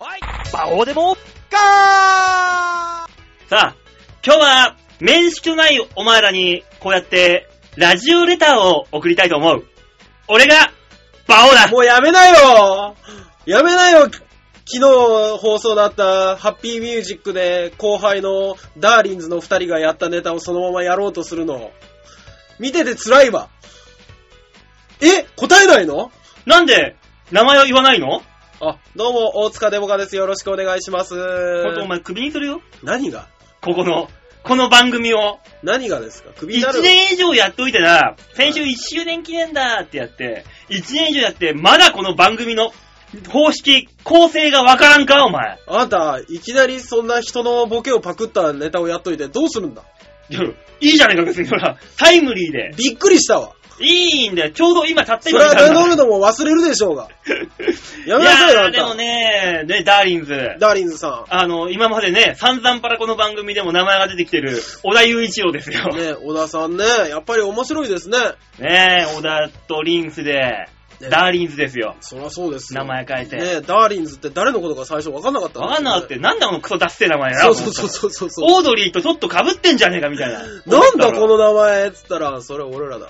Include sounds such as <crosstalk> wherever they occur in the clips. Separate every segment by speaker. Speaker 1: バオでも
Speaker 2: ガー
Speaker 3: さあ、今日は、面識のないお前らに、こうやって、ラジオレターを送りたいと思う。俺が、バオだ
Speaker 2: <laughs> もうやめなよやめなよ昨日放送だったハッピーミュージックで後輩のダーリンズの二人がやったネタをそのままやろうとするの。見てて辛いわ。え答えないの
Speaker 3: なんで、名前を言わないの
Speaker 2: あ、どうも、大塚デモカです。よろしくお願いします。
Speaker 3: ほんとお前首にするよ。
Speaker 2: 何が
Speaker 3: ここの、この番組を。
Speaker 2: 何がですか首になる
Speaker 3: 1年以上やっといてな、先週1周年記念だってやって、1年以上やって、まだこの番組の方式、構成がわからんか、お前。
Speaker 2: あなた、いきなりそんな人のボケをパクったネタをやっといてどうするんだ
Speaker 3: いやいいじゃねえか、別に。ほら、タイムリーで。
Speaker 2: びっくりしたわ。
Speaker 3: いいんだよ。ちょうど今、たった
Speaker 2: それ
Speaker 3: 今見
Speaker 2: は
Speaker 3: たんだ
Speaker 2: 頼むのも忘れるでし
Speaker 3: <laughs>
Speaker 2: ょうが。やめなさいよ、
Speaker 3: や
Speaker 2: あ
Speaker 3: ー
Speaker 2: ん
Speaker 3: でも
Speaker 2: た。
Speaker 3: ね、ね、ダーリンズ。
Speaker 2: ダーリンズさ
Speaker 3: あの、今までね、散々パラこの番組でも名前が出てきてる、小田雄一郎ですよ。
Speaker 2: ん。ね小田さんね、やっぱり面白いですね。
Speaker 3: ねえ、小田とリンスで、
Speaker 2: ね
Speaker 3: ダーリンズですよ。
Speaker 2: そりゃそうですよ。
Speaker 3: 名前変えて。
Speaker 2: ねダーリンズって誰のことか最初分かんなかった
Speaker 3: わかんなかった
Speaker 2: か
Speaker 3: よ。なんだこのクソダッセー名前な。
Speaker 2: そうそうそうそうそう。
Speaker 3: オードリーとちょっと被ってんじゃねえかみたいな。
Speaker 2: なんだこの名前っつったら、それ俺らだ。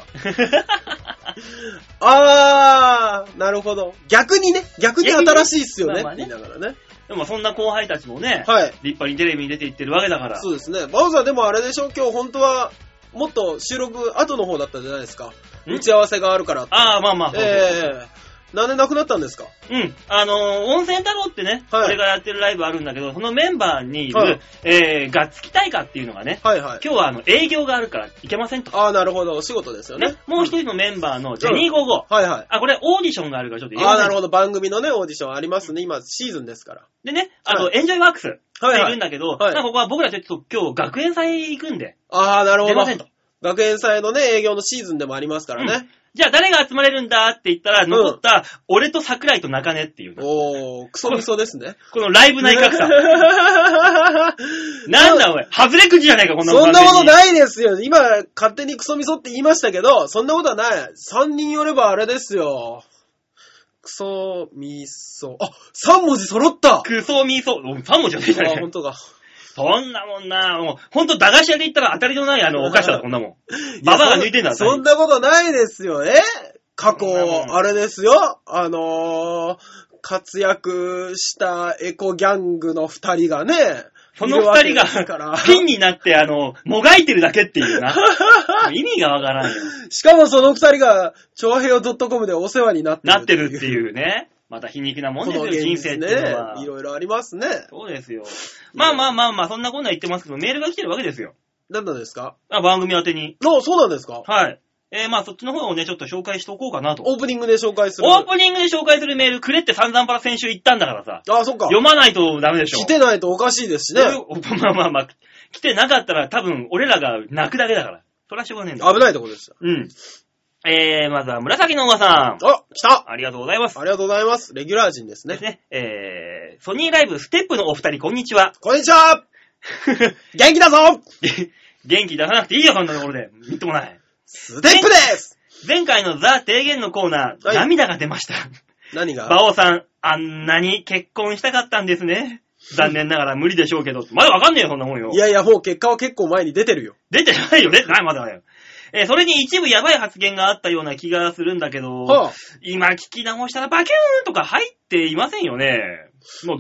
Speaker 2: あー、なるほど。逆にね、逆に新しいっすよね、
Speaker 3: まあまあね
Speaker 2: みんなからね。
Speaker 3: <laughs> でもそんな後輩たちもね、
Speaker 2: はい。
Speaker 3: 立派にテレビに出ていってるわけだから。
Speaker 2: そうですね。バオさんでもあれでしょ、今日本当は、もっと収録後の方だったじゃないですか。
Speaker 3: ん
Speaker 2: 打ち合わせがあるからって。
Speaker 3: ああ、まあまあ。
Speaker 2: ええなんでなくなったんですか
Speaker 3: うん。あのー温泉太郎ってね、
Speaker 2: はい
Speaker 3: 俺がやってるライブあるんだけど、そのメンバーにいる、
Speaker 2: はい
Speaker 3: えー、がっつき大会っていうのがね、
Speaker 2: はいはい。
Speaker 3: 今日はあの、営業があるから行けませんと。
Speaker 2: ああ、なるほど。お仕事ですよね。
Speaker 3: ね、もう一人のメンバーのジェニー55。
Speaker 2: はいはい。
Speaker 3: あ、これオーディションがあるからちょっと入れ
Speaker 2: あ
Speaker 3: ま
Speaker 2: あ、
Speaker 3: せん
Speaker 2: なるほど。番組のね、オーディションありますね。今、シーズンですから。
Speaker 3: でね、あと、
Speaker 2: は
Speaker 3: エンジョイワークスがいるんだけど、
Speaker 2: はいはい
Speaker 3: なんかここは僕らちょっと今日学園祭行くんで、
Speaker 2: ああ、なるほ
Speaker 3: 出ま
Speaker 2: ど
Speaker 3: せん。と。
Speaker 2: 学園祭のね、営業のシーズンでもありますからね。
Speaker 3: じゃあ誰が集まれるんだって言ったら、
Speaker 2: ん
Speaker 3: 残った、俺と桜井と中根っていう、
Speaker 2: おー、クソみそですね。
Speaker 3: このライブ内
Speaker 2: <laughs>
Speaker 3: 格差。なんだおい、外れくじじゃないか、こんな
Speaker 2: そんなこと
Speaker 3: い
Speaker 2: ないですよ。今、勝手にクソみそって言いましたけど、そんなことはない。3人よればあれですよ。クソみそ。あ、3文字揃
Speaker 3: <laughs>
Speaker 2: った
Speaker 3: クソミソ、お三文字は出てな
Speaker 2: あ、
Speaker 3: い
Speaker 2: 本。当か。
Speaker 3: そんなもんな、もう、ほんと駄菓子屋で言ったら当たりのないあの、お菓子だ、こんなもん。ババアが抜いてんだ、
Speaker 2: そそん
Speaker 3: な。
Speaker 2: なことないですよ、え過去
Speaker 3: そんなも、ん
Speaker 2: あれですよ。あのー、活躍したエコギャングの二人がね。
Speaker 3: その二人
Speaker 2: いるわけですから
Speaker 3: が、ピンになって、あの、もがいてるだけっていう
Speaker 2: <laughs>
Speaker 3: な。意味がわからんよ。
Speaker 2: しかもその二人が、長平を .com でお世話になってる。
Speaker 3: なってるっていうね。また皮肉なもん
Speaker 2: こ
Speaker 3: です
Speaker 2: の
Speaker 3: よ、
Speaker 2: 現
Speaker 3: 人生
Speaker 2: 実
Speaker 3: っていう
Speaker 2: ね
Speaker 3: のは。。
Speaker 2: いろいろありますね。
Speaker 3: そうですよ。まあまあまあまあ、そんなこんな言ってますけど、メールが来てるわけですよ。
Speaker 2: 何なんですか
Speaker 3: あ番組宛てに。
Speaker 2: あ、そうなんですか
Speaker 3: はい。えー、まあそっちの方をね、ちょっと紹介しておこうかなと。
Speaker 2: オープニングで紹介する。
Speaker 3: オープニングで紹介するメール、くれって散々パラ先週言ったんだからさ。
Speaker 2: あ、そっか。
Speaker 3: 読まないとダメでしょ。
Speaker 2: 来てないとおかしいですし
Speaker 3: そうい
Speaker 2: ね。
Speaker 3: うまあまあまあ、来てなかったら多分俺らが泣くだけだから。そらしょうがねえんだ。
Speaker 2: 危ないとこでした。
Speaker 3: うん。えー、まずは紫のおばさん。
Speaker 2: あ、来た
Speaker 3: ありがとうございます。
Speaker 2: ありがとうございます。レギュラー陣です
Speaker 3: で
Speaker 2: ね
Speaker 3: す。ね。えー、ソニーライブステップのお二人、こんにち
Speaker 2: <laughs>
Speaker 3: は。
Speaker 2: こんにちは元気だぞ
Speaker 3: 元気出さなくていいよ、そんなところで。みっともない。
Speaker 2: ステップです
Speaker 3: 前回のザ・提言のコーナー、
Speaker 2: はい
Speaker 3: 涙が出ました。
Speaker 2: 何が
Speaker 3: 馬王さん、あんなに結婚したかったんですね。残念ながら無理でしょうけど。まだわかんねえよ、そんなもんよ
Speaker 2: い。やいや、もう結果は結構前に出てるよ。
Speaker 3: 出てないよ、 <laughs> 出てない、まだだよ。えーそれに一部やばい発言があったような気がするんだけど、
Speaker 2: はあ、
Speaker 3: 今聞き直したらバキューンとか入っていませんよね。もう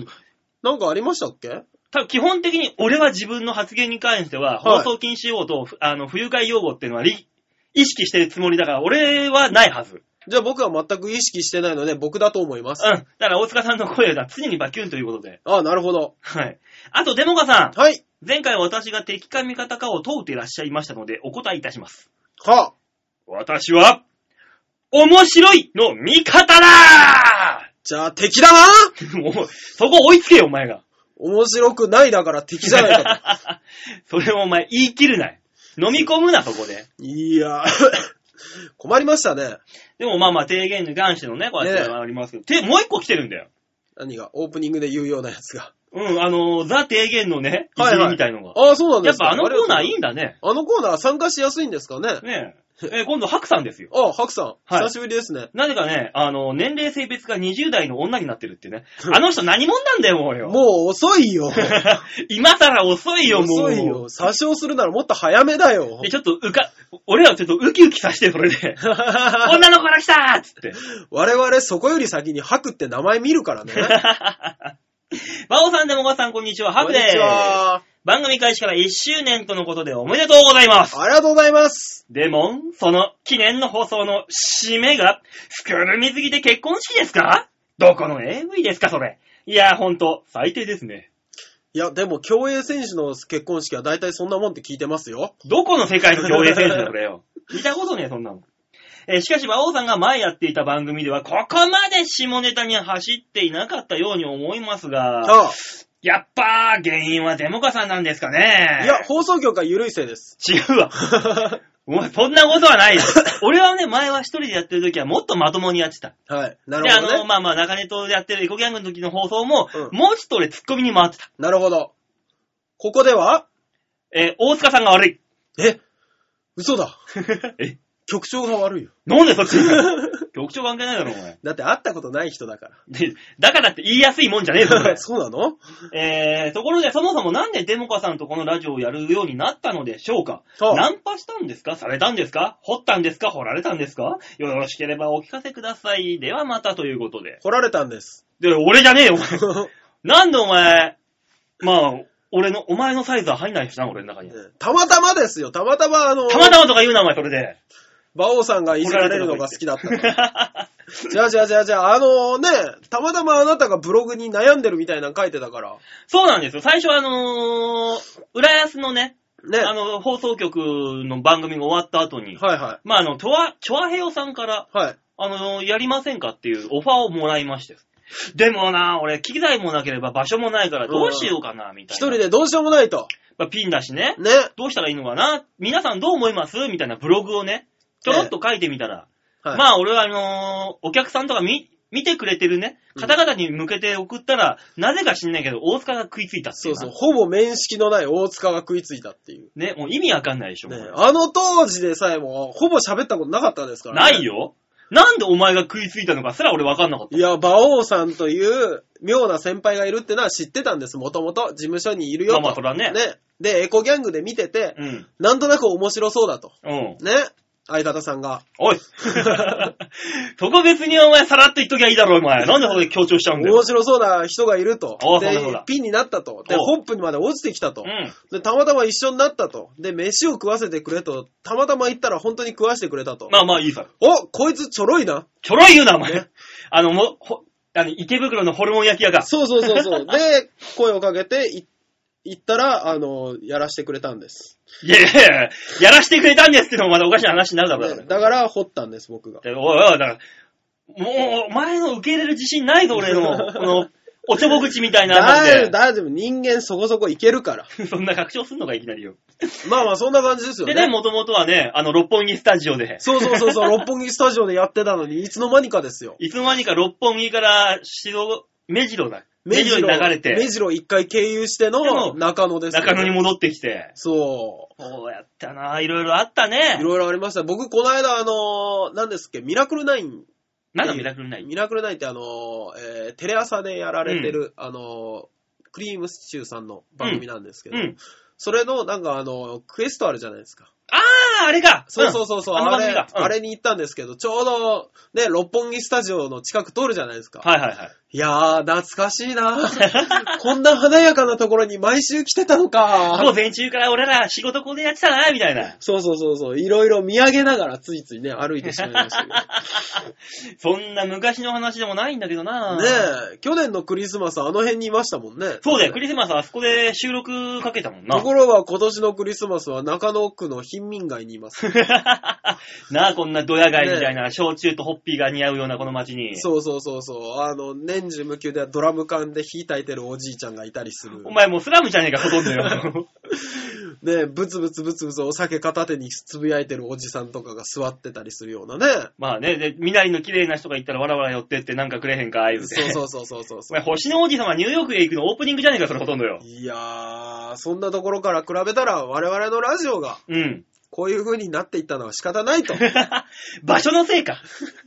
Speaker 2: なんかありましたっけ
Speaker 3: 多分基本的に俺は自分の発言に関しては、
Speaker 2: はい
Speaker 3: 放送禁止用語と、ふあの、不愉快用語っていうのはり意識してるつもりだから、俺はないはず。
Speaker 2: じゃあ僕は全く意識してないので、僕だと思います。
Speaker 3: うん。だから大塚さんの声が常にバキュンということで。
Speaker 2: ああ、なるほど。
Speaker 3: はい。あと、デモカさん。
Speaker 2: はい。
Speaker 3: 前回私が敵か味方かを問うていらっしゃいましたので、お答えいたします。
Speaker 2: はあ、
Speaker 3: 私は、面白いの味方だ <laughs>
Speaker 2: じゃあ敵だな
Speaker 3: もう、そこ追いつけよ、お前が。
Speaker 2: 面白くないだから敵じゃないか
Speaker 3: <laughs> そ
Speaker 2: と。
Speaker 3: れをお前言い切るな。飲み込むな、そこで。 <laughs>
Speaker 2: いや <laughs> 困りましたね。
Speaker 3: でもまあまあ、提言に関してのね、こうやって
Speaker 2: ね
Speaker 3: ありますけど。て、もう一個来てるんだよ。
Speaker 2: 何が、オープニングで言うようなやつが。
Speaker 3: うん、あのーザ提言のね、一
Speaker 2: はいはい
Speaker 3: 員みたいのが。
Speaker 2: ああ、そうなん
Speaker 3: や
Speaker 2: で
Speaker 3: っ
Speaker 2: すか。
Speaker 3: ぱあのコーナーい
Speaker 2: い
Speaker 3: いんだね。
Speaker 2: あのコーナー参加しやすいんですかね。
Speaker 3: ねえ。えー今度、白さんですよ。
Speaker 2: ああ、ハクさん。
Speaker 3: はい
Speaker 2: 久しぶりですね。
Speaker 3: なぜかね、あの、年齢性別が20代の女になってるってね。あの人何者なんだよ、もうよ。
Speaker 2: もう遅いよ。
Speaker 3: <laughs> 今更遅いよ、もう。
Speaker 2: 遅いよ。詐称するならもっと早めだよ
Speaker 3: <laughs> で、。ちょっと、うか、俺らちょっとウキウキさせて、それ
Speaker 2: <laughs>
Speaker 3: で。女の子から来たーっつって。
Speaker 2: 我々そこより先にハクって名前見るからね。
Speaker 3: バオさん、でもがさん、こんにち <laughs> は。ハブで
Speaker 2: こんに
Speaker 3: す。
Speaker 2: ちは。
Speaker 3: 番組開始から1周年とのことでおめでとうございます。
Speaker 2: ありがとうございます。
Speaker 3: でも、その記念の放送の締めが、スクール水着で結婚式ですかどこの AV ですか、それ。いや、ほんと、最低ですね。
Speaker 2: いや、でも、競泳選手の結婚式は大体そんなもんって聞いてますよ。
Speaker 3: どこの世界の競泳選手だ、それよ。 <laughs> 見たことねえ、そんなの。えーしかし、馬王さんが前やっていた番組では、ここまで下ネタに走っていなかったように思いますが、
Speaker 2: あ
Speaker 3: やっぱ、原因はデモカさんなんですかね
Speaker 2: あ。いや、放送局は緩いせいです。
Speaker 3: 違う <laughs> わ。
Speaker 2: は
Speaker 3: お前、そんなことはない <laughs> よ。俺はね、前は一人でやってる時はもっとまともにやってた。
Speaker 2: い。な
Speaker 3: で、
Speaker 2: る
Speaker 3: あ
Speaker 2: ほど
Speaker 3: の、
Speaker 2: ね。
Speaker 3: まあまあ、中根とやってるエコギャングの時の放送も、
Speaker 2: うん
Speaker 3: もうちょっと俺、ツッコミに回ってた。
Speaker 2: なるほど。ここでは
Speaker 3: えー大塚さんが <laughs> 悪い。
Speaker 2: え嘘だ。
Speaker 3: え
Speaker 2: 局長が悪いよ。
Speaker 3: なんでそっち行 <laughs> くの局長関係ないだろ、お前。
Speaker 2: だって会ったことない人だか
Speaker 3: で、だからって言いやすいもんじゃねえぞ、これ
Speaker 2: ら。。そうなの
Speaker 3: <laughs> えー、ところで、そもそもなんでデモカさんとこのラジオをやるようになったのでしょうか
Speaker 2: そう
Speaker 3: ナンパしたんですかされたんですか掘ったんですか掘られたんですかよろしければお聞かせください。ではまたということで。
Speaker 2: 掘られたんです。 <laughs>
Speaker 3: で、俺じゃねえよ、お前。なんでお前、まあ、俺の、お前のサイズは入んないしな、俺の中に。
Speaker 2: たまたまですよ。たまたま、あの、
Speaker 3: たまたまとか言うな、お前、それで。 <laughs>
Speaker 2: 馬王さんがいじられるのが好きだったの。じゃあじゃあじゃあじゃあ、あのね、たまたまあなたがブログに悩んでるみたいなの書いてたから。
Speaker 3: そうなんですよ。最初、あのー、浦安のね、
Speaker 2: ね。
Speaker 3: あの、放送局の番組が終わった後に、
Speaker 2: はいは
Speaker 3: まあ、あの、とわ、チョアヘヨさんから、
Speaker 2: い。はい。
Speaker 3: あの、やりませんかっていうオファーをもらいましたよ。でもな、俺、機材もなければ場所もないからどうしようかな、みた
Speaker 2: 一
Speaker 3: いな。
Speaker 2: 人。でどうしようもないと。
Speaker 3: まあ、ピンだしね。
Speaker 2: ね。
Speaker 3: どうしたらいいのかな皆さんどう思いますみたいなブログをね、ちょろっと書いてみたら、
Speaker 2: はい。
Speaker 3: まあ、俺はあのーお客さんとか見、見てくれてるね、方々に向けて送ったら、なぜか知んないけど、大塚が食いついたって
Speaker 2: そ
Speaker 3: いう
Speaker 2: う
Speaker 3: な。
Speaker 2: そう。ほぼ面識のない大塚が食いついたっていう。
Speaker 3: ね、もう意味わかんないでしょ。
Speaker 2: ね。あの当時でさえも、ほぼ喋ったことなかったですから、
Speaker 3: ない。よ。なんでお前が食いついたのかすら俺わかんなかった
Speaker 2: い。や、馬王さんという妙な先輩がいるってのは知ってたんです。もともと事務所にいるよ
Speaker 3: まあま
Speaker 2: と。
Speaker 3: あ、それはね。
Speaker 2: ね。で、エコギャングで見てて、
Speaker 3: うん。
Speaker 2: なんとなく面白そうだと。
Speaker 3: うん。
Speaker 2: ね。相方さんが。
Speaker 3: おい <laughs> そこ別にお前さらっと言っときゃいいだろ、お前。なんでそこで強調しちゃうんだよ
Speaker 2: 面。白そうな人がいると
Speaker 3: お。うそうだそう
Speaker 2: で
Speaker 3: だ、
Speaker 2: ピンになったと。で、
Speaker 3: おう
Speaker 2: ホップにまで落ちてきたと
Speaker 3: う。ん。
Speaker 2: で、たまたま一緒になったと。で、飯を食わせてくれと。たまたま行ったら本当に食わしてくれたと。
Speaker 3: まあまあいいさ。
Speaker 2: おこいつちょろいな。
Speaker 3: ちょろい言うな、お前
Speaker 2: ね。
Speaker 3: あの、もう、ほ、あの、池袋のホルモン焼き屋が。
Speaker 2: そうそうそうそう。 <laughs> で、声をかけてい行ったら、あの、やらしてくれたんです。
Speaker 3: いやいやいや、やらしてくれたんですってのもまだおかしな話になるだろ、
Speaker 2: ね
Speaker 3: う
Speaker 2: だから、掘ったんです、僕が。
Speaker 3: でおいおい、だから、もう、お前の受け入れる自信ないぞ、俺の。この、おちょぼ口みたいな感
Speaker 2: 大丈
Speaker 3: じ
Speaker 2: 夫、大丈夫。人間そこそこいけるから。
Speaker 3: で。 <laughs> そんな確証すんのか、いきなりよ。
Speaker 2: まあまあ、そんな感じですよ
Speaker 3: で
Speaker 2: ね。
Speaker 3: ね、もともとはね、あの、六本木スタジオで、
Speaker 2: そうそうそうそう、六本木スタジオでやってたのに、いつの間にかですよ。
Speaker 3: いつの間にか六本木から、指導、目白だ。目白に流れ
Speaker 2: 目
Speaker 3: て、
Speaker 2: 白一回経由して
Speaker 3: で
Speaker 2: の
Speaker 3: も
Speaker 2: 中野ですよ、
Speaker 3: 中野に戻ってきて、
Speaker 2: そ
Speaker 3: こうやったな、いろいろあった
Speaker 2: う。い
Speaker 3: ね。
Speaker 2: ろいろありました。僕、この間、あのー、何ですっけ、ミラクルナイン。
Speaker 3: なんだ、ミラクルない。
Speaker 2: ミラクルナインって、あのー、えーテレ朝でやられてる、あのー、クリームシチューさんの番組なんですけ
Speaker 3: う
Speaker 2: ど、
Speaker 3: ん。
Speaker 2: それの、なんか、あのー、クエストあるじゃないですか。
Speaker 3: ああ、あれか。
Speaker 2: そうそううそうそう、
Speaker 3: あの
Speaker 2: あ
Speaker 3: 番
Speaker 2: れ、
Speaker 3: 組だうん
Speaker 2: あれに行ったんですけど、ちょうど、ね、六本木スタジオの近く通るじゃないですか。
Speaker 3: ん。はいはいはい。
Speaker 2: いやー、懐かしいなこんな華やかなところに毎週来てたの
Speaker 3: 午
Speaker 2: か。
Speaker 3: 前中から俺ら仕事ここでやってたな、みたいな。
Speaker 2: そうそうそうそう。いろいろ見上げながらついついね、歩いてしまいましたけど。
Speaker 3: そんな昔の話でもないんだけどな。 <laughs>
Speaker 2: ねえ、去年のクリスマスあの辺にいましたもんね。
Speaker 3: そうだよ、クリスマスあそこで収録かけたもんな。
Speaker 2: ところが今年のクリスマスは中野区の貧民街にいます。
Speaker 3: なあ、こんなドヤ街みたいな、焼酎とホッピーが似合うようなこの街に。
Speaker 2: そうそうそうそう。あの、年中無休でドラム缶で火焚いてるおじいちゃんがいたりする <laughs>
Speaker 3: お。前もうスラムじゃねえか、ほとんどよ。
Speaker 2: ねえ、ブツブツブツブツお酒片手につぶやいてるおじさんとかが座ってたりするようなね。
Speaker 3: まあね、で、みなりの綺麗な人が行ったらわらわら寄ってってなんかくれへんか、あいつ
Speaker 2: そうそうそうそうそ
Speaker 3: お
Speaker 2: う
Speaker 3: 前、星の王子様ニューヨークへ行くのオープニングじゃねえか、それほとんどよ。
Speaker 2: いやー、そんなところから比べたら我々のラジオが
Speaker 3: うん。
Speaker 2: こういう風になっていったのは仕方ないと。
Speaker 3: <laughs> 場所のせいか。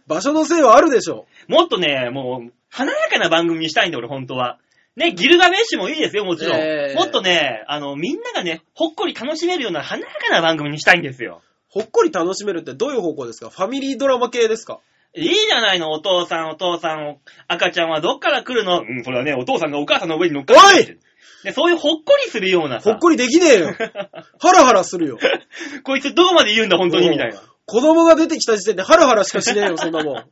Speaker 2: 場所のせいはあるでしょ
Speaker 3: もっとね、もう、華やかな番組にしたいんで、俺、本当は。ね、ギルガメッシュもいいですよ、もちろん。
Speaker 2: ええ
Speaker 3: もっとね、あの、みんながね、ほっこり楽しめるような華やかな番組にしたいんですよ。
Speaker 2: ほっこり楽しめるってどういう方向ですかファミリードラマ系ですか
Speaker 3: いいじゃないの、お父さん、お父さん、赤ちゃんはどっから来るのうん、それはね、お父さんがお母さんの上に乗っかってるで、そういうほっこりするような
Speaker 2: ほ
Speaker 3: さ
Speaker 2: っ、こりできねえよ。ハラハラするよ。
Speaker 3: こいつどこまで言うんだ、 <laughs> 本当に、みたいな
Speaker 2: も。う。子供が出てきた時点でハラハラしかしねえよ、そんな
Speaker 3: <laughs>
Speaker 2: もん。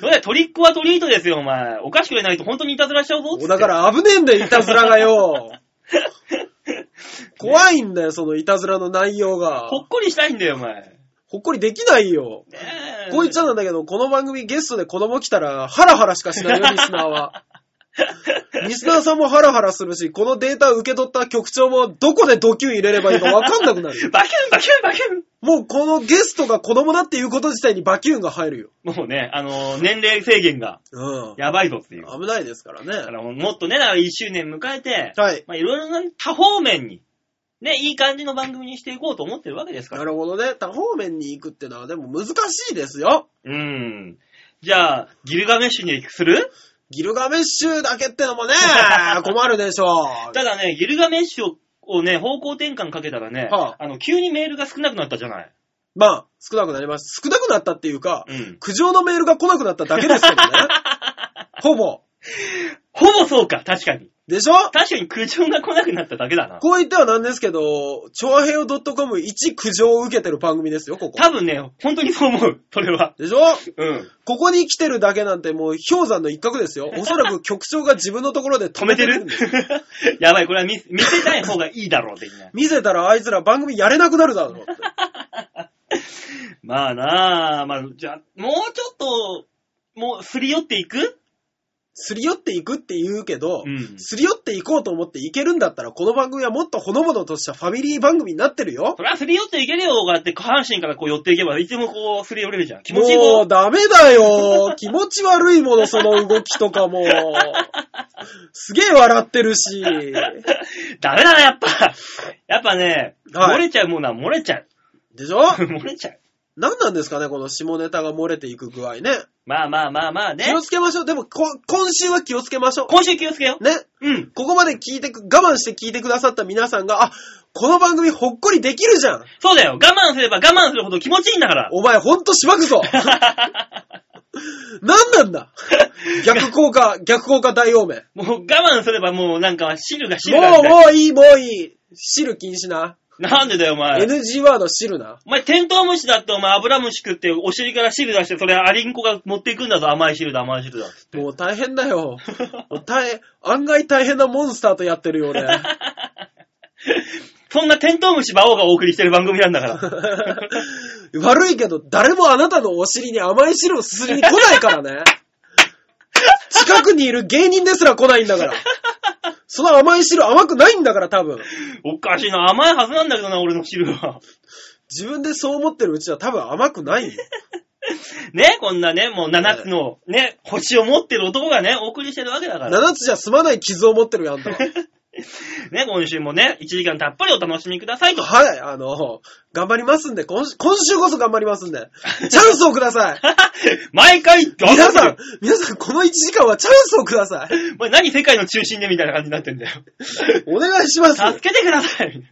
Speaker 3: それはトリックはトリートですよ、お前。お菓子くれないと本当にいたずらしちゃうぞ、つって
Speaker 2: だか。ら危ねえんだよ、いたずらが
Speaker 3: <laughs>
Speaker 2: よ。怖いんだよ、そのいたずらの内容が。
Speaker 3: ほっこりしたいんだよ、お前。
Speaker 2: ほっこりできないよ。
Speaker 3: ねえ
Speaker 2: こう言っちゃなんだけど、この番組ゲストで子供来たら、ハラハラしかしないよ、リスナーは。リスナーさんもハラハラするし、このデータ受け取った局長もどこでドキュン入れればいいかわかんなくなるよ。
Speaker 3: バキュン、バキュン、バキュン。
Speaker 2: もうこのゲストが子供だっていうこと自体にバキュンが入るよ。
Speaker 3: もうね、あのー年齢制限が
Speaker 2: うん。
Speaker 3: やばいぞっていう。
Speaker 2: 危ないですから
Speaker 3: だか
Speaker 2: ね。
Speaker 3: らもうもっとね、だから1周年迎えて、
Speaker 2: はい。
Speaker 3: まあいろいろな多方面に、ね、いい感じの番組にしていこうと思ってるわけですか
Speaker 2: な
Speaker 3: ら。
Speaker 2: るほどね。他方面に行くってのはでも難しいですよ。
Speaker 3: うん。じゃあ、ギルガメッシュにする
Speaker 2: ギルガメッシュだけってのもね、困るでしょう。
Speaker 3: ただね、ギルガメッシュををね、方向転換かけたらね、
Speaker 2: は
Speaker 3: あの、急にメールが少なくなったじゃない。
Speaker 2: まあ、少なくなります。少なくなったっていうか、
Speaker 3: うん。
Speaker 2: 苦情のメールが来なくなっただけですけど
Speaker 3: <laughs>
Speaker 2: ね。ほぼ。
Speaker 3: ほぼそうか、確かに。
Speaker 2: でしょ
Speaker 3: 確かに苦情が来なくなっただけだな。
Speaker 2: こう言ってはなんですけど、チョアヘオ .com 一苦情を受けてる番組ですよ、ここ。
Speaker 3: 多分ね、本当にそう思う。それは。
Speaker 2: でしょ
Speaker 3: うん。
Speaker 2: ここに来てるだけなんてもう氷山の一角ですよ。おそらく局長が自分のところで
Speaker 3: 止めてる
Speaker 2: んです
Speaker 3: <laughs> やばい、これは見見せたい方がいいだろう、的な。
Speaker 2: 見せたらあいつら番組やれなくなるだろうっ
Speaker 3: <laughs>
Speaker 2: て。
Speaker 3: まあなあ、まあ、じゃあ、もうちょっと、もう、すり寄っていく
Speaker 2: すり寄っていくって言うけど、
Speaker 3: ん
Speaker 2: すり寄っていこうと思っていけるんだったら、この番組はもっとほのぼのとしたファミリー番組になってるよ。
Speaker 3: そりゃすり寄っていけるよ、がって、下半身からこう寄っていけば、いつもこう、すり寄れるじゃん。気持ちいい
Speaker 2: もう
Speaker 3: ぞ。
Speaker 2: ダメだよ。 <laughs> 気持ち悪いもの、その動きとかも。すげえ笑ってるし。
Speaker 3: ダメだな、やっぱ。やっぱね、
Speaker 2: はい
Speaker 3: 漏れちゃうもんな、漏れちゃう。 <laughs>
Speaker 2: でしょ
Speaker 3: 漏れちゃう。
Speaker 2: 何なんですかね、この下ネタが漏れていく具合ね。
Speaker 3: まあまあまあまあね
Speaker 2: 気。をつけましょう。でも、こ今週は気をつけましょ
Speaker 3: 今週気をつけよ
Speaker 2: う。ね。
Speaker 3: う。うん。
Speaker 2: ここまで聞いてく、我慢して聞いてくださった皆さんが、あ、この番組ほっこりできるじゃん。
Speaker 3: そうだよ。我慢すれば我慢するほど気持ちいいんだから。
Speaker 2: お前ほんとしば
Speaker 3: <laughs>
Speaker 2: くぞ。何なんだ逆効果、逆効果大王名。
Speaker 3: もう我慢すればもうなんか汁が汁がみ
Speaker 2: もう、
Speaker 3: たいな。
Speaker 2: もういい、もういい。汁禁止な。
Speaker 3: なんでだよお前。
Speaker 2: NG ワード汁な。
Speaker 3: お前テントウムシだってお前油虫食ってお尻から汁出してそれアリンコが持っていくんだぞ甘い汁だ甘い汁だっつって。
Speaker 2: もう大変だよ。もう大変、案外大変なモンスターとやってるよ、俺。
Speaker 3: <laughs> そんなテントウムシ馬王がお送りしてる番組なんだ
Speaker 2: <laughs>
Speaker 3: から。
Speaker 2: 悪いけど、誰もあなたのお尻に甘い汁をすすりに来ないからね。近くにいる芸人ですら来ないんだから。その甘い汁甘くないんだから、多分。
Speaker 3: おかしいな甘いはずなんだけどな俺の汁は。
Speaker 2: 自分でそう思ってるうちは多分甘くないよ。
Speaker 3: ねこんなねもう7つのね星を持ってる男がねお送りしてるわけだから。
Speaker 2: 7つじゃ済まない傷を持ってるよ、あんたは。
Speaker 3: ね今週もね1時間たっぷりお楽しみくださいと。
Speaker 2: はい、あの、頑張りますんで、今週今週こそ頑張りますんで、チャンスをください
Speaker 3: <laughs> 毎回
Speaker 2: 皆さん、 <laughs> 皆さん、この1時間はチャンスをください
Speaker 3: お前何世界の中心でみたいな感じになってんだ
Speaker 2: <laughs>
Speaker 3: よ。
Speaker 2: お願いします
Speaker 3: 助けてください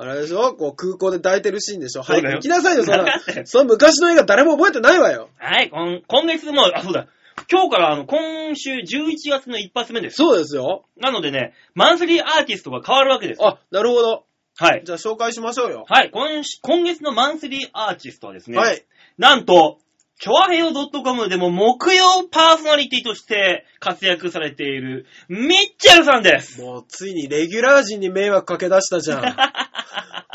Speaker 2: あれでしょこう空港で抱いてるシーンでしょ
Speaker 3: そ
Speaker 2: は
Speaker 3: う
Speaker 2: い、
Speaker 3: だよ
Speaker 2: 行きなさいよ、そん
Speaker 3: わか
Speaker 2: な
Speaker 3: ったよ。
Speaker 2: その昔の映画誰も覚えてないわよ。
Speaker 3: はい、こん今月も、あ、そうだ。今日から、あの、今週11月の一発目です。
Speaker 2: そうですよ。
Speaker 3: なのでね、マンスリーアーティストが変わるわけです。
Speaker 2: あ、なるほど。
Speaker 3: はい。
Speaker 2: じゃあ紹介しましょうよ。
Speaker 3: はい、今し今月のマンスリーアーティストはですね、
Speaker 2: はい。
Speaker 3: なんと、チョアヘヨ .com でも木曜パーソナリティとして活躍されている、ミッチェルさんです。
Speaker 2: もうついにレギュラー陣に迷惑かけ出したじゃん。 <laughs>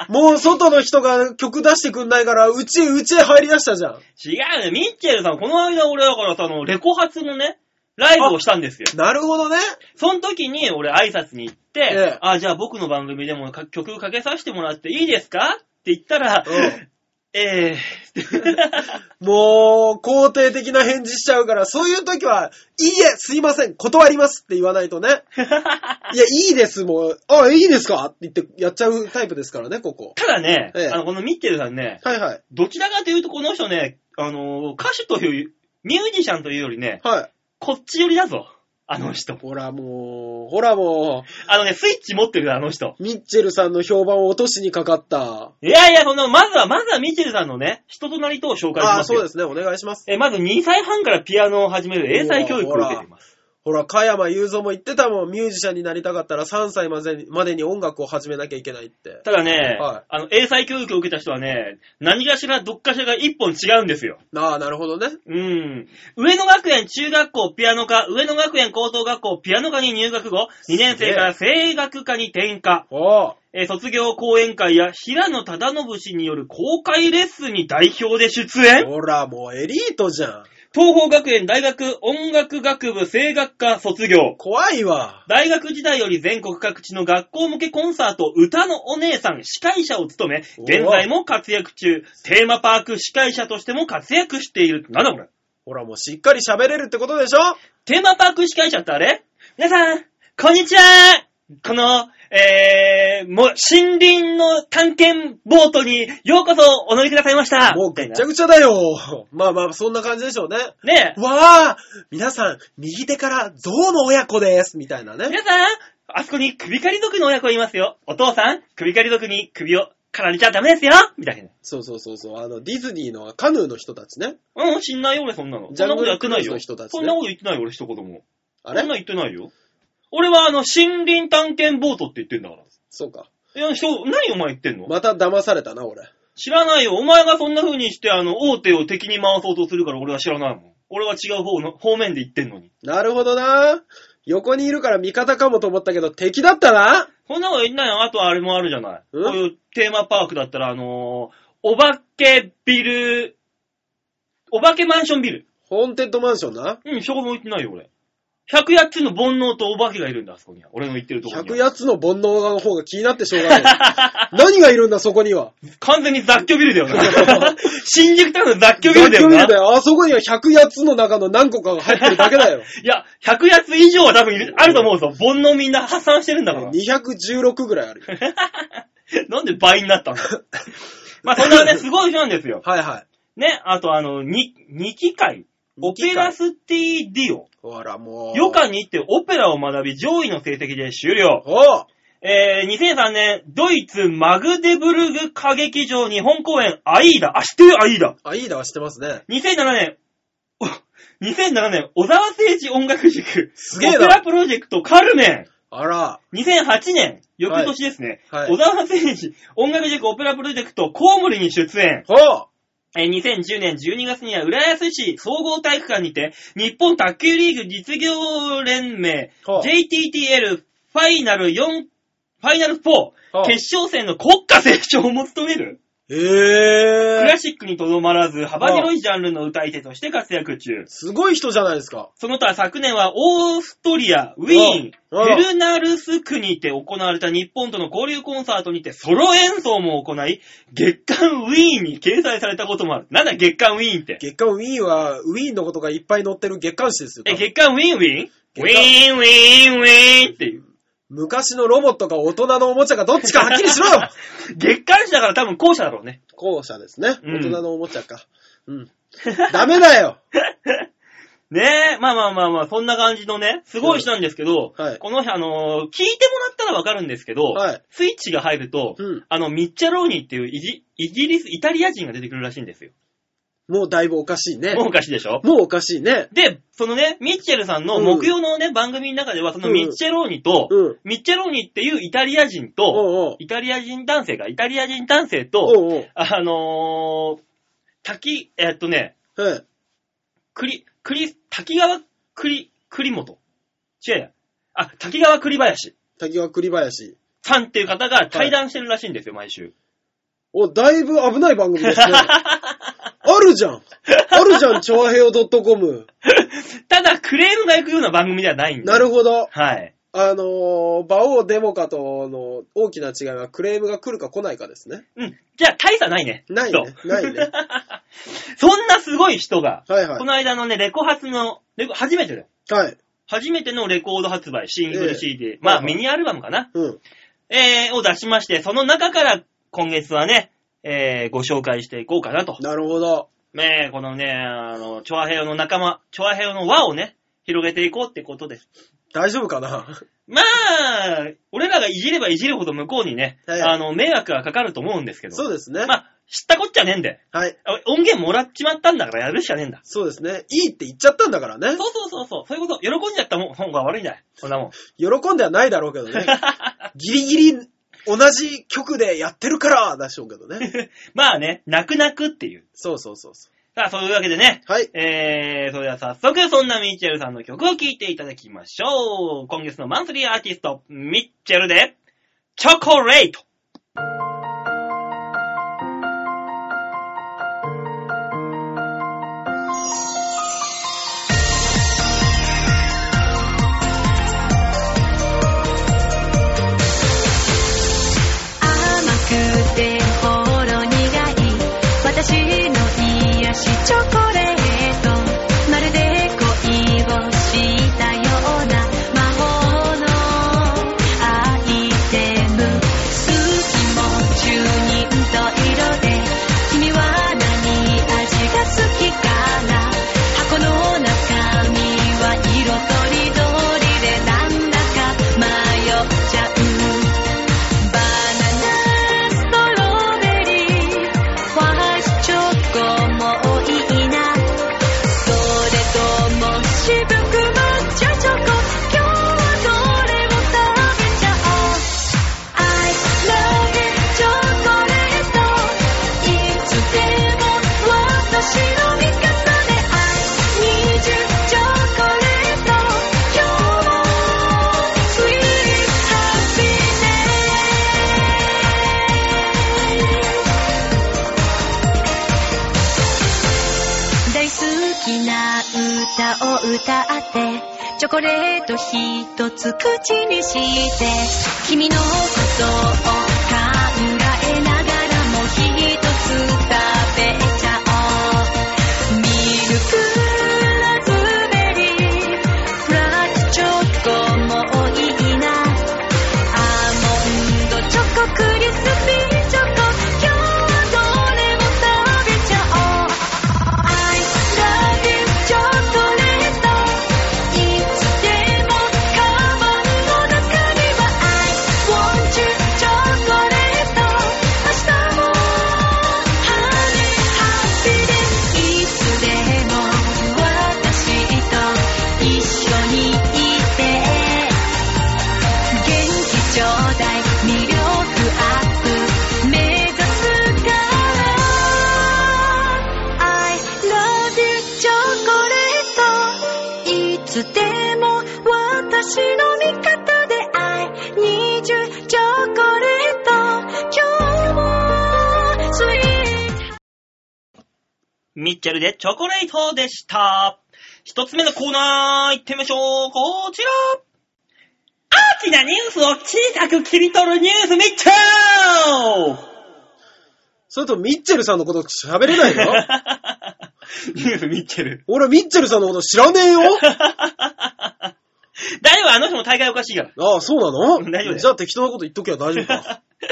Speaker 2: もう外の人が曲出してくんないから、うちへうちへ入り出したじゃん。
Speaker 3: 違うね、ミッチェルさん、この間俺だからさ、あの、レコ発のね、ライブをしたんですよ。
Speaker 2: なるほどね。
Speaker 3: その時に俺挨拶に行って、
Speaker 2: ええ
Speaker 3: あ、じゃあ僕の番組でもか曲かけさせてもらっていいですかって言ったら、ええ
Speaker 2: もう、肯定的な返事しちゃうから、そういう時は、いいえ、すいません、断りますって言わないとね。 <laughs> いや、いいです、もう、あ、いいですかって言ってやっちゃうタイプですからね、ここ。
Speaker 3: <laughs> ただね、
Speaker 2: ええ
Speaker 3: あの、このミッテルさんね、
Speaker 2: はいはい。
Speaker 3: どちらかというとこの人ね、あのー歌手という、ミュージシャンというよりね、
Speaker 2: はい。
Speaker 3: こっち寄りだぞ。あの人。
Speaker 2: ほらもう、ほらも
Speaker 3: あのね、スイッチ持ってるよあの人。
Speaker 2: う、ミッチェルさんの評判を落としにかかった。
Speaker 3: いやいや、その、まずは、まずはミッチェルさんのね、人となり等を紹介し
Speaker 2: あ
Speaker 3: ま
Speaker 2: あ、
Speaker 3: す
Speaker 2: そう
Speaker 3: よ。
Speaker 2: ですね、お願いします。
Speaker 3: え、まず2歳半からピアノを始める英才教育を受けています。
Speaker 2: ほら、加山雄三も言ってたもん、ミュージシャンになりたかったら3歳までにまでに音楽を始めなきゃいけないって。
Speaker 3: ただね、
Speaker 2: はい
Speaker 3: あの、英才教育を受けた人はね、何かしらどっかしらが一本違うんですよ。
Speaker 2: ああ、なるほどね。
Speaker 3: うん。上野学園中学校ピアノ科、上野学園高等学校ピアノ科に入学後、2年生から声楽科に転科、
Speaker 2: おー
Speaker 3: えー卒業講演会や平野忠信氏による公開レッスンに代表で出演
Speaker 2: ほら、もうエリートじゃん。
Speaker 3: 東方学園大学音楽学部声楽科卒業。
Speaker 2: 怖いわ。
Speaker 3: 大学時代より全国各地の学校向けコンサート、歌のお姉さん、司会者を務め、現在も活躍中、テーマパーク司会者としても活躍している。なんだこれ
Speaker 2: ほら、もうしっかり喋れるってことでしょ
Speaker 3: テーマパーク司会者ってあれ皆さん、こんにちはこの、えー、もう、森林の探検ボートにようこそお乗りくださいました
Speaker 2: もうぐっちゃ
Speaker 3: み
Speaker 2: ぐちゃだよ。まあまあ、そんな感じでしょうね。
Speaker 3: たいなねえ、
Speaker 2: <laughs> わあ皆さん、右手から象の親子ですみたいなね。
Speaker 3: 皆さん、あそこに首狩り族の親子いますよ。お父さん、首狩り族に首を狩られちゃダメですよみたいな。
Speaker 2: そうそうそうそう。あの、ディズニーのカヌーの人たちね。
Speaker 3: うん、知んないよ、俺、そんなの。
Speaker 2: ジ
Speaker 3: そ
Speaker 2: ャ
Speaker 3: んな
Speaker 2: ン
Speaker 3: こ
Speaker 2: グ
Speaker 3: とや
Speaker 2: ル
Speaker 3: って
Speaker 2: ク
Speaker 3: な
Speaker 2: ル
Speaker 3: い
Speaker 2: ーズ
Speaker 3: よ
Speaker 2: の。人たち
Speaker 3: そんな
Speaker 2: ね。
Speaker 3: こと言ってないよ、俺、一言も。
Speaker 2: あ
Speaker 3: そんな
Speaker 2: れ
Speaker 3: 言ってないよ。俺は、あの、森林探検ボートって言ってんだから。
Speaker 2: そうか。
Speaker 3: いや、人、何お前言ってんの
Speaker 2: また騙されたな、俺。
Speaker 3: 知らないよ。お前がそんな風にして、あの、大手を敵に回そうとするから俺は知らないもん。俺は違う方の、方面で言ってんのに。
Speaker 2: なるほどな。横にいるから味方かもと思ったけど、敵だったな。
Speaker 3: そんなこと言ってないよ。あとあれもあるじゃない。こ
Speaker 2: うん
Speaker 3: ういうテーマパークだったら、あのーお化けビル、お化けマンションビル。
Speaker 2: ホーンテッドマンションな。
Speaker 3: うん、そこも言ってないよ、俺。108つの煩悩とお化けがいるんだ、あそこには。俺の言ってるところには。
Speaker 2: 108つの煩悩の方が気になってしょうが
Speaker 3: <laughs>
Speaker 2: ない。何がいるんだ、そこには。
Speaker 3: 完全に雑居ビルだよ
Speaker 2: <laughs>
Speaker 3: な。新宿とかの雑居ビルだよ
Speaker 2: 雑居ビル
Speaker 3: な。
Speaker 2: だよ。あそこには108つの中の何個かが入ってるだけ
Speaker 3: <laughs>
Speaker 2: だよ。
Speaker 3: いや、100やつ以上は多分いるあると思うぞ。煩悩みんな破産してるんだから。
Speaker 2: 216ぐらいあるよ。
Speaker 3: なんで倍になった
Speaker 2: <laughs>
Speaker 3: のまあそんなね、すごい人なんですよ。
Speaker 2: はいはい。
Speaker 3: ね、あとあの、に、二機会。オペラスティディオ。
Speaker 2: ほらもう。
Speaker 3: 予感に行ってオペラを学び上位の成績で終了。
Speaker 2: おう
Speaker 3: えー、2003年、ドイツマグデブルグ歌劇場日本公演アイーダ。あ、知ってるアイーダ。
Speaker 2: アイーダは知ってますね。
Speaker 3: 2007年、お2007年、小沢誠一音楽塾。
Speaker 2: すげえな
Speaker 3: オペラプロジェクトカルメン。
Speaker 2: あら。
Speaker 3: 2008年、翌年ですね。
Speaker 2: はいはい
Speaker 3: 小沢誠一音楽塾オペラプロジェクトコウモリに出演。
Speaker 2: ほう
Speaker 3: えー2010年12月には浦安市総合体育館にて、日本卓球リーグ実業連盟、
Speaker 2: はあ
Speaker 3: JTTL ファイナル4、ファイナル4、
Speaker 2: はあ
Speaker 3: 決勝戦の国家成長も務める、ク
Speaker 2: ええ
Speaker 3: ラシックにとどまらず、幅広いジャンルの歌い手として活躍中。
Speaker 2: すごい人じゃないですか。
Speaker 3: その他昨年はオーストリア、ウィーン、
Speaker 2: はあ
Speaker 3: ベルナルスクにて行われた日本との交流コンサートにてソロ演奏も行い、月刊ウィーンに掲載されたこともある。なんだ月刊ウィーンって。
Speaker 2: 月刊ウィーンは、ウィーンのことがいっぱい載ってる月刊誌ですよ。
Speaker 3: え、月間ウィンウィンウ
Speaker 2: 月間
Speaker 3: ィンウィンウィンっていう。
Speaker 2: 昔のロボットか大人のおもちゃかどっちかはっきりしろよ
Speaker 3: 月刊誌だから多分後者だろうね。
Speaker 2: <laughs> 後者ですね。
Speaker 3: うん
Speaker 2: 大人のおもちゃか。 <laughs> うん。ダメだよ
Speaker 3: ねえ、まあまあまあまあ、そんな感じのね、すごい人なんですけど、
Speaker 2: はい
Speaker 3: この人、あのー聞いてもらったらわかるんですけど、
Speaker 2: はい
Speaker 3: スイッチが入ると、
Speaker 2: うん
Speaker 3: あの、ミッチャローニっていうイギイギリス、イタリア人が出てくるらしいんですよ。
Speaker 2: もうだいぶおかしいね
Speaker 3: も。うおかしいでしょ
Speaker 2: もうおかしいね。
Speaker 3: で、そのね、ミッチェルさんの
Speaker 2: うん
Speaker 3: 木曜のね、番組の中では、その
Speaker 2: うん
Speaker 3: ミッチェローニと、
Speaker 2: うん
Speaker 3: ミッチェローニっていうイタリア人と、
Speaker 2: おうおう
Speaker 3: イタリア人男性が、イタリア人男性と、
Speaker 2: おうおう。
Speaker 3: あのー、滝、えっとね、
Speaker 2: はい。
Speaker 3: 栗、栗、滝川栗、栗本。違うや。あ、滝川栗林
Speaker 2: 滝川栗林。
Speaker 3: さんっていう方が対談してるらしいんですよ、毎週。
Speaker 2: お、だいぶ危ない番組 <laughs> ですね。あるじゃんあるじゃん、超平洋 .com。
Speaker 3: ただ、クレームが行くような番組ではないんで。
Speaker 2: なるほど。
Speaker 3: はい。
Speaker 2: あのー、馬王デモカとの大きな違いはクレームが来るか来ないかですね。
Speaker 3: うん。じゃあ、大差ないね。
Speaker 2: ないね。ないね。
Speaker 3: そう。そんなすごい人が、
Speaker 2: はいは
Speaker 3: <laughs> この間のね、レコ発の、レコ、初めてだよ。
Speaker 2: い。はい。
Speaker 3: 初めてのレコード発売、シング
Speaker 2: ええ
Speaker 3: ル CD、まあ、
Speaker 2: はいはい
Speaker 3: ミニアルバムかな、
Speaker 2: うん。
Speaker 3: えー、を出しまして、その中から今月はね、えー、ご紹介していこうかなと。
Speaker 2: なるほど。
Speaker 3: ねえ、このね、あの、チョアヘヨの仲間、チョアヘヨの輪をね、広げていこうってことです。
Speaker 2: 大丈夫かな
Speaker 3: <laughs> まあ、俺らがいじればいじるほど向こうにね、
Speaker 2: はい
Speaker 3: あの、迷惑がかかると思うんですけど。
Speaker 2: そうですね。
Speaker 3: まあ、知ったこっちゃねえんで。
Speaker 2: はい。
Speaker 3: あ音源もらっちまったんだからやるしかねえんだ。
Speaker 2: そうですね。いいって言っちゃったんだからね
Speaker 3: そ。うそうそうそう、そういうこと、喜んじゃったもん、本が悪いんだよ。そんなもん。
Speaker 2: 喜んではないだろうけど
Speaker 3: <laughs>
Speaker 2: ね。ギリギリ同じ曲でやってるからだしょうけど
Speaker 3: <laughs>
Speaker 2: ね。
Speaker 3: まあね、泣く泣くっていう。
Speaker 2: そうそうそうそ
Speaker 3: さあ、そういうわけでね、
Speaker 2: う。はい。
Speaker 3: えー、それでは早速、そんなミッチェルさんの曲を聴いていただきましょう。今月のマンスリーアーティスト、ミッチェルで、チョコレート。
Speaker 1: 甘くてほろ苦い私の癒しチョコレートまるで恋をしたような魔法のアイテム好きも中人と色で君は何味が好きかな箱の中身は色とりどりでなんだか迷っちゃうバナナ、ストロベリー、ファーストチョコレート。もいいな。それとも渋く抹茶チョコ。今日はこれを食べちゃおう。I love it チョコレート。いつでも私の味方で I need you チョコレート。今日も sweet happiness。大好きな歌を歌ってチョコレート一つ口にして君のことを考えながらも一つ食べちゃおうミルクラズベリーフラッチョコもいいなアーモンドチョコクリスピーチョコ今日はどれも食べちゃおう I love you チョコレートいつでもカバンの中には I want you チョコレート明日も Honey Happy ですいつでも私と一緒にいて元気ちょうだい魅力アップ目指すから I love you チョコレートいつでも私の味方で I need you チョコレート今日も sweet
Speaker 3: ミッチェルでチョコレートでした。一つ目のコーナー行ってみましょう。こちら。大きなニュースを小さく切り取るニュースミッチェル
Speaker 2: それとミッチェルさんのこと喋れ <laughs> な
Speaker 3: <laughs>
Speaker 2: いよ
Speaker 3: ニュースミッチェル。
Speaker 2: 俺ミッチェルさんのこと知らね
Speaker 3: <laughs>
Speaker 2: えよ
Speaker 3: 大丈夫、あの人も大概おかしいから。
Speaker 2: ああ、そうな
Speaker 3: 大
Speaker 2: の
Speaker 3: 丈夫だよ
Speaker 2: じゃあ適当なこと言っときゃ大丈夫か。
Speaker 3: ねえ、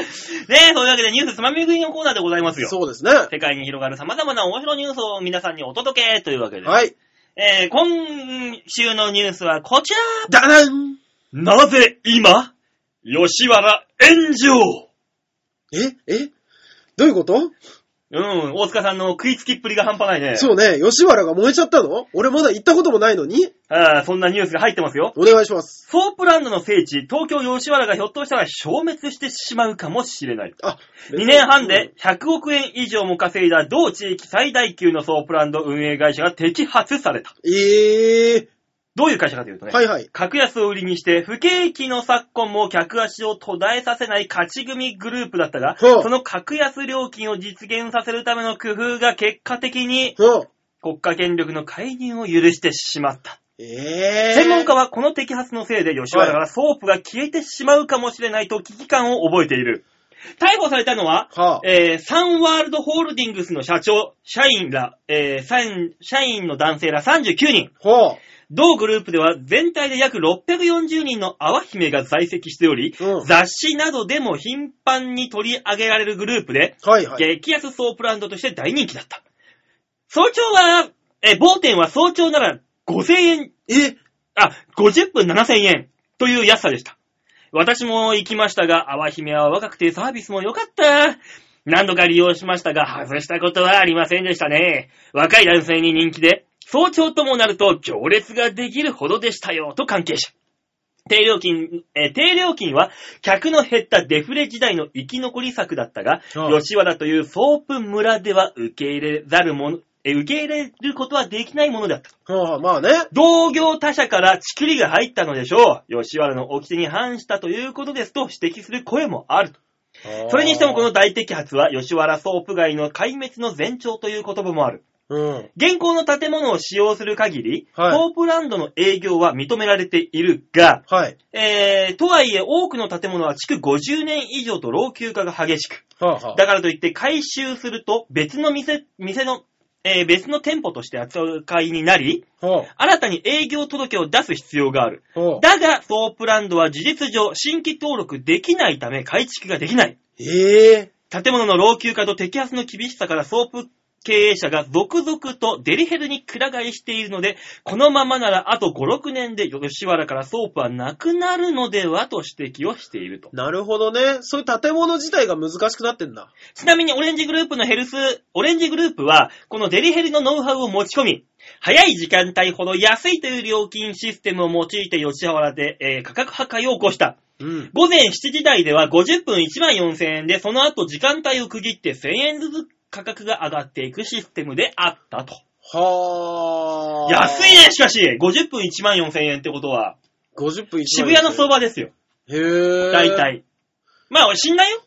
Speaker 3: そういうわけでニュースつまみ食いのコーナーでござ <laughs> <laughs> いますよ。
Speaker 2: そうですね。
Speaker 3: 世界に広がる様々な面白いニュースを皆さんにお届けというわけで。
Speaker 2: はい。
Speaker 3: えー、今週のニュースはこちら
Speaker 2: ダダン
Speaker 3: なぜ今、吉原炎上
Speaker 2: ええどういうこと
Speaker 3: うん、大塚さんの食いつきっぷりが半端ないね。
Speaker 2: そうね、吉原が燃えちゃったの俺まだ行ったこともないのに
Speaker 3: あーそんなニュースが入ってますよ。
Speaker 2: お願いします。
Speaker 3: ソープランドの聖地、東京吉原がひょっとしたら消滅してしまうかもしれない。
Speaker 2: あ、
Speaker 3: 2年半で100億円以上も稼いだ同地域最大級のソープランド運営会社が摘発された。
Speaker 2: ええ
Speaker 3: どういう会社かというとね、
Speaker 2: はいはい。
Speaker 3: 格安を売りにして不景気の昨今も客足を途絶えさせない勝ち組グループだったが、
Speaker 2: ほう
Speaker 3: その格安料金を実現させるための工夫が結果的に
Speaker 2: うん。
Speaker 3: 国家権力の介入を許してしまった。
Speaker 2: ええ
Speaker 3: 専門家はこの摘発のせいで吉原がソープが消えてしまうかもしれないと危機感を覚えている。逮捕されたのは、
Speaker 2: はあ、
Speaker 3: えーサンワールドホールディングスの社長、社員ら、えー社員社員の男性ら39人。
Speaker 2: ほう。
Speaker 3: 同グループでは全体で約640人の淡姫が在籍しており、
Speaker 2: うん
Speaker 3: 雑誌などでも頻繁に取り上げられるグループで、
Speaker 2: はいはい。
Speaker 3: 激安ソープランドとして大人気だった。早朝は、えー、某店は早朝なら5000円、
Speaker 2: え
Speaker 3: あ、50分7000円という安さでした。私も行きましたが、淡姫は若くてサービスも良かった。何度か利用しましたが、外したことはありませんでしたね。若い男性に人気で、早朝ともなると行列ができるほどでしたよ、と関係者。低料金、えー低料金は客の減ったデフレ時代の生き残り策だったが、
Speaker 2: うん
Speaker 3: 吉原というソープ村では受け入れざるもの、えー受け入れることはできないものだった。
Speaker 2: はあ、まあね。
Speaker 3: 同業他社からチクリが入ったのでしょう。吉原の掟に反したということですと指摘する声もあると。それにしてもこの大摘発は吉原ソープ街の壊滅の前兆という言葉もある。
Speaker 2: の、うん。
Speaker 3: 現行の建物を使用する限り、
Speaker 2: はい
Speaker 3: ソープランドの営業は認められているが、
Speaker 2: はい。
Speaker 3: えー、とはいえ多くの建物は築50年以上と老朽化が激しく、
Speaker 2: はあ、は
Speaker 3: だからといって回収すると別の店、店の、えー別の店舗として扱いになり、
Speaker 2: あ、ほ
Speaker 3: 新たに営業届を出す必要がある。
Speaker 2: う。ほう。
Speaker 3: だが、ソープランドは事実上、新規登録できないため、改築ができない。
Speaker 2: ええ
Speaker 3: 建物の老朽化と摘発の厳しさから、ソープ経営者が続々とデリヘルにくら替えしているので、このままならあと5、6年で吉原からソープはなくなるのではと指摘をしていると。
Speaker 2: なるほどね。そういう建物自体が難しくなってんだ。
Speaker 3: ちなみにオレンジグループのヘルス、オレンジグループは、このデリヘルのノウハウを持ち込み、早い時間帯ほど安いという料金システムを用いて吉原で、えー価格破壊を起こした。
Speaker 2: うん。
Speaker 3: 午前7時台では50分1万4000円で、その後時間帯を区切って1000円ずつ価格が上がっていくシステムであったと。
Speaker 2: はあ。
Speaker 3: 安いね、しかし !50 分1万4000円ってことは、
Speaker 2: 50分一枚
Speaker 3: 渋谷の相場ですよ。
Speaker 2: へえ。
Speaker 3: 大。体。まあ、知んないよ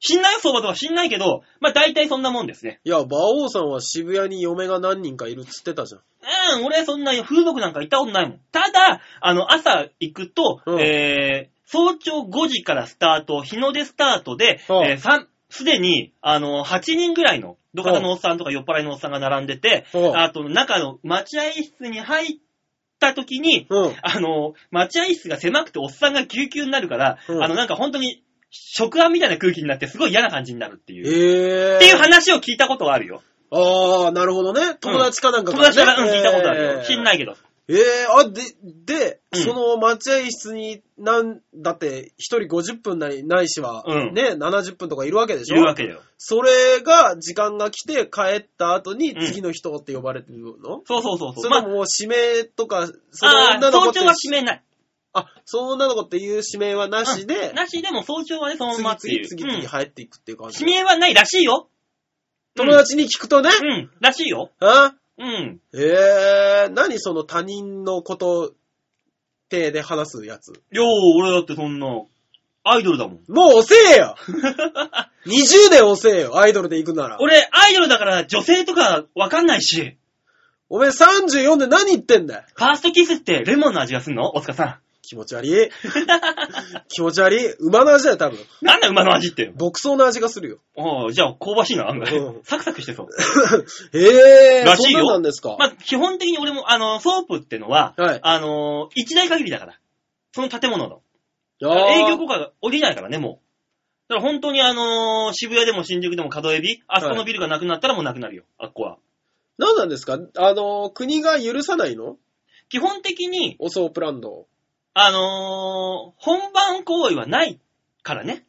Speaker 3: 知んないよ、相場とか知んないけど、まあ大体そんなもんですね。
Speaker 2: いや、馬王さんは渋谷に嫁が何人かいるっつってたじゃん。
Speaker 3: うん、俺そんな風俗なんか行ったことないもん。ただ、あの、朝行くと、
Speaker 2: うん
Speaker 3: えー、早朝5時からスタート、日の出スタートで、
Speaker 2: うん
Speaker 3: えーさんすでに、あの、8人ぐらいの、土方のおっさんとか酔っ払いのおっさんが並んでて、
Speaker 2: うん
Speaker 3: あと、中の待合室に入った時に、
Speaker 2: うん。
Speaker 3: あの、待合室が狭くておっさんがぎゅうぎゅうになるから、
Speaker 2: うん
Speaker 3: あの、なんか本当に、食案みたいな空気になってすごい嫌な感じになるっていう。
Speaker 2: ええ。
Speaker 3: っていう話を聞いたことはあるよ。
Speaker 2: ああ、なるほどね。友達かなんか
Speaker 3: 友達から、うん、聞いたことあ
Speaker 2: え
Speaker 3: る
Speaker 2: え
Speaker 3: よ。知んないけど。
Speaker 2: ええあ、で、で、
Speaker 3: うん
Speaker 2: その待合室に、なん、だって、一人50分なり、ないしは、
Speaker 3: うん
Speaker 2: ね、70分とかいるわけでし
Speaker 3: い
Speaker 2: ょ
Speaker 3: るわけだよ。
Speaker 2: それが、時間が来て、帰った後に
Speaker 3: うん、
Speaker 2: 次の人って呼ばれてるの、
Speaker 3: そうそうそうそ。
Speaker 2: そうれ
Speaker 3: ま
Speaker 2: と
Speaker 3: あ
Speaker 2: ももう指名とか、その
Speaker 3: ああ
Speaker 2: 女の子
Speaker 3: 早
Speaker 2: って
Speaker 3: 朝は指名ない。
Speaker 2: あ、その女の子っていう指名はなしで、
Speaker 3: なしでも早朝はね、そのままってい
Speaker 2: 次
Speaker 3: う。
Speaker 2: 々、
Speaker 3: う
Speaker 2: 次々
Speaker 3: ん
Speaker 2: 入っていくっていう感じ。
Speaker 3: 指名はないらしいよ。
Speaker 2: 友達に聞くとね、
Speaker 3: うん、うん、らしいよ。
Speaker 2: あ
Speaker 3: うん。
Speaker 2: ええ何その他人のこと、手で話すやつ。
Speaker 3: いやー、俺だってそんな、アイドルだもん。
Speaker 2: もう遅え
Speaker 3: <laughs>
Speaker 2: よ !20 年遅えよ、アイドルで行くなら。
Speaker 3: 俺、アイドルだから女性とかわかんないし、
Speaker 2: おめえ34で何言ってんだよ
Speaker 3: ファーストキスってレモンの味がすんの大塚さ
Speaker 2: 気持ち悪
Speaker 3: <laughs>
Speaker 2: い。気持ち悪い。馬の味だよ、多分。
Speaker 3: ん。なんだ馬の味って。
Speaker 2: 牧草の味がするよ。
Speaker 3: おーじゃあ香ばしいな、案
Speaker 2: う
Speaker 3: 外。
Speaker 2: ん
Speaker 3: サクサクしてそう。
Speaker 2: ええ
Speaker 3: らし
Speaker 2: そ
Speaker 3: い
Speaker 2: ん
Speaker 3: よ
Speaker 2: なんなんですか、
Speaker 3: まあ、基本的に俺も、あの、ソープってのは、
Speaker 2: はい
Speaker 3: あのー、一台限りだから。その建物の。
Speaker 2: あー
Speaker 3: 営業効果が降りないからね、もう。だから本当にあのー渋谷でも新宿でも角エビ、あそこのビルがなくなったらもうなくなるよ、あっこは。
Speaker 2: 何なんですかあの、国が許さないの
Speaker 3: 基本的に、
Speaker 2: おソープランドを。
Speaker 3: あのー本番行為はないからね、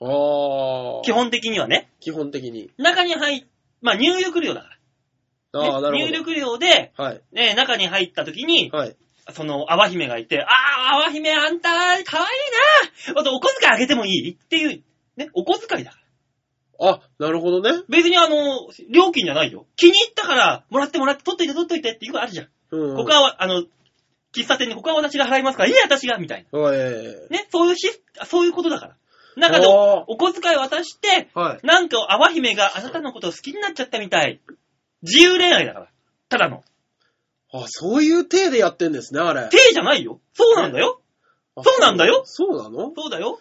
Speaker 2: ああ。
Speaker 3: 基。本的にはね。
Speaker 2: 基本的に。
Speaker 3: 中に入っ、まあ入力料だか
Speaker 2: ああ、な
Speaker 3: ら、ね。
Speaker 2: る
Speaker 3: 入
Speaker 2: ほど。
Speaker 3: 力料で、
Speaker 2: はい。
Speaker 3: ね、中に入った時に、
Speaker 2: はい。
Speaker 3: その、淡姫がいて、ああ、淡姫あんた、可愛いなあとお小遣いあげてもいいっていう、ね、お小遣いだから。
Speaker 2: あ、なるほどね。
Speaker 3: 別にあのー料金じゃないよ。気に入ったから、もらってもらって、取っといて取っといてっていうのあるじゃん。
Speaker 2: うん。
Speaker 3: ここは、あの、喫茶店にここは私が払いますから、いいや、私が、みたい
Speaker 2: はい。え
Speaker 3: な。ね、そういうし、そういうことだから。
Speaker 2: え
Speaker 3: 中で、
Speaker 2: あ
Speaker 3: お小遣い渡して、
Speaker 2: ーはい。
Speaker 3: なんか、淡姫があなたのことを好きになっちゃったみたい。自由恋愛だから。ただの。
Speaker 2: あ、そういう体でやってんですね、あれ。
Speaker 3: 手じゃないよ。そうなんだよ。
Speaker 2: あ
Speaker 3: そうなんだよ
Speaker 2: そうなの
Speaker 3: そうだよ。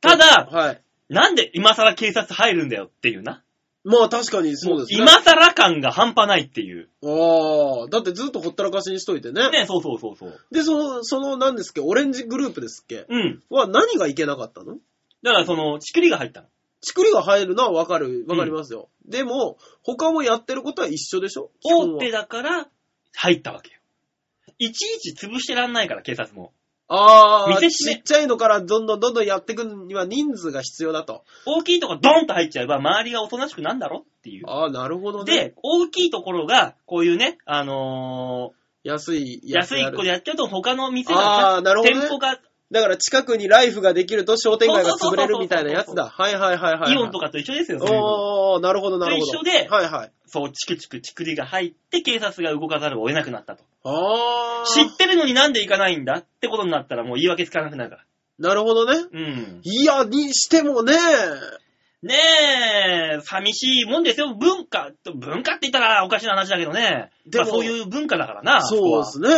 Speaker 3: ただ、
Speaker 2: はい。
Speaker 3: なんで今更警察入るんだよっていうな。
Speaker 2: まあ確かにそうですね。
Speaker 3: 今更感が半端ないっていう。
Speaker 2: ああ、だってずっとほったらかしにしといてね。
Speaker 3: ね、そうそうそうそう。
Speaker 2: で、その、その、何ですっけ、オレンジグループですっけ、
Speaker 3: うん。
Speaker 2: は何がいけなかったの
Speaker 3: だからその、ちくりが入ったの。
Speaker 2: ちくりが入るのはわかる、わかりますよ。でも、他もやってることは一緒でしょ
Speaker 3: 大手
Speaker 2: だ。
Speaker 3: だから、入ったわけよ。いちいち潰してらんないから、警察も。
Speaker 2: ああ、
Speaker 3: 見せしめ
Speaker 2: ちっちゃいのからどんどんどんどんやっていくには人数が必要だと。
Speaker 3: 大きいとこドンと入っちゃえば、周りがおとなしくなんだろっていう。
Speaker 2: ああ、なるほどね。
Speaker 3: で、大きいところが、こういうね、あの
Speaker 2: 安い、
Speaker 3: ー安い1個で
Speaker 2: やつ
Speaker 3: やっちゃうと、他の店
Speaker 2: あ
Speaker 3: が
Speaker 2: あ、なるほどね
Speaker 3: 店舗が、
Speaker 2: だから近くにライフができると商店街が潰れるみたいなやつだ。はいはいはいはい。
Speaker 3: イオンと
Speaker 2: か。
Speaker 3: かと一緒ですよ、そういうの
Speaker 2: おー、なるほどなるほど。
Speaker 3: と一緒で
Speaker 2: はいはい。
Speaker 3: そう、チクチクチクリが入って、警察が動かざるを得なくなったと。
Speaker 2: ああ。
Speaker 3: 知ってるのになんで行かないんだってことになったら、もう言い訳つかなくなるから。
Speaker 2: なるほどね。
Speaker 3: うん。
Speaker 2: いや、にしてもね、
Speaker 3: ねえ、寂しいもんですよ。文化、文化って言ったらおかしな話だけどね。
Speaker 2: でも
Speaker 3: まあそういう文化だからな。
Speaker 2: そうです
Speaker 3: ね。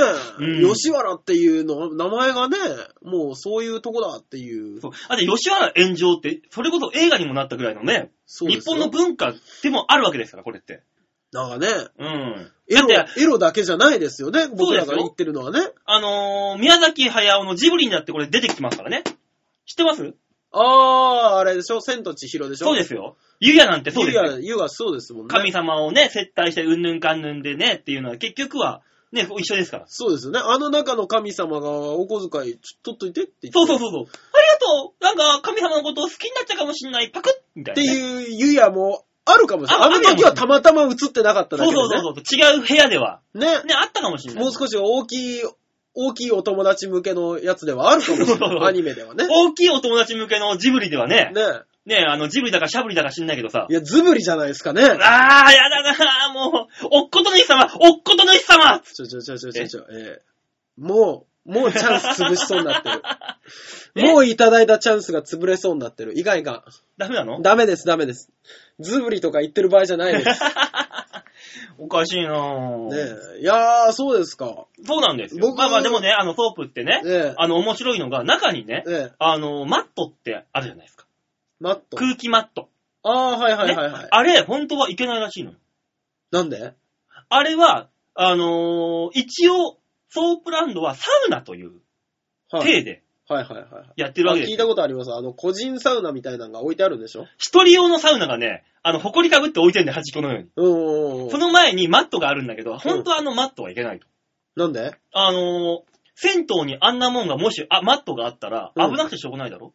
Speaker 2: ね、
Speaker 3: うん
Speaker 2: 吉原っていうの、名前がね、もうそういうとこだっていう。
Speaker 3: そうあと、吉原炎上って、それこそ映画にもなったぐらいのね、
Speaker 2: そうで
Speaker 3: 日
Speaker 2: すよ
Speaker 3: 本の文化でもあるわけですから、これって。
Speaker 2: なんかね、
Speaker 3: うん。
Speaker 2: エロ
Speaker 3: だっ、
Speaker 2: エロだけじゃないですよね。僕ら
Speaker 3: そうで
Speaker 2: が
Speaker 3: すよ
Speaker 2: 言ってるのはね。
Speaker 3: あのー、宮崎駿のジブリになってこれ出てきますからね。知ってます
Speaker 2: あー、あれでしょ千と千尋でしょ
Speaker 3: そうですよ。ゆやなんてそうですよ。
Speaker 2: ゆうや、ゆうがそうですもんね。
Speaker 3: 神様をね、接待してうんぬんかんぬんでねっていうのは結局は、ね、こう一緒ですから。
Speaker 2: そうですよね。あの中の神様がお小遣いちょっと取っといてって言って。
Speaker 3: そうそうそうそう。ありがとうなんか神様のことを好きになっちゃうかもしんない、パクッみたい
Speaker 2: っ
Speaker 3: な
Speaker 2: て
Speaker 3: ね、
Speaker 2: いうゆうやもあるかもしれな
Speaker 3: あ
Speaker 2: い。あの時はたまたま映ってなかっただ
Speaker 3: そう
Speaker 2: けでね。
Speaker 3: そうそうそう。違う部屋では。
Speaker 2: ね。
Speaker 3: ね、あったかもしんない。
Speaker 2: もう少し大きい、大きいお友達向けのやつではあるかもしれ
Speaker 3: そうそうそう
Speaker 2: ない。アニメではね。
Speaker 3: 大きいお友達向けのジブリではね、
Speaker 2: ね
Speaker 3: ね、あの、ジブリだかシャブリだか知んないけどさ
Speaker 2: い、や、ズブリじゃないですかね。
Speaker 3: あー、やだなー、もう、おっことぬし様、おっことぬし様
Speaker 2: ちょちょちょちょちょちょ、ええもう、もうチャンス潰しそうに
Speaker 3: <laughs>
Speaker 2: なってる。もういただいたチャンスが潰れそうになってる。いかんいか
Speaker 3: ダメなの
Speaker 2: ん。ダメです、ダメです。ズブリとか言ってる場合じゃないです。
Speaker 3: おかしいなー。 <laughs>
Speaker 2: ねえいやー、そうですか。
Speaker 3: そうなんですよ。
Speaker 2: 僕
Speaker 3: まあまあでもね、あの、ソープってね、
Speaker 2: ええ
Speaker 3: あの、面白いのが、中にね、
Speaker 2: ええ
Speaker 3: あの、マットってあるじゃないですか。
Speaker 2: マット。
Speaker 3: 空気マット。
Speaker 2: あー、はいはい
Speaker 3: ね
Speaker 2: はいはい。
Speaker 3: あれ、本当はいけないらしいのよ。
Speaker 2: なんで
Speaker 3: あれは、あのー一応、ソープランドはサウナという
Speaker 2: はい。
Speaker 3: 体で
Speaker 2: はいはいはいはい。
Speaker 3: やってるわけ
Speaker 2: あ
Speaker 3: です
Speaker 2: 聞い
Speaker 3: よ
Speaker 2: たことあります。あの、個人サウナみたいなのが置いてあるんでしょ
Speaker 3: 一人用のサウナがね、あの、埃かぶって置いてんだよ、端っこのように。
Speaker 2: うんうんうん
Speaker 3: そ。の前にマットがあるんだけど、本当はあのマットはいけないと。
Speaker 2: なんで
Speaker 3: あのー銭湯にあんなもんがもし、あ、マットがあったら、
Speaker 2: うん
Speaker 3: 危なくてしょうがないだろ、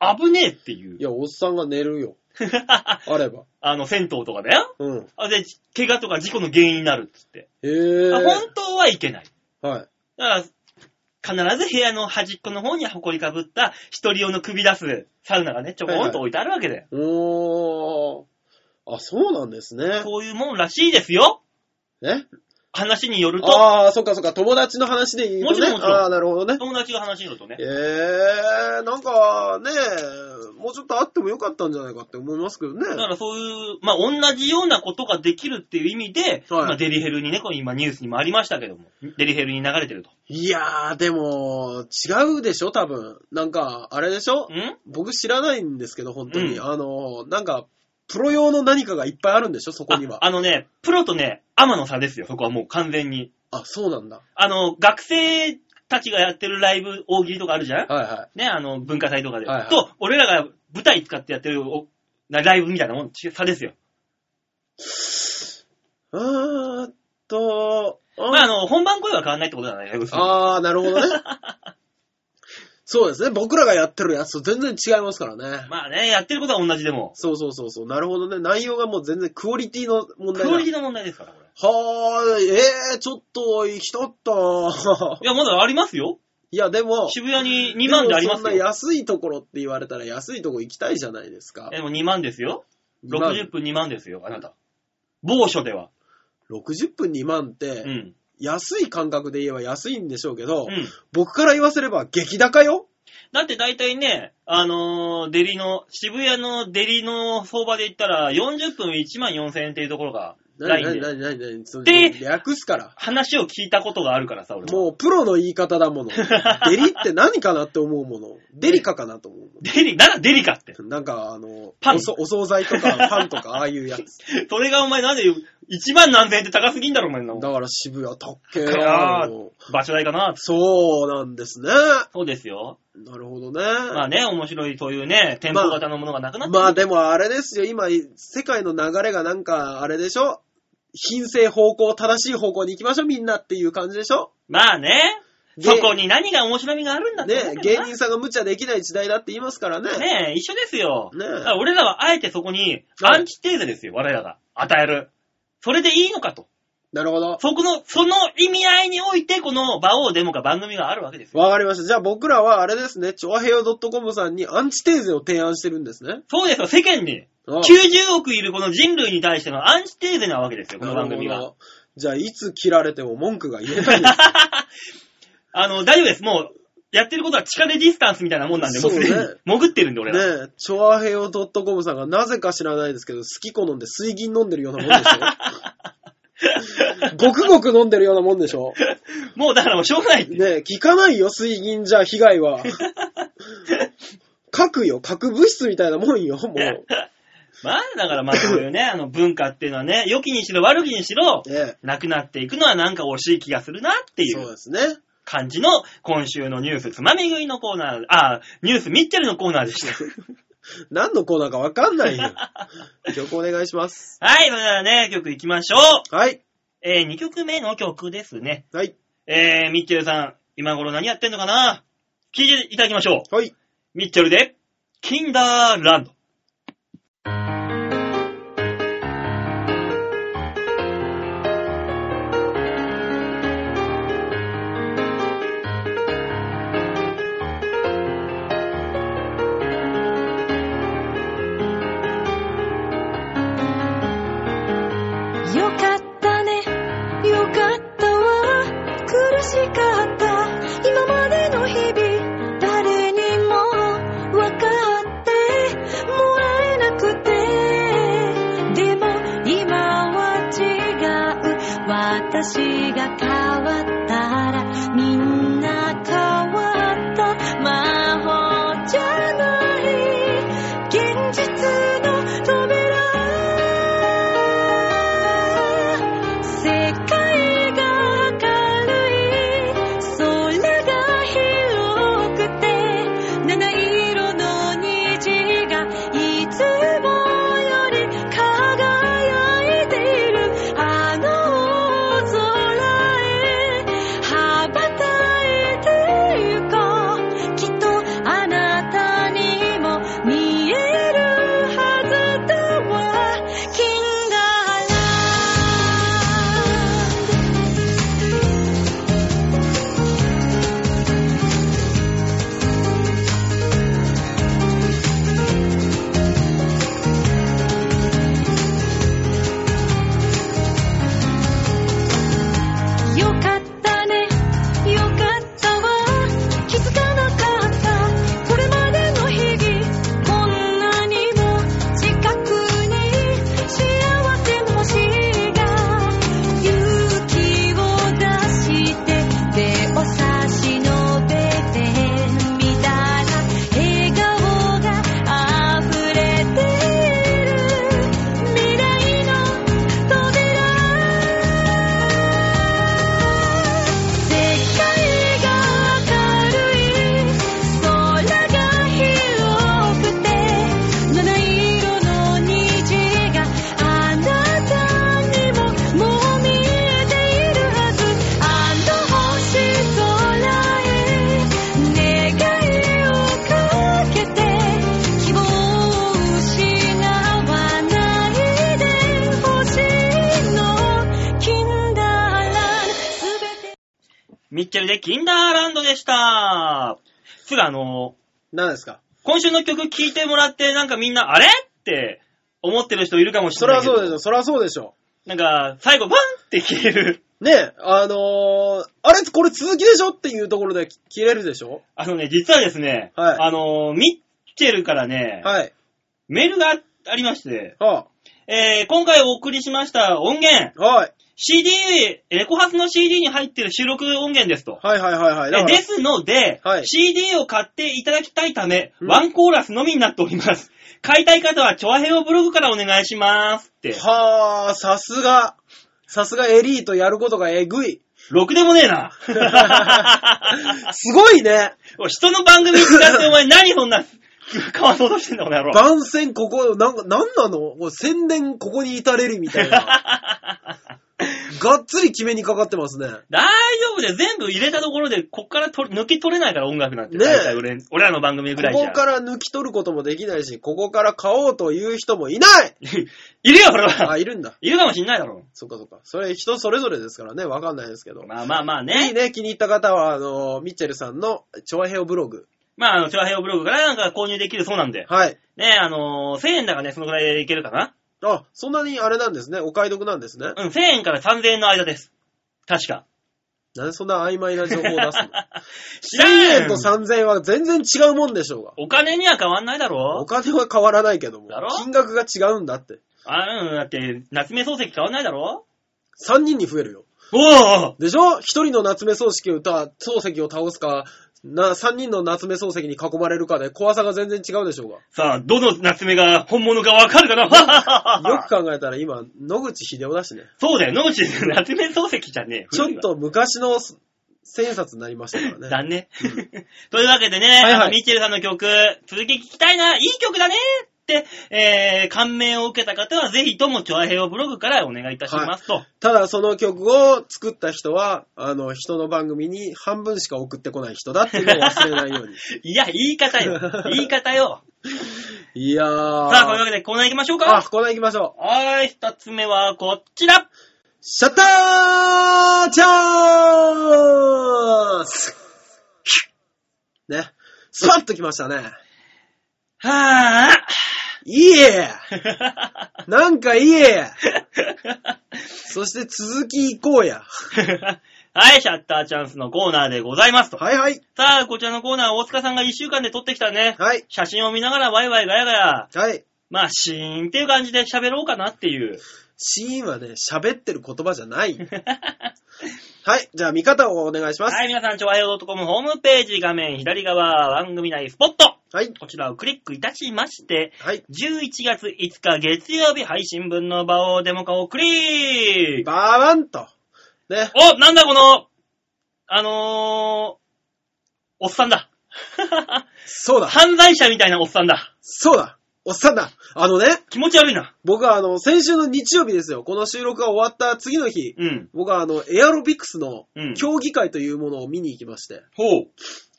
Speaker 3: 危ねえっていう
Speaker 2: い。や、おっさんが寝
Speaker 3: <laughs>
Speaker 2: るよ。あれば。
Speaker 3: あの、銭湯とかだよ。
Speaker 2: うん。
Speaker 3: あで、怪我とか事故の原因になるっつって。
Speaker 2: へえ。
Speaker 3: あ本当はいけない。
Speaker 2: はい。
Speaker 3: だから、必ず部屋の端っこの方に埃かぶった一人用の首出すサウナがね、ちょこんと置いてあるわけで。
Speaker 2: おー。あ、そうなんですね。
Speaker 3: こういうもんらしいですよ。
Speaker 2: ね。
Speaker 3: 話によると、
Speaker 2: ああ、そっかそっか、友達の話で言うとね。
Speaker 3: もちろんもちろん
Speaker 2: ああ、なるほどね。
Speaker 3: 友達が話によるとね
Speaker 2: え。えなんかね、もうちょっとあってもよかったんじゃないかって思いますけどね。
Speaker 3: だからそういう、まあ、同じようなことができるっていう意味で、
Speaker 2: はい
Speaker 3: まあ、デリヘルにね、これ今ニュースにもありましたけども、デリヘルに流れてると。
Speaker 2: いやー、でも、違うでしょ、多分。なんか、あれでしょ
Speaker 3: ん
Speaker 2: 僕知らないんですけど、本当に。
Speaker 3: うん
Speaker 2: あの、なんか、プロ用の何かがいっぱいあるんでしょ、そこには。
Speaker 3: ああのね、プロとね、アマの差ですよ、そこはもう完全に。
Speaker 2: あそうなんだ。
Speaker 3: あの、学生たちがやってるライブ大喜利とかあるじゃん
Speaker 2: はいは
Speaker 3: ね、あの、文化祭とかで。
Speaker 2: はいはい
Speaker 3: と、俺らが舞台使ってやってるおなライブみたいなもん、ち差ですよ。
Speaker 2: い。うーっと、あ
Speaker 3: まあ、あの、本番声は変わんないってことじゃないですか。
Speaker 2: あー、なるほど
Speaker 3: <laughs>
Speaker 2: ね。そうですね。僕らがやってるやつと全然違いますからね。
Speaker 3: まあね、やってることは同じでも。
Speaker 2: そうそうそうそう。なるほどね。内容がもう全然クオリティの問題
Speaker 3: クオリテ
Speaker 2: だ。
Speaker 3: ィの問題ですから、これ。
Speaker 2: はーい、えー、ちょっと、行きとった。 <laughs>
Speaker 3: いや、まだありますよ。
Speaker 2: いや、でも、
Speaker 3: 渋谷に2万でありま
Speaker 2: も
Speaker 3: す
Speaker 2: そんな
Speaker 3: よ。
Speaker 2: 安いところって言われたら安いとこ行きたいじゃないですか。
Speaker 3: でも2万ですよ。
Speaker 2: 2万
Speaker 3: 60分2万ですよ、あなた。某所では。
Speaker 2: 60分2万っ
Speaker 3: う
Speaker 2: て、
Speaker 3: ん。
Speaker 2: 安い感覚で言えば安いんでしょうけど、
Speaker 3: うん。
Speaker 2: 僕から言わせれば激高よ。
Speaker 3: だって大体ね、あのーデリの、渋谷のデリの相場で言ったら40分1万4000円っていうところが
Speaker 2: 何
Speaker 3: ライン
Speaker 2: 何
Speaker 3: で
Speaker 2: 何何何その
Speaker 3: で
Speaker 2: 略すから。
Speaker 3: 話を聞いたことがあるからさ、俺も。
Speaker 2: もうプロの言い方
Speaker 3: <laughs>
Speaker 2: だもの。デリって何かなって思うもの。デリカかなと思うも
Speaker 3: デリ、なんだデリカって。
Speaker 2: の。なんか、あの、
Speaker 3: パン
Speaker 2: おそお惣菜とかパンとか、ああい
Speaker 3: <laughs>
Speaker 2: うやつ。
Speaker 3: それがお前なんで1万何千円って高すぎんだろ、お前の。
Speaker 2: だから渋谷、たっけえ
Speaker 3: いや
Speaker 2: な
Speaker 3: ー場所代かな。
Speaker 2: そうなんですね。
Speaker 3: そうですよ。
Speaker 2: なるほどね。
Speaker 3: まあね、面白いそういうね、店舗型のものがなくなって、
Speaker 2: まあでもあれですよ、今、世界の流れがなんか、あれでしょ品性方向、正しい方向に行きましょう、みんなっていう感じでしょ
Speaker 3: まあね、
Speaker 2: で
Speaker 3: そこに何が面白みがあるんだって <laughs> 思う
Speaker 2: ね
Speaker 3: け
Speaker 2: 芸
Speaker 3: どな。
Speaker 2: 人さんが無茶できない時代だって言いますからね。
Speaker 3: ねえ、一緒ですよ。
Speaker 2: ねえ
Speaker 3: だから俺らはあえてそこに
Speaker 2: は
Speaker 3: ア
Speaker 2: い
Speaker 3: ンチテーゼですよ、我らが。与える。それでいいのかと。
Speaker 2: なるほど。
Speaker 3: そこの、その意味合いにおいて、この場をデモか番組があるわけですよ。
Speaker 2: わかりました。じゃあ僕らはあれですね、超平洋 .com さんにアンチテーゼを提案してるんですね。
Speaker 3: そうですよ、世間に。
Speaker 2: あ
Speaker 3: 90億いるこの人類に対してのアンチテーゼなわけですよ、この番組
Speaker 2: なる
Speaker 3: が。
Speaker 2: ほどじゃあいつ切られても文句が言えないんです。
Speaker 3: あの、大丈夫です。もう、やってることは地下でディスタンスみたいなもんなんで、もうすでに
Speaker 2: そうね
Speaker 3: 潜ってるんで、俺ら。
Speaker 2: ねえ、チョアヘヨ .com さんがなぜか知らないですけど、好き好んで水銀飲んでるようなもん
Speaker 3: <laughs>
Speaker 2: でしょごくごく飲んでるようなもんでしょ
Speaker 3: もうだからもうしょうがないって。
Speaker 2: ねえ、聞かないよ、水銀じゃ被
Speaker 3: <laughs>
Speaker 2: 害は。核よ、核物質みたいなもんよ、もう。ね
Speaker 3: まあ、だからまあそういうね、あの文化っていうのはね、良きにしろ悪きにしろ、
Speaker 2: え
Speaker 3: なくなっていくのはなんか惜しい気がするなってい
Speaker 2: そう
Speaker 3: う
Speaker 2: ですね。
Speaker 3: 感じの今週のニュースつまみ食いのコーナー、あ、ニュースミッチェルのコーナーでした。
Speaker 2: 何のコーナーかわかんないよ。
Speaker 3: <laughs>
Speaker 2: 曲お願いします。
Speaker 3: はい、それではね、曲行きましょう。
Speaker 2: はい。
Speaker 3: えー、2曲目の曲ですね。
Speaker 2: はい。
Speaker 3: えー、ミッチェルさん、今頃何やってんのかな聞いていただきましょう。
Speaker 2: はい。
Speaker 3: ミッチェルで、キンダーランド。
Speaker 1: よかったね、よかったわ。苦しかった、今までの日々。誰にも分かってもらえなくて。でも今は違う。私が変わったら、みんな変わった。魔法じゃない、現実の扉。世界が明るい空が広くて七色の虹がいつもより輝いているあの大空へ羽ばたいてゆこうきっとあなたにも見えるはずだわキンガーランドよかったね、よかったわ。気づかなかった。これまでの日々、こんなにも近くに幸せの星が勇気を出して手を差し伸べてみたら笑顔が溢れている未来の扉世界が明るい空が広くて七色の虹があなたにももう見えているはずあの星空へ願いをかけて希望を失わないでほしいのキンダーランすべて
Speaker 3: ミッチェルで、キンダーランドでした。すぐあの、
Speaker 2: 何ですか
Speaker 3: 今週の曲聴いてもらって、なんかみんな、あれって思ってる人いるかもし
Speaker 2: そ
Speaker 3: れ
Speaker 2: り
Speaker 3: ない
Speaker 2: ゃ
Speaker 3: けど。
Speaker 2: そうでしょ、そりゃそうでしょ。
Speaker 3: なんか、最後、バンって消える。 <laughs>
Speaker 2: ねえ、あのー、あれこれ続きでしょっていうところで切れるでしょ
Speaker 3: あのね、実はですね、
Speaker 2: はい
Speaker 3: あの、ミッチェルからね、
Speaker 2: はい。
Speaker 3: メールがありまして、
Speaker 2: はあ、
Speaker 3: えー、今回お送りしました音源、
Speaker 2: はい。
Speaker 3: CD、レコ発の CD に入ってる収録音源ですと。
Speaker 2: はいはいはいはい。だ
Speaker 3: え
Speaker 2: から
Speaker 3: ですので、
Speaker 2: はい
Speaker 3: CD を買っていただきたいため、
Speaker 2: うん
Speaker 3: ワンコーラスのみになっております。買いたい方は、チョアヘオブログからお願いしますって。
Speaker 2: はあ、さすが。さすがエリートやることがえ
Speaker 3: <laughs>
Speaker 2: ぐい。
Speaker 3: ろくでもねえ
Speaker 2: <laughs>
Speaker 3: な。
Speaker 2: すごいね。
Speaker 3: おい人の番組使ってお前何そんな、感想としてんだこの <laughs> 野郎。
Speaker 2: 番宣ここ、なんか、なんなのもう宣伝ここに至れりみた
Speaker 3: <laughs>
Speaker 2: いな。がっつり決めにかかってますね。
Speaker 3: 大丈夫で全部入れたところで、こっから取り抜き取れないから音楽なんて。
Speaker 2: ねえ
Speaker 3: 大体俺俺らの番組ぐらいじ
Speaker 2: こ
Speaker 3: ゃ。
Speaker 2: こから抜き取ることもできないし、ここから買おうという人もいない
Speaker 3: <laughs> いるよ、ほら
Speaker 2: あ、。いるんだ。
Speaker 3: いるかもしんないだろ。
Speaker 2: そっかそっか。それ人それぞれですからね、わかんないですけど。
Speaker 3: まあまあまあ
Speaker 2: いい
Speaker 3: ね。
Speaker 2: ね、気に入った方は、あの、ミッチェルさんの、チョアヘオブログ。
Speaker 3: まあ、あの、チョアヘオブログからなんか購入できるそうなんで。
Speaker 2: はい。
Speaker 3: ねえ、あのー、1000円だからね、そのぐらいでいけるかな。
Speaker 2: あ、そんなにあれなんですね。お買い得なんですね。
Speaker 3: うん、1000円から3000円の間です。確か。
Speaker 2: なんでそんな曖昧な情報
Speaker 3: <laughs>
Speaker 2: を出すの
Speaker 3: 知らん
Speaker 2: ?1000 円と3000円は全然違うもんでしょうが。
Speaker 3: お金には変わんないだ
Speaker 2: お
Speaker 3: ろ
Speaker 2: 金は変わらないけども
Speaker 3: だろ。
Speaker 2: 金額が違うんだって。
Speaker 3: あうん、だって、夏目漱石変わんないだろ
Speaker 2: 3人に増えるよ。
Speaker 3: おお
Speaker 2: でしょ ?1 人の夏目漱石を歌、漱石を倒すか、な、3人の夏目漱石に囲まれるかで怖さが全然違うでしょう
Speaker 3: さあ、どの夏目が本物かわかるかな
Speaker 2: が。よく考えたら今、野口秀夫だしね。
Speaker 3: <laughs> そうだよ、野口、夏目漱石じゃねえよ。
Speaker 2: ちょっと昔の千冊になりましたからね。
Speaker 3: だね。 <laughs> というわけでね、
Speaker 2: はいはい
Speaker 3: あのミッチェルさんの曲、続き聞きたいな、いい曲だねって、えー、感銘を受けた方は、ぜひとも、チョアヘオブログからお願いいたしますと。
Speaker 2: ただその曲を作った人は、あの、人の番組に半分しか送ってこない人だっていうのを忘れないよ
Speaker 3: <laughs>
Speaker 2: うに。
Speaker 3: い、や、言い方
Speaker 2: <laughs>
Speaker 3: よ。言い方よ。
Speaker 2: いやー。
Speaker 3: さあ、というわけで、コーナー行きましょう
Speaker 2: あ、
Speaker 3: か。
Speaker 2: コーナー行きましょう。
Speaker 3: はーい、二つ目はこちら。
Speaker 2: シャッターチャンスね。スパッときましたね。
Speaker 3: はぁ。
Speaker 2: いい
Speaker 3: <laughs>
Speaker 2: えなんかいいえそして続き行こうや。
Speaker 3: <laughs> はい、シャッターチャンスのコーナーでございますと。
Speaker 2: はいはい。
Speaker 3: さあ、こちらのコーナー、大塚さんが一週間で撮ってきたね、
Speaker 2: はい。
Speaker 3: 写真を見ながらワイワイガヤガヤ、
Speaker 2: はい。
Speaker 3: まあ、シーンっていう感じで喋ろうかなっていう。
Speaker 2: シーンはね、喋ってる言葉じ
Speaker 3: <laughs>
Speaker 2: ゃない。はい。じゃあ見方をお願いします。
Speaker 3: はい、皆さん、ちょわよう .com ホームページ画面左側、番組内スポット。
Speaker 2: はい。
Speaker 3: こちらをクリックいたしまして、
Speaker 2: はい。
Speaker 3: 11月5日月曜日配信分の場をデモ化をクリック。
Speaker 2: バーバンと。ね。
Speaker 3: お、なんだこの、あのー、おっさん
Speaker 2: <laughs>
Speaker 3: だ。
Speaker 2: そうだ。
Speaker 3: 犯罪者みたいなおっさんだ。
Speaker 2: そうだ。おっさんだ。あのね、
Speaker 3: 気持ち悪いな。
Speaker 2: 僕はあの、先週の日曜日ですよ。この収録が終わった次の日、
Speaker 3: うん。
Speaker 2: 僕はあの、エアロビクスの
Speaker 3: うん
Speaker 2: 競技会というものを見に行きまして。
Speaker 3: ほう。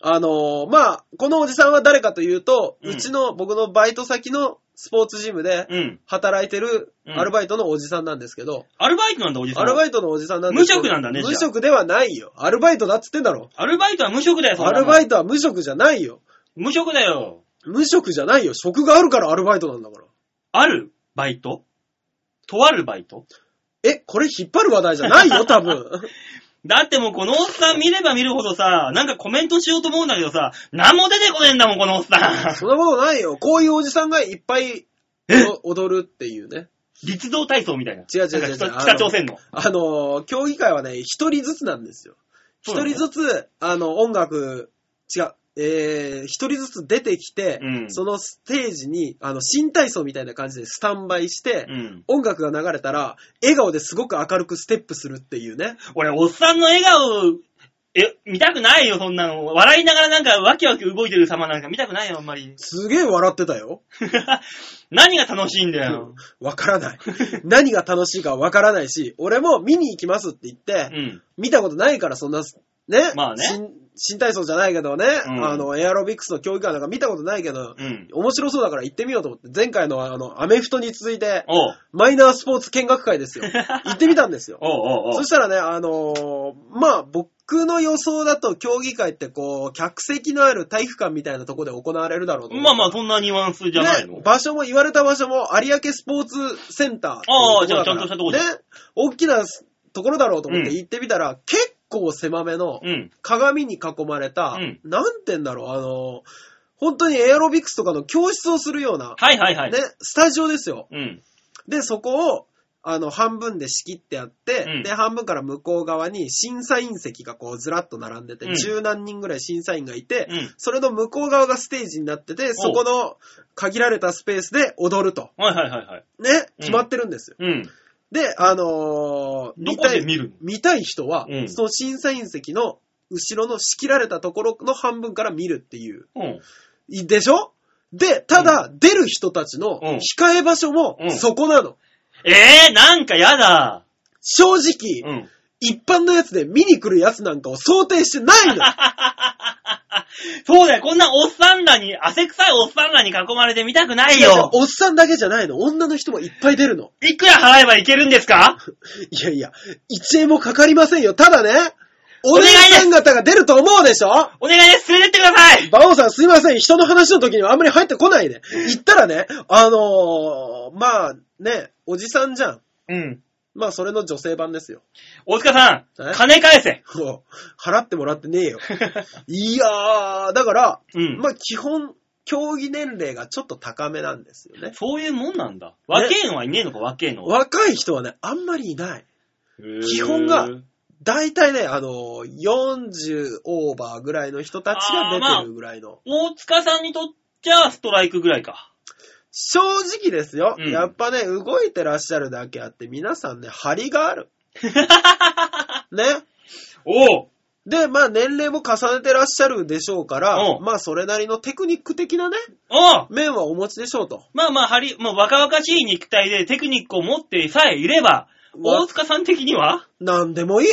Speaker 2: あのーまあ、このおじさんは誰かというと、
Speaker 3: う
Speaker 2: うんちの僕のバイト先のスポーツジムで
Speaker 3: うん。
Speaker 2: 働いてる
Speaker 3: うん
Speaker 2: アルバイトのおじさんなんですけど、
Speaker 3: アルバイトなんだ、おじさん。
Speaker 2: アル
Speaker 3: イ
Speaker 2: バイトのおじさんなんですけど
Speaker 3: 無職なんだねじゃあ
Speaker 2: 無職ではないよ。アルバイトだっつってんだろ。
Speaker 3: ト。アルバイトは無職だよ、
Speaker 2: アルバ
Speaker 3: イ
Speaker 2: イトは無職じゃないよ。
Speaker 3: 無職だよ。
Speaker 2: 無職じゃないよ。職があるからアルバイトなんだから。
Speaker 3: あるバイトとあるバイト
Speaker 2: え、これ引っ張る話題じゃないよ、多分。
Speaker 3: だってもうこのおっさん見れば見るほどさ、なんかコメントしようと思うんだけどさ、なんも出てこねえんだもん、 <laughs> このおっさ
Speaker 2: そんなことないよ。こういうおじさんがいっぱいお踊るっていうね。
Speaker 3: ん。立道体操みたいな。
Speaker 2: 違う違う違う違う
Speaker 3: なんか北朝鮮の。
Speaker 2: あのー、競技会はね、一人ずつなんですよ。
Speaker 3: そう
Speaker 2: 一
Speaker 3: なの
Speaker 2: 人ずつ、あの、音楽、違う、えー、一人ずつ出てきて、
Speaker 3: うん
Speaker 2: そのステージに、あの、新体操みたいな感じでスタンバイして、
Speaker 3: うん。
Speaker 2: 音楽が流れたら、笑顔ですごく明るくステップするっていうね。。
Speaker 3: 俺、おっさんの笑顔、え、見たくないよ、そんなの。笑いながらなんかワキワキ動いてる様なんか見たくないよ、あんまり <laughs>
Speaker 2: すげえ笑ってたよ。
Speaker 3: 何が楽しいんだよ。
Speaker 2: わからない。何が楽しいかわからないし、俺も見に行きますって言って
Speaker 3: う、ん。
Speaker 2: 見たことないから、そんな、ね。
Speaker 3: まあね
Speaker 2: 新新体操じゃないけどね、
Speaker 3: ん
Speaker 2: あの、エアロビクスの競技会なんか見たことないけど、
Speaker 3: うん。
Speaker 2: 面白そうだから行ってみようと思って、前回のあの、アメフトに続いて、
Speaker 3: おう。 <laughs>
Speaker 2: マイナースポーツ見学会ですよ。行ってみたんですよ。
Speaker 3: おうおうおう
Speaker 2: そ。したらね、あのーまあ、僕の予想だと競技会ってこう、客席のある体育館みたいなとこで行われるだろうと思って
Speaker 3: まあまあ、そんなニュアンスじゃないの。
Speaker 2: ね、場所も言われた場所も有明スポーツセンターっていう
Speaker 3: ああ
Speaker 2: ところだから
Speaker 3: じゃあちゃんとしたとこじゃん
Speaker 2: ね、大きなところだろうと思って
Speaker 3: うん
Speaker 2: 行ってみたら、結構狭めの
Speaker 3: うん。
Speaker 2: 鏡に囲まれた、
Speaker 3: うん
Speaker 2: なんて言うんだろう、あの、本当にエアロビクスとかの教室をするような、
Speaker 3: はいはいはい。
Speaker 2: ね、スタジオですよ。
Speaker 3: うん。
Speaker 2: で、そこを、あの、半分で仕切ってあって、
Speaker 3: うん
Speaker 2: で、半分から向こう側に審査員席がこうずらっと並んでて、
Speaker 3: うん
Speaker 2: 十、何人ぐらい審査員がいて、
Speaker 3: うん
Speaker 2: それの向こう側がステージになってて、そこの限られたスペースで踊ると。
Speaker 3: はいはいはいはい。
Speaker 2: ね、決まってるんですよ。
Speaker 3: うん。
Speaker 2: で、あのー
Speaker 3: ど
Speaker 2: 見
Speaker 3: こ
Speaker 2: た
Speaker 3: で
Speaker 2: い、
Speaker 3: 見る
Speaker 2: 見たい人は、
Speaker 3: うん
Speaker 2: その審査員席の後ろの仕切られたところの半分から見るっていう。
Speaker 3: のうん。
Speaker 2: いでしょで、ただ、出る人たちの
Speaker 3: うん
Speaker 2: 控え場所も
Speaker 3: うん
Speaker 2: そこなの。
Speaker 3: えー、なんかやだ。
Speaker 2: 正直、
Speaker 3: うん。
Speaker 2: 一般のやつで見に来るやつなんかを想定して
Speaker 3: <laughs>
Speaker 2: ないの。
Speaker 3: そうだよ、こんなおっさんらに、汗臭いおっさんらに囲まれて見たくない
Speaker 2: いや
Speaker 3: よ。
Speaker 2: おっさんだけじゃないの。女の人もいっぱい出るの。
Speaker 3: いくら払えばいけるんですか
Speaker 2: いやいや、1円もかかりませんよ。ただね、お
Speaker 3: 願い
Speaker 2: 姉
Speaker 3: です
Speaker 2: さん方が出ると思うでしょ
Speaker 3: お願いです、連れてってください
Speaker 2: バオさんすいません、人の話の時にはあんまり入ってこないで。言ったらね、あのーまあね、おじさんじゃん。
Speaker 3: うん。
Speaker 2: まあそれの女性版ですよ。
Speaker 3: 大塚さ
Speaker 2: え
Speaker 3: ん、金返せ。
Speaker 2: もう払ってもらってねえよ。いやー、だから、
Speaker 3: うん。
Speaker 2: まあ基本、競技年齢がちょっと高めなんですよね。
Speaker 3: そういうもんなんだ。若えのはいねえのか、若えのは。
Speaker 2: 若い人はね、あんまりいない。基本
Speaker 3: あ
Speaker 2: が大体ね、あのー40オーバーぐらいの人たちが出てるぐらいの。
Speaker 3: 大塚さんにとっちゃストライクぐらいか。
Speaker 2: 正直ですよ、
Speaker 3: うん
Speaker 2: やっぱね、動いてらっしゃるだけあって、皆さんね、張りが
Speaker 3: <laughs>
Speaker 2: ある。ね。
Speaker 3: おう
Speaker 2: で、まあ年齢も重ねてらっしゃるでしょうから、
Speaker 3: うん
Speaker 2: まあそれなりのテクニック的なね、
Speaker 3: おう
Speaker 2: 面はお持ちでしょうと。
Speaker 3: まあまあ、はり、まあ、若々しい肉体でテクニックを持ってさえいれば、
Speaker 2: わ
Speaker 3: 大塚さん的には
Speaker 2: なんでもいい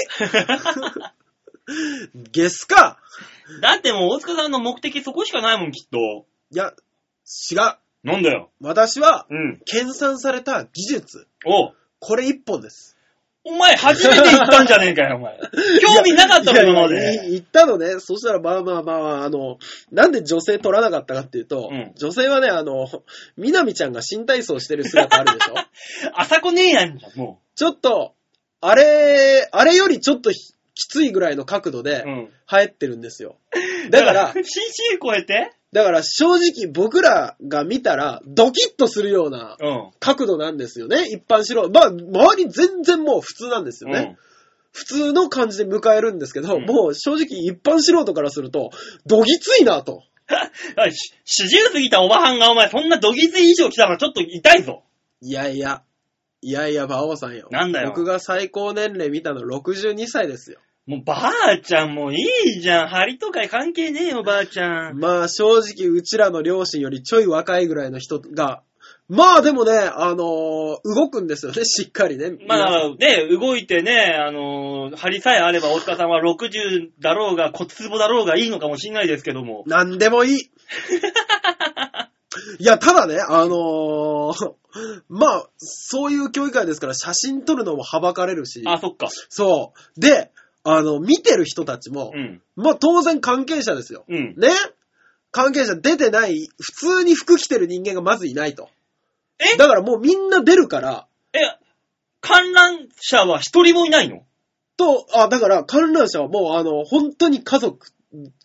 Speaker 2: <laughs> ゲスか
Speaker 3: だってもう大塚さんの目的そこしかないもん、きっと。
Speaker 2: いや、違う。
Speaker 3: なんだよ。
Speaker 2: 私は、
Speaker 3: うん。
Speaker 2: 研鑽された技術、
Speaker 3: おう
Speaker 2: これ一本です。
Speaker 3: お前、初めて行ったんじゃねえかよ、お前。興味なかったもん、今ま
Speaker 2: いやいやい
Speaker 3: で。
Speaker 2: 言ったのね。そしたら、まあまあまあまあ、あの、なんで女性取らなかったかっていうと、
Speaker 3: うん
Speaker 2: 女性はね、あの、みなみちゃんが新体操してる姿あるで
Speaker 3: <laughs>
Speaker 2: しょ
Speaker 3: 朝子姉やんじゃん、も
Speaker 2: ちょっと、あれ、あれよりちょっとひきついぐらいの角度で
Speaker 3: う。うん。
Speaker 2: 生えてるんですよ。だから、
Speaker 3: CC 超えて
Speaker 2: だから正直僕らが見たら、ドキッとするような
Speaker 3: うん。
Speaker 2: 角度なんですよね。一般素人。まあ、周り全然もう普通なんですよね。普通の感じで迎えるんですけど、
Speaker 3: うん
Speaker 2: もう正直一般素人からすると、どぎついなと。
Speaker 3: うん。し四十過ぎたおばはんがお前そんなどぎつい衣装着たらちょっと痛いぞ。
Speaker 2: いやいや。いやいや、馬王さんよ。
Speaker 3: なんだよ
Speaker 2: 僕が最高年齢見たの62歳ですよ。
Speaker 3: もうばあちゃんもういいじゃん。針とか関係ねえよばあちゃん。
Speaker 2: まあ正直、うちらの両親よりちょい若いぐらいの人が、まあでもね、あのー動くんですよね、 <laughs> しっかりね。
Speaker 3: まあね、動いてね、あのー針さえあれば大塚さんは60だろうが骨壺だろうがいいのかもしんないですけども。
Speaker 2: なん
Speaker 3: <laughs>
Speaker 2: でもいい。いや、ただね、あのー <laughs> まあ、そういう教育会ですから、写真撮るのもはばかれるし、
Speaker 3: あ、そっか。
Speaker 2: そう。で、あの、見てる人たちも
Speaker 3: う、ん。
Speaker 2: まあ当然関係者ですよ。
Speaker 3: うん。
Speaker 2: ね関係者出てない、普通に服着てる人間がまずいないと。
Speaker 3: え
Speaker 2: だからもうみんな出るから、
Speaker 3: え、観覧者は一人もいないの
Speaker 2: と、あ、だから観覧車はもうあの、本当に家族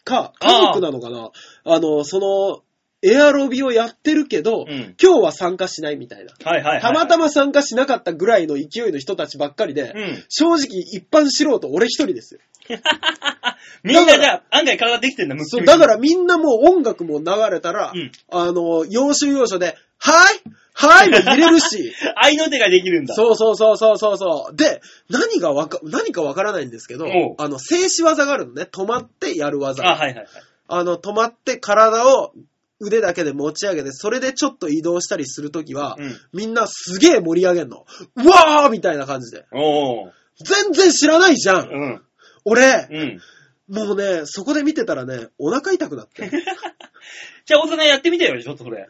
Speaker 2: か、家族なのかなあの、その、エアロビをやってるけど、
Speaker 3: うん
Speaker 2: 今日は参加しないみたいな。
Speaker 3: はいはいはい。
Speaker 2: たまたま参加しなかったぐらいの勢いの人たちばっかりで、
Speaker 3: うん
Speaker 2: 正直一般素人俺一人ですよ。
Speaker 3: みんなじゃあ案外体できてんだ、むっ
Speaker 2: そ
Speaker 3: く
Speaker 2: う
Speaker 3: り
Speaker 2: だからみんなもう音楽も流れたら、
Speaker 3: うん
Speaker 2: あの、要所要所で、はいはいも入れるし、
Speaker 3: 愛の手ができ <laughs> るんだ。
Speaker 2: そうそうそうそうそうそう。で、何がわか、何かわからないんですけど
Speaker 3: おう、
Speaker 2: あの、静止技があるのね。止まってやる技。
Speaker 3: あ、はいはいはい。
Speaker 2: あの、止まって体を腕だけで持ち上げて、それでちょっと移動したりするときは、
Speaker 3: うん
Speaker 2: みんなすげえ盛り上げんの。うわーみたいな感じで。
Speaker 3: おー。
Speaker 2: 全然知らないじゃん。
Speaker 3: うん。
Speaker 2: 俺、
Speaker 3: うん。
Speaker 2: もうね、そこで見てたらね、お腹痛くな
Speaker 3: <laughs>
Speaker 2: って。
Speaker 3: じゃあ、大阪やってみてよ、ちょっとそれ。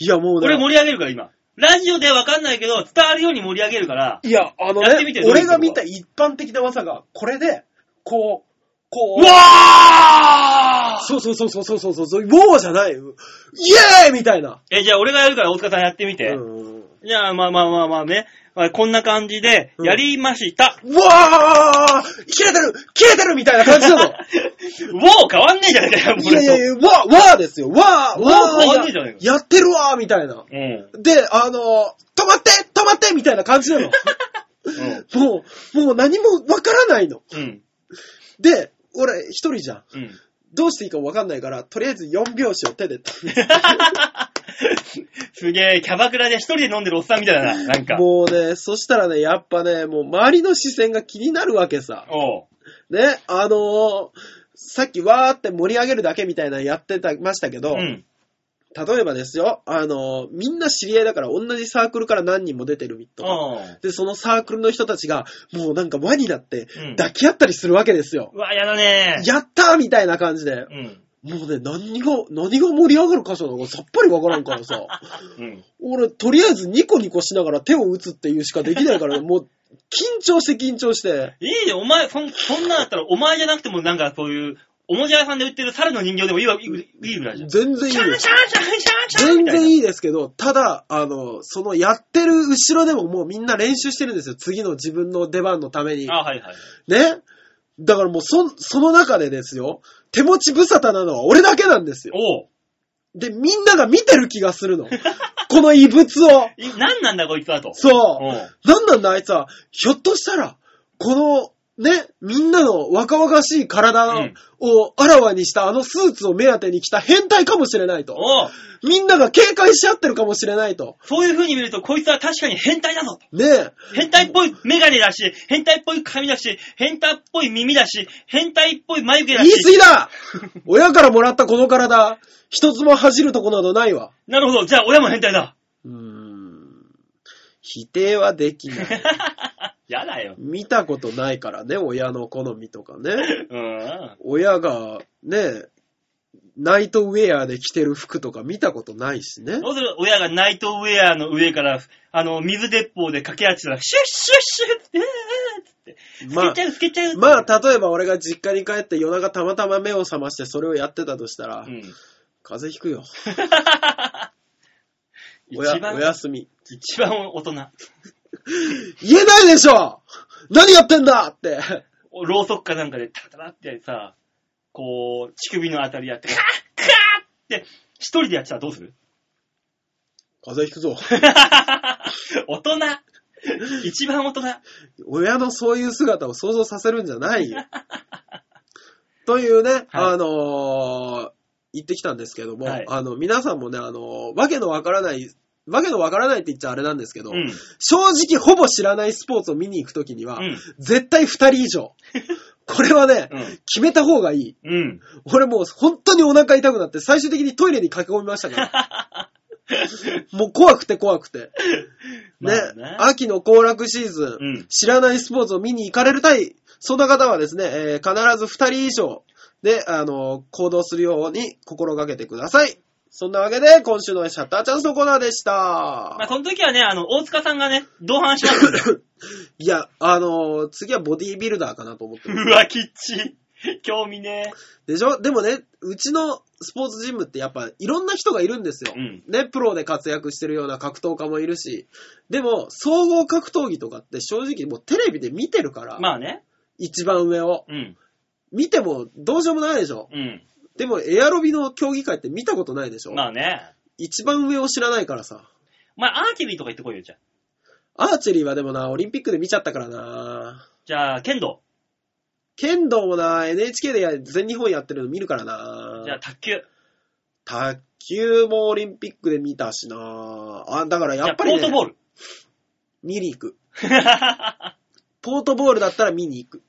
Speaker 2: いや、もうね。
Speaker 3: 俺盛り上げるから、今。ラジオでわかんないけど、伝わるように盛り上げるから。
Speaker 2: いや、あの
Speaker 3: やってみて
Speaker 2: ね、
Speaker 3: どういうこと
Speaker 2: 俺が見た一般的な技が、これで、こう、こう。
Speaker 3: わ
Speaker 2: そうそうそうそうそうそうそう、ウォーじゃない。イエーイみたいな。
Speaker 3: え、じゃあ俺がやるから大塚さんやってみて。
Speaker 2: うん
Speaker 3: じゃあ、まあまあまあまあね。はいこんな感じで、
Speaker 2: うん
Speaker 3: やりました。
Speaker 2: うわー切れてる切れてるみたいな感
Speaker 3: <laughs>
Speaker 2: じなの
Speaker 3: ウォー変わんねえじゃねえかよ、
Speaker 2: い
Speaker 3: こ
Speaker 2: や
Speaker 3: れ
Speaker 2: い
Speaker 3: と
Speaker 2: やいや、わー、わーですよ。わー、
Speaker 3: わー
Speaker 2: わ
Speaker 3: わー
Speaker 2: ー
Speaker 3: じゃない
Speaker 2: や
Speaker 3: よ、
Speaker 2: やってるわーみたいな。
Speaker 3: うん。
Speaker 2: で、あのー、止まって止まってみたいな感じ
Speaker 3: <laughs>
Speaker 2: な
Speaker 3: う
Speaker 2: の。
Speaker 3: ん
Speaker 2: もう、もう何もわからないの。
Speaker 3: うん。
Speaker 2: で、俺一人じゃん。
Speaker 3: うん。
Speaker 2: どうしていいかわかんないから、とりあえず4拍子を手で。
Speaker 3: すげえ、キャバクラで一人で飲んでるおっさんみたいだな、なんか。
Speaker 2: もうね、そしたらね、やっぱね、もう周りの視線が気になるわけさ。
Speaker 3: おう。
Speaker 2: ね、あのー、さっきわーって盛り上げるだけみたいなのやってたましたけど、
Speaker 3: うん。
Speaker 2: 例えばですよ、あのー、みんな知り合いだから同じサークルから何人も出てるとか、
Speaker 3: おう。
Speaker 2: で、そのサークルの人たちが、もうなんか輪になって
Speaker 3: うん
Speaker 2: 抱き合ったりするわけですよ。
Speaker 3: うわ、やだね
Speaker 2: やったーみたいな感じで
Speaker 3: う。ん。
Speaker 2: もうね、何が、何が盛り上がる箇所なのかさっぱりわからんからさ。
Speaker 3: うん。
Speaker 2: 俺、とりあえずニコニコしながら手を打つっていうしかできな
Speaker 3: <laughs>
Speaker 2: いから、もう、緊張して緊張して。
Speaker 3: いいじゃん、お前、そん、そんなんだったら、お前じゃなくても、なんかそういう、おもちゃ屋さんで売ってる猿の人形でもいいわ、いいいいぐらいじゃん。
Speaker 2: 全然いい
Speaker 3: シャ
Speaker 2: で
Speaker 3: ン
Speaker 2: す
Speaker 3: シャ。ンシャンシャンシャン
Speaker 2: 全然
Speaker 3: い。
Speaker 2: いいですけど、ただ、あの、そのやってる後ろでももうみんな練習してるんですよ。次の自分の出番のために。
Speaker 3: あ、はいはい。
Speaker 2: ね。だからもうそ、その中でですよ。手持ち無沙汰なのは俺だけなんですよ。
Speaker 3: おう。
Speaker 2: で、みんなが見てる気がするの。この異物を。
Speaker 3: いなんなんだ、こいつはと。
Speaker 2: そう。
Speaker 3: おう。
Speaker 2: なんなんだあいつは、ひょっとしたら、この、ね、みんなの若々しい
Speaker 3: う
Speaker 2: 体
Speaker 3: ん
Speaker 2: をあらわにしたあのスーツを目当てに来た変態かもしれないと。
Speaker 3: おう。
Speaker 2: みんなが警戒し合ってるかもしれないと。
Speaker 3: そういう風に見ると、こいつは確かに変態だぞ。
Speaker 2: ねえ。
Speaker 3: 変態っぽいメガネだし、変態っぽい髪だし、変態っぽい耳だし、変態っぽい眉毛だ
Speaker 2: 言い過
Speaker 3: し。
Speaker 2: ぎだ
Speaker 3: <laughs>
Speaker 2: 親からもらったこの体、一つも恥じるとこなどないわ。
Speaker 3: なるほど、じゃあ親も変態だ。
Speaker 2: うーん。否定はできない。
Speaker 3: やだよ。
Speaker 2: 見たことないからね、親の好みとかね。
Speaker 3: うん。
Speaker 2: 親がね、ナイトウェアで着てる服とか見たことないしね。
Speaker 3: どうする親がナイトウェアの上から、あの、水鉄砲で駆け足したら、シュッシュッシュッって、えーっつって、透
Speaker 2: ま
Speaker 3: けちゃう、透けちゃう。
Speaker 2: あ、まあ、例えば俺が実家に帰って夜中たまたま目を覚ましてそれをやってたとしたら、
Speaker 3: うん。
Speaker 2: 風邪ひくよ。おや
Speaker 3: 一、
Speaker 2: お
Speaker 3: 番、
Speaker 2: 休み。
Speaker 3: 一番大人。
Speaker 2: 言えないでしょ何やってんだって。 <laughs>
Speaker 3: ろうそくかなんかで、タタタってさ、こう、乳首のあたりやって、カッカッって、一人でやってたらどうする
Speaker 2: 風邪ひ
Speaker 3: <laughs>
Speaker 2: くぞ。
Speaker 3: 大人。一番大人。
Speaker 2: 親のそういう姿を想像させるんじゃな
Speaker 3: <laughs>
Speaker 2: いよ。というね、あのー言ってきたんですけども、
Speaker 3: はい
Speaker 2: あの、皆さんもね、あのーわけのわからない、わけのわからないって言っちゃあれなんですけど、
Speaker 3: うん。
Speaker 2: 正直ほぼ知らないスポーツを見に行くときには、
Speaker 3: うん
Speaker 2: 絶対二人
Speaker 3: <laughs>
Speaker 2: 以上。これはね、
Speaker 3: うん
Speaker 2: 決めた方がいい。
Speaker 3: うん。
Speaker 2: 俺もう本当にお腹痛くなって最終的にトイレに駆け込みましたから。
Speaker 3: <laughs>
Speaker 2: もう怖くて怖くて。ね、
Speaker 3: まあね
Speaker 2: 秋の行楽シーズン、
Speaker 3: うん
Speaker 2: 知らないスポーツを見に行かれるたい、そんな方はですね、えー必ず二人以上で、あの行動するように心がけてください。そんなわけで、今週のシャッターチャンスのコーナーでした。
Speaker 3: まあ、その時はね、あの、大塚さんがね、同伴しますんで。
Speaker 2: <laughs> いや、あのー次はボディービルダーかなと思ってる。
Speaker 3: うわ、キッチン。興味ね。
Speaker 2: でしょでもね、うちのスポーツジムってやっぱいろんな人がいるんですよ。
Speaker 3: うん
Speaker 2: ね、プロで活躍してるような格闘家もいるし、でも、総合格闘技とかって正直もうテレビで見てるから、
Speaker 3: まあね。
Speaker 2: 一番上を。
Speaker 3: うん。
Speaker 2: 見てもどうしようもないでしょ
Speaker 3: うん。
Speaker 2: でもエアロビの競技会って見たことないでしょ、
Speaker 3: まあね。
Speaker 2: 一番上を知らないからさ。
Speaker 3: まあ、アーティビーとか行ってこいよ、じゃあ。
Speaker 2: アーチェリーはでもな、オリンピックで見ちゃったからな。
Speaker 3: じゃあ、剣道。
Speaker 2: 剣道もな、NHK でや全日本やってるの見るからな。
Speaker 3: じゃあ、卓球。
Speaker 2: 卓球もオリンピックで見たしなあ、だから
Speaker 3: じ
Speaker 2: や
Speaker 3: ゃ
Speaker 2: っ
Speaker 3: あ、
Speaker 2: ぱ
Speaker 3: ポ
Speaker 2: り、
Speaker 3: ート
Speaker 2: ね、
Speaker 3: ボール。 <laughs>
Speaker 2: 見に行く。ポートボールだったら見に行く。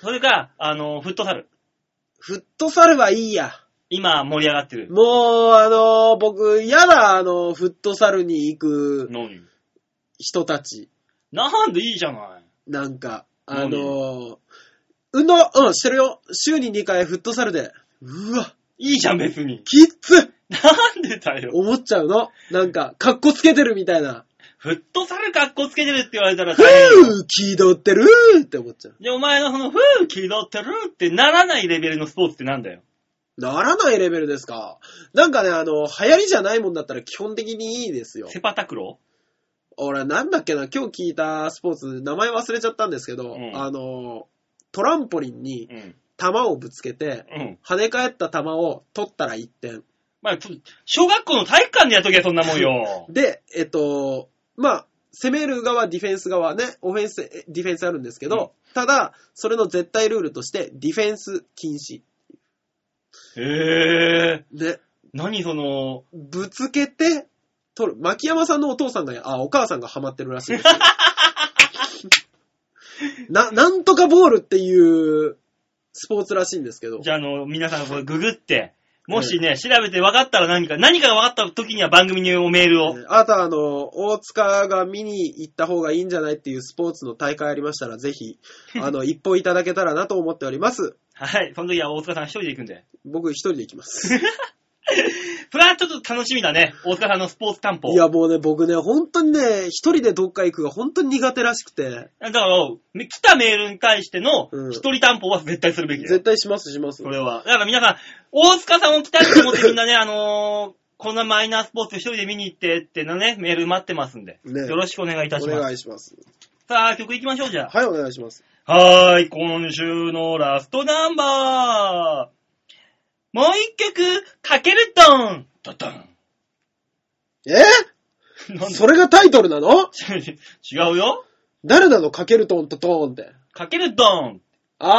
Speaker 3: それか、あの、フットサル。
Speaker 2: フットサルはいいや。
Speaker 3: 今、盛り上がってる。
Speaker 2: もう、あのー僕、やだ、あのーフットサルに行く
Speaker 3: 何
Speaker 2: 人たち。
Speaker 3: なんでいいじゃない。
Speaker 2: なんか、あの
Speaker 3: 何
Speaker 2: ー運動、うん、してるよ。週に2回フットサルで。うわ、
Speaker 3: いいじゃん、別に。 <laughs>
Speaker 2: きっつ
Speaker 3: なんでだよ。
Speaker 2: 思っちゃうの。なんか、かっこつけてるみたいな。
Speaker 3: フットサル格好つけてるって言われたら
Speaker 2: ふ
Speaker 3: 大変よ
Speaker 2: ぅ、気取ってるーって思っちゃう。
Speaker 3: で、お前のその、ふぅ、気取ってるってならないレベルのスポーツってなんだよ。
Speaker 2: ならないレベルですか。なんかね、あの、流行りじゃないもんだったら基本的にいいですよ。
Speaker 3: セパタクロ
Speaker 2: 俺、なんだっけな、今日聞いたスポーツ、名前忘れちゃったんですけど、
Speaker 3: うん
Speaker 2: あの、トランポリンに
Speaker 3: うん。
Speaker 2: 球をぶつけて、
Speaker 3: うん。
Speaker 2: 跳ね返った球を取ったら1点。
Speaker 3: まあ、ちょ小学校の体育館でやっときゃそんなもん
Speaker 2: <laughs>
Speaker 3: よ。
Speaker 2: で、えっと、まあ、攻める側、ディフェンス側ね、オフェンス、えディフェンスあるんですけど、ただ、それの絶対ルールとして、ディフェンス禁止。
Speaker 3: へえ。
Speaker 2: ね、
Speaker 3: 何その、
Speaker 2: ぶつけて、取る。牧山さんのお父さんが、あ、お母さんがハマってるらしい
Speaker 3: <laughs>
Speaker 2: ですよな、なんとかボールっていうスポーツらしいんですけど
Speaker 3: じ、ゃあ、あの、皆さんこれググって、もしね、調べて分かったら何か、何かが分かった時には番組におメールを。
Speaker 2: ねあとはあの、大塚が見に行った方がいいんじゃないっていうスポーツの大会ありましたら、
Speaker 3: <laughs>
Speaker 2: ぜひ、あの、一歩いただけたらなと思っております。
Speaker 3: はい。その時は大塚さん一人で行くんで。
Speaker 2: 僕一人で行
Speaker 3: <laughs>
Speaker 2: きます。
Speaker 3: それはちょっと楽しみだね。大塚さんのスポーツ担保。
Speaker 2: いや、もうね、僕ね、本当にね、一人でどっか行くが本当に苦手らしくて、
Speaker 3: だから、め来たメールに対しての
Speaker 2: うん
Speaker 3: 一人担保は絶対するべきだよ。
Speaker 2: 絶対します、します
Speaker 3: そ。れは。だから皆さん、大塚さんを来たいと思ってみんなね、あのーこんなマイナースポーツ一人で見に行ってってのね、メール待ってますんで。
Speaker 2: ね
Speaker 3: よろしくお願いいた
Speaker 2: お
Speaker 3: します。
Speaker 2: 願いします。
Speaker 3: さあ、曲行きましょう、じゃあ。
Speaker 2: はい、お願いします。
Speaker 3: はーい、今週のラストナンバー。もう一曲、かけるドン。ドドン。
Speaker 2: えー
Speaker 3: <laughs> なん
Speaker 2: それがタイトルなの
Speaker 3: で <laughs> 違うよ。
Speaker 2: 誰なのかけるトンとトーンって。
Speaker 3: かけるドン。
Speaker 2: あーあー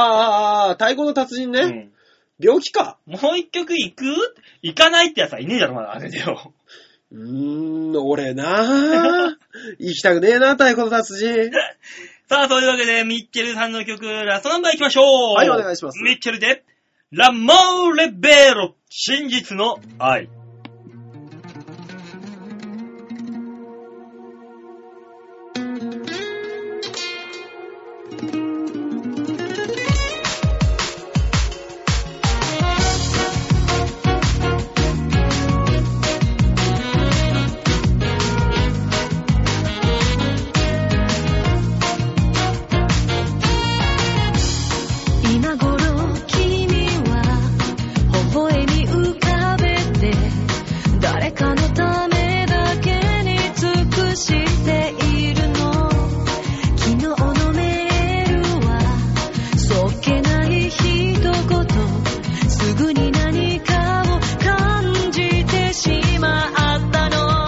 Speaker 2: あー、太鼓の達人ね。
Speaker 3: うん
Speaker 2: 病気か。
Speaker 3: もう一曲行く行かないってやつはいねえだろ、まだ。あれだよ。 <laughs>
Speaker 2: うーん、俺なー行きたくねえな、太鼓の達人。
Speaker 3: さあ、というわけで、ミッチェルさんの曲、ラストナンバー行きましょう。
Speaker 2: はいお願いします
Speaker 3: ミッチェルで、ラ・モーレ・ベーロ、真実の愛。
Speaker 1: 今頃君は微笑み浮かべて誰かのためだけに尽くしているの昨日のメールはそっけない一言すぐに何かを感じてしまったの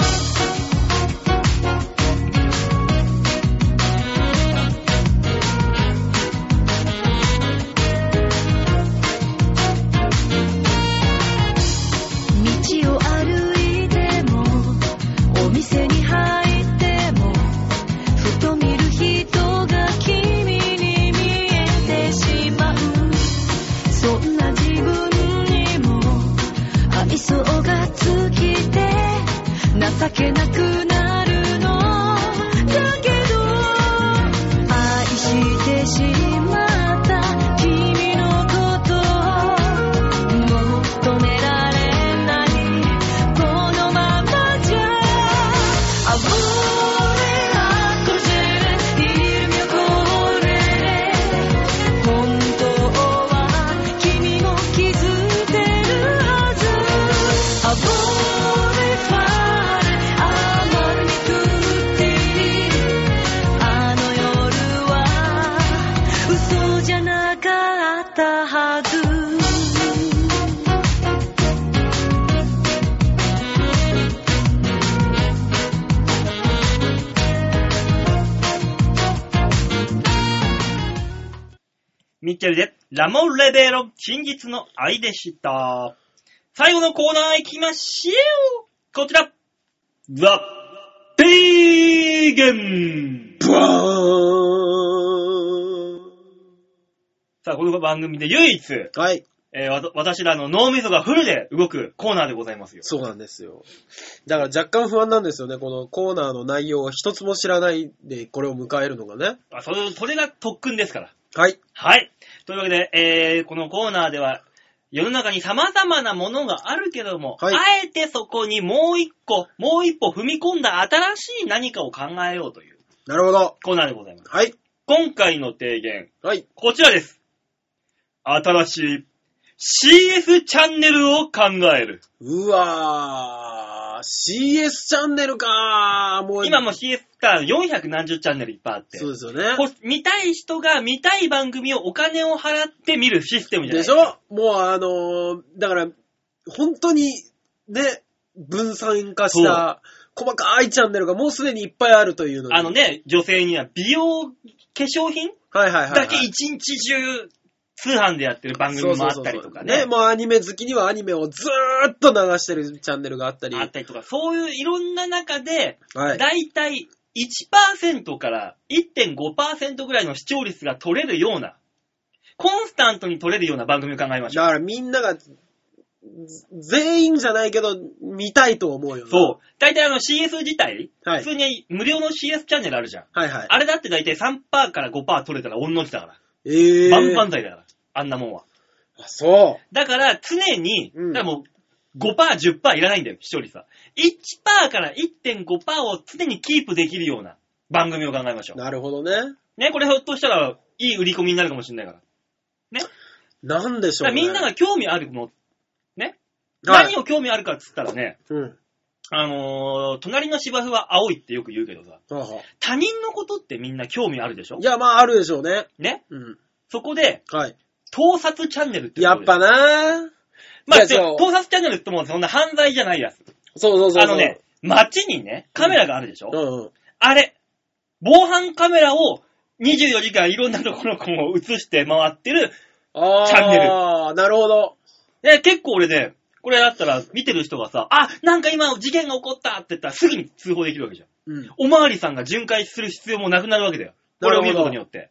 Speaker 1: 道を歩いてもお店に入ってもふと見る人が君に見えてしまうそんな自分にも愛想が尽きて情けなくなるのだけど愛してしまった君のこと求められないこのままじゃあぶれあこじれいるみこれ本当は君も傷ついてるはずあぶれファレあまりくってあの夜は嘘じゃなかったはず
Speaker 3: ミッチェルで、ラモーレ・ベーロ、真実の愛でした。最後のコーナー行きましょう。こちら。ザ・ピーゲン。
Speaker 2: ブワーン
Speaker 3: さあ、この番組で唯一、
Speaker 2: はい、
Speaker 3: えーわた私らの脳みそがフルで動くコーナーでございますよ。
Speaker 2: そうなんですよ。だから若干不安なんですよね、このコーナーの内容を一つも知らないでこれを迎えるのがね。
Speaker 3: あそれそれが特訓ですから。
Speaker 2: はい、
Speaker 3: はい。というわけで、えーこのコーナーでは、世の中に様々なものがあるけども、
Speaker 2: はい
Speaker 3: あえてそこにもう一個、もう一歩踏み込んだ新しい何かを考えようという
Speaker 2: なるほど。
Speaker 3: コーナーでございます。
Speaker 2: はい、
Speaker 3: 今回の提言、
Speaker 2: はい。
Speaker 3: こちらです。新しい CS チャンネルを考える。
Speaker 2: うわあ、CS チャンネルか。もう、
Speaker 3: 今もう CS か470チャンネルいっぱいあって。
Speaker 2: そうですよね。
Speaker 3: こう見たい人が見たい番組をお金を払って見るシステムじゃない
Speaker 2: でしょもうあのーだから、本当に、ね、分散化した、細かいチャンネルがもうすでにいっぱいあるというのに
Speaker 3: あのね、女性には美容化粧品
Speaker 2: はいはいはいはい。
Speaker 3: だけ一日中通販でやってる番組もあったりとか
Speaker 2: そうそうそうそう
Speaker 3: ね
Speaker 2: ね、。もうアニメ好きにはアニメをずーっと流してるチャンネルがあったり。
Speaker 3: あったりとか、そういういろんな中で、
Speaker 2: はい。
Speaker 3: だいたい1%から1.5%ぐらいの視聴率が取れるような、コンスタントに取れるような番組を考えましょ
Speaker 2: だからみんなが、ぜ全員じゃないけど、見たいと思うよ
Speaker 3: う。
Speaker 2: ね。
Speaker 3: そう。だいたいあの CS 自体、
Speaker 2: はい
Speaker 3: 普通に無料の CS チャンネルあるじゃん。
Speaker 2: はいはい。
Speaker 3: あれだってだいたい3%から5%取れたら御の字だから。
Speaker 2: えー。
Speaker 3: 万々歳だから。あんなもんは。
Speaker 2: あそ
Speaker 3: だから常に、
Speaker 2: うん
Speaker 3: だからもう、5%、10%いらないんだよ、視聴率は。1%から1.5%を常にキープできるような番組を考えましょ
Speaker 2: う。なるほどね。
Speaker 3: う。ね、これひょっとしたら、いい売り込みになるかもしれないから。
Speaker 2: なんでし
Speaker 3: だ
Speaker 2: ょ
Speaker 3: か
Speaker 2: う、
Speaker 3: ら
Speaker 2: ね。
Speaker 3: みんなが興味あるの、
Speaker 2: はい、
Speaker 3: 何を興味あるかっつったらね、
Speaker 2: うん。
Speaker 3: あのー隣の芝生は青いってよく言うけどさ、
Speaker 2: はあは
Speaker 3: 他人のことってみんな興味あるでし
Speaker 2: あ
Speaker 3: ょ
Speaker 2: いや、まあ、あるでしょうね。
Speaker 3: ね。
Speaker 2: うん。
Speaker 3: そこで、
Speaker 2: はい。
Speaker 3: 盗撮チャンネルって
Speaker 2: や
Speaker 3: ことで
Speaker 2: っぱなー
Speaker 3: ま
Speaker 2: い
Speaker 3: あ、
Speaker 2: や
Speaker 3: で
Speaker 2: そう
Speaker 3: 盗撮チャンネルってもうそんな犯罪じゃないやつ。
Speaker 2: そうそうそうそう。
Speaker 3: あのね、街にね、カメラがあるでしょ、
Speaker 2: うんうん。
Speaker 3: あれ、防犯カメラを24時間いろんなところを映して回ってる。
Speaker 2: ああ。
Speaker 3: チャンネル
Speaker 2: なるほど。
Speaker 3: で、結構俺ね、これだったら見てる人がさ、あ、なんか今事件が起こったって言ったらすぐに通報できるわけじゃん。
Speaker 2: うん。
Speaker 3: おまわりさんが巡回する必要もなくなるわけだよ。これを見ることによって。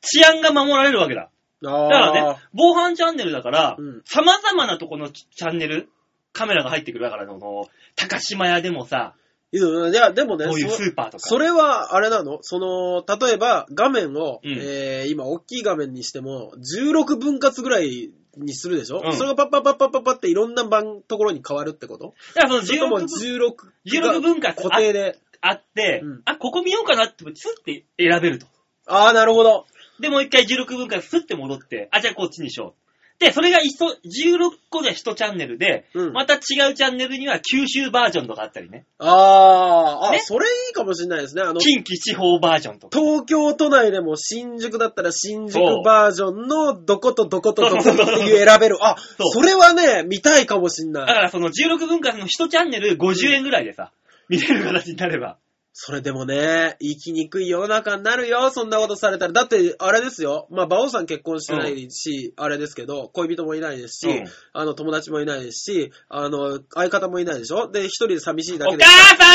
Speaker 3: 治安が守られるわけだ。
Speaker 2: あ
Speaker 3: だ
Speaker 2: あ。
Speaker 3: からね、防犯チャンネルだから
Speaker 2: うん、
Speaker 3: 様々なとこのチャンネル、カメラが入ってくるだから、その、高島屋でもさ、
Speaker 2: いや、いやでもね、
Speaker 3: こういう
Speaker 2: そ
Speaker 3: スーパーとか
Speaker 2: そ。れは、あれなのその、例えば、画面を、
Speaker 3: うん
Speaker 2: えー、今、大きい画面にしても、16分割ぐらいにするでしょ、
Speaker 3: うん
Speaker 2: それがパッパッパッパッパッパっていろんな番、ところに変わるってこと
Speaker 3: だから
Speaker 2: そ
Speaker 3: そ
Speaker 2: れと
Speaker 3: の
Speaker 2: も
Speaker 3: 16
Speaker 2: 16が
Speaker 3: 16分割
Speaker 2: 固定で。
Speaker 3: あって、
Speaker 2: うん
Speaker 3: あ、ここ見ようかなって、スッて選べると。
Speaker 2: ああ、なるほど。
Speaker 3: で、もう一回16分からスッて戻って、あ、じゃあこっちにしよう。で、それが一つ16個で1チャンネルで、
Speaker 2: うん
Speaker 3: また違うチャンネルには九州バージョンとかあったりね。
Speaker 2: あーあ、
Speaker 3: ね
Speaker 2: それいいかもしれないですね。あの、
Speaker 3: 近畿地方バージョンとか。
Speaker 2: 東京都内でも新宿だったら新宿バージョンのどことどことどことっていう選べる。あ、
Speaker 3: そう
Speaker 2: それはね、見たいかもしん
Speaker 3: だ
Speaker 2: な
Speaker 3: か
Speaker 2: い。
Speaker 3: らその16分割の1チャンネル50円ぐらいでさ、見れる形になれば。
Speaker 2: それでもね、生きにくい世の中になるよ、そんなことされたら。だって、あれですよ。まあ、馬王さん結婚してないし、あれですけど、恋人もいないですし、
Speaker 3: うん
Speaker 2: あの、友達もいないですし、あの、相方もいないでしょで、一人で寂しいだ
Speaker 3: お
Speaker 2: けですか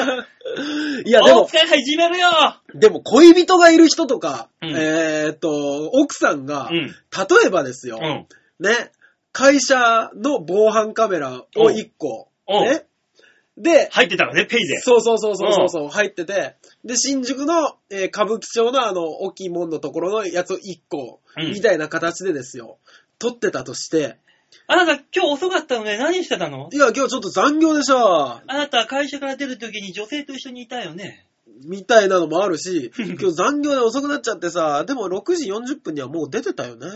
Speaker 3: 母
Speaker 2: ら。
Speaker 3: さん
Speaker 2: い <laughs> や、でも
Speaker 3: 大、塚がいじめるよ
Speaker 2: でも恋人がいる人とか、
Speaker 3: うん
Speaker 2: えーっと、奥さんが、
Speaker 3: うん
Speaker 2: 例えばですよ、
Speaker 3: うん。
Speaker 2: ね、会社の防犯カメラを1個、
Speaker 3: うん
Speaker 2: ね、で、
Speaker 3: 入ってたらね、ペイで。
Speaker 2: そうそうそうそうそうそう、入ってて、で、新宿の、えー歌舞伎町のあの、大きい門のところのやつを1個、
Speaker 3: うん
Speaker 2: みたいな形でですよ、撮ってたとして、
Speaker 3: あなた今日遅かったので何してたの
Speaker 2: いや、今日ちょっと残業でしょ、
Speaker 3: あなたは会社から出るときに女性と一緒にいたよね。
Speaker 2: みたいなのもあ
Speaker 3: <laughs>
Speaker 2: るし、今日残業で遅くなっちゃってさ、でも6時40分にはもう出てたよね。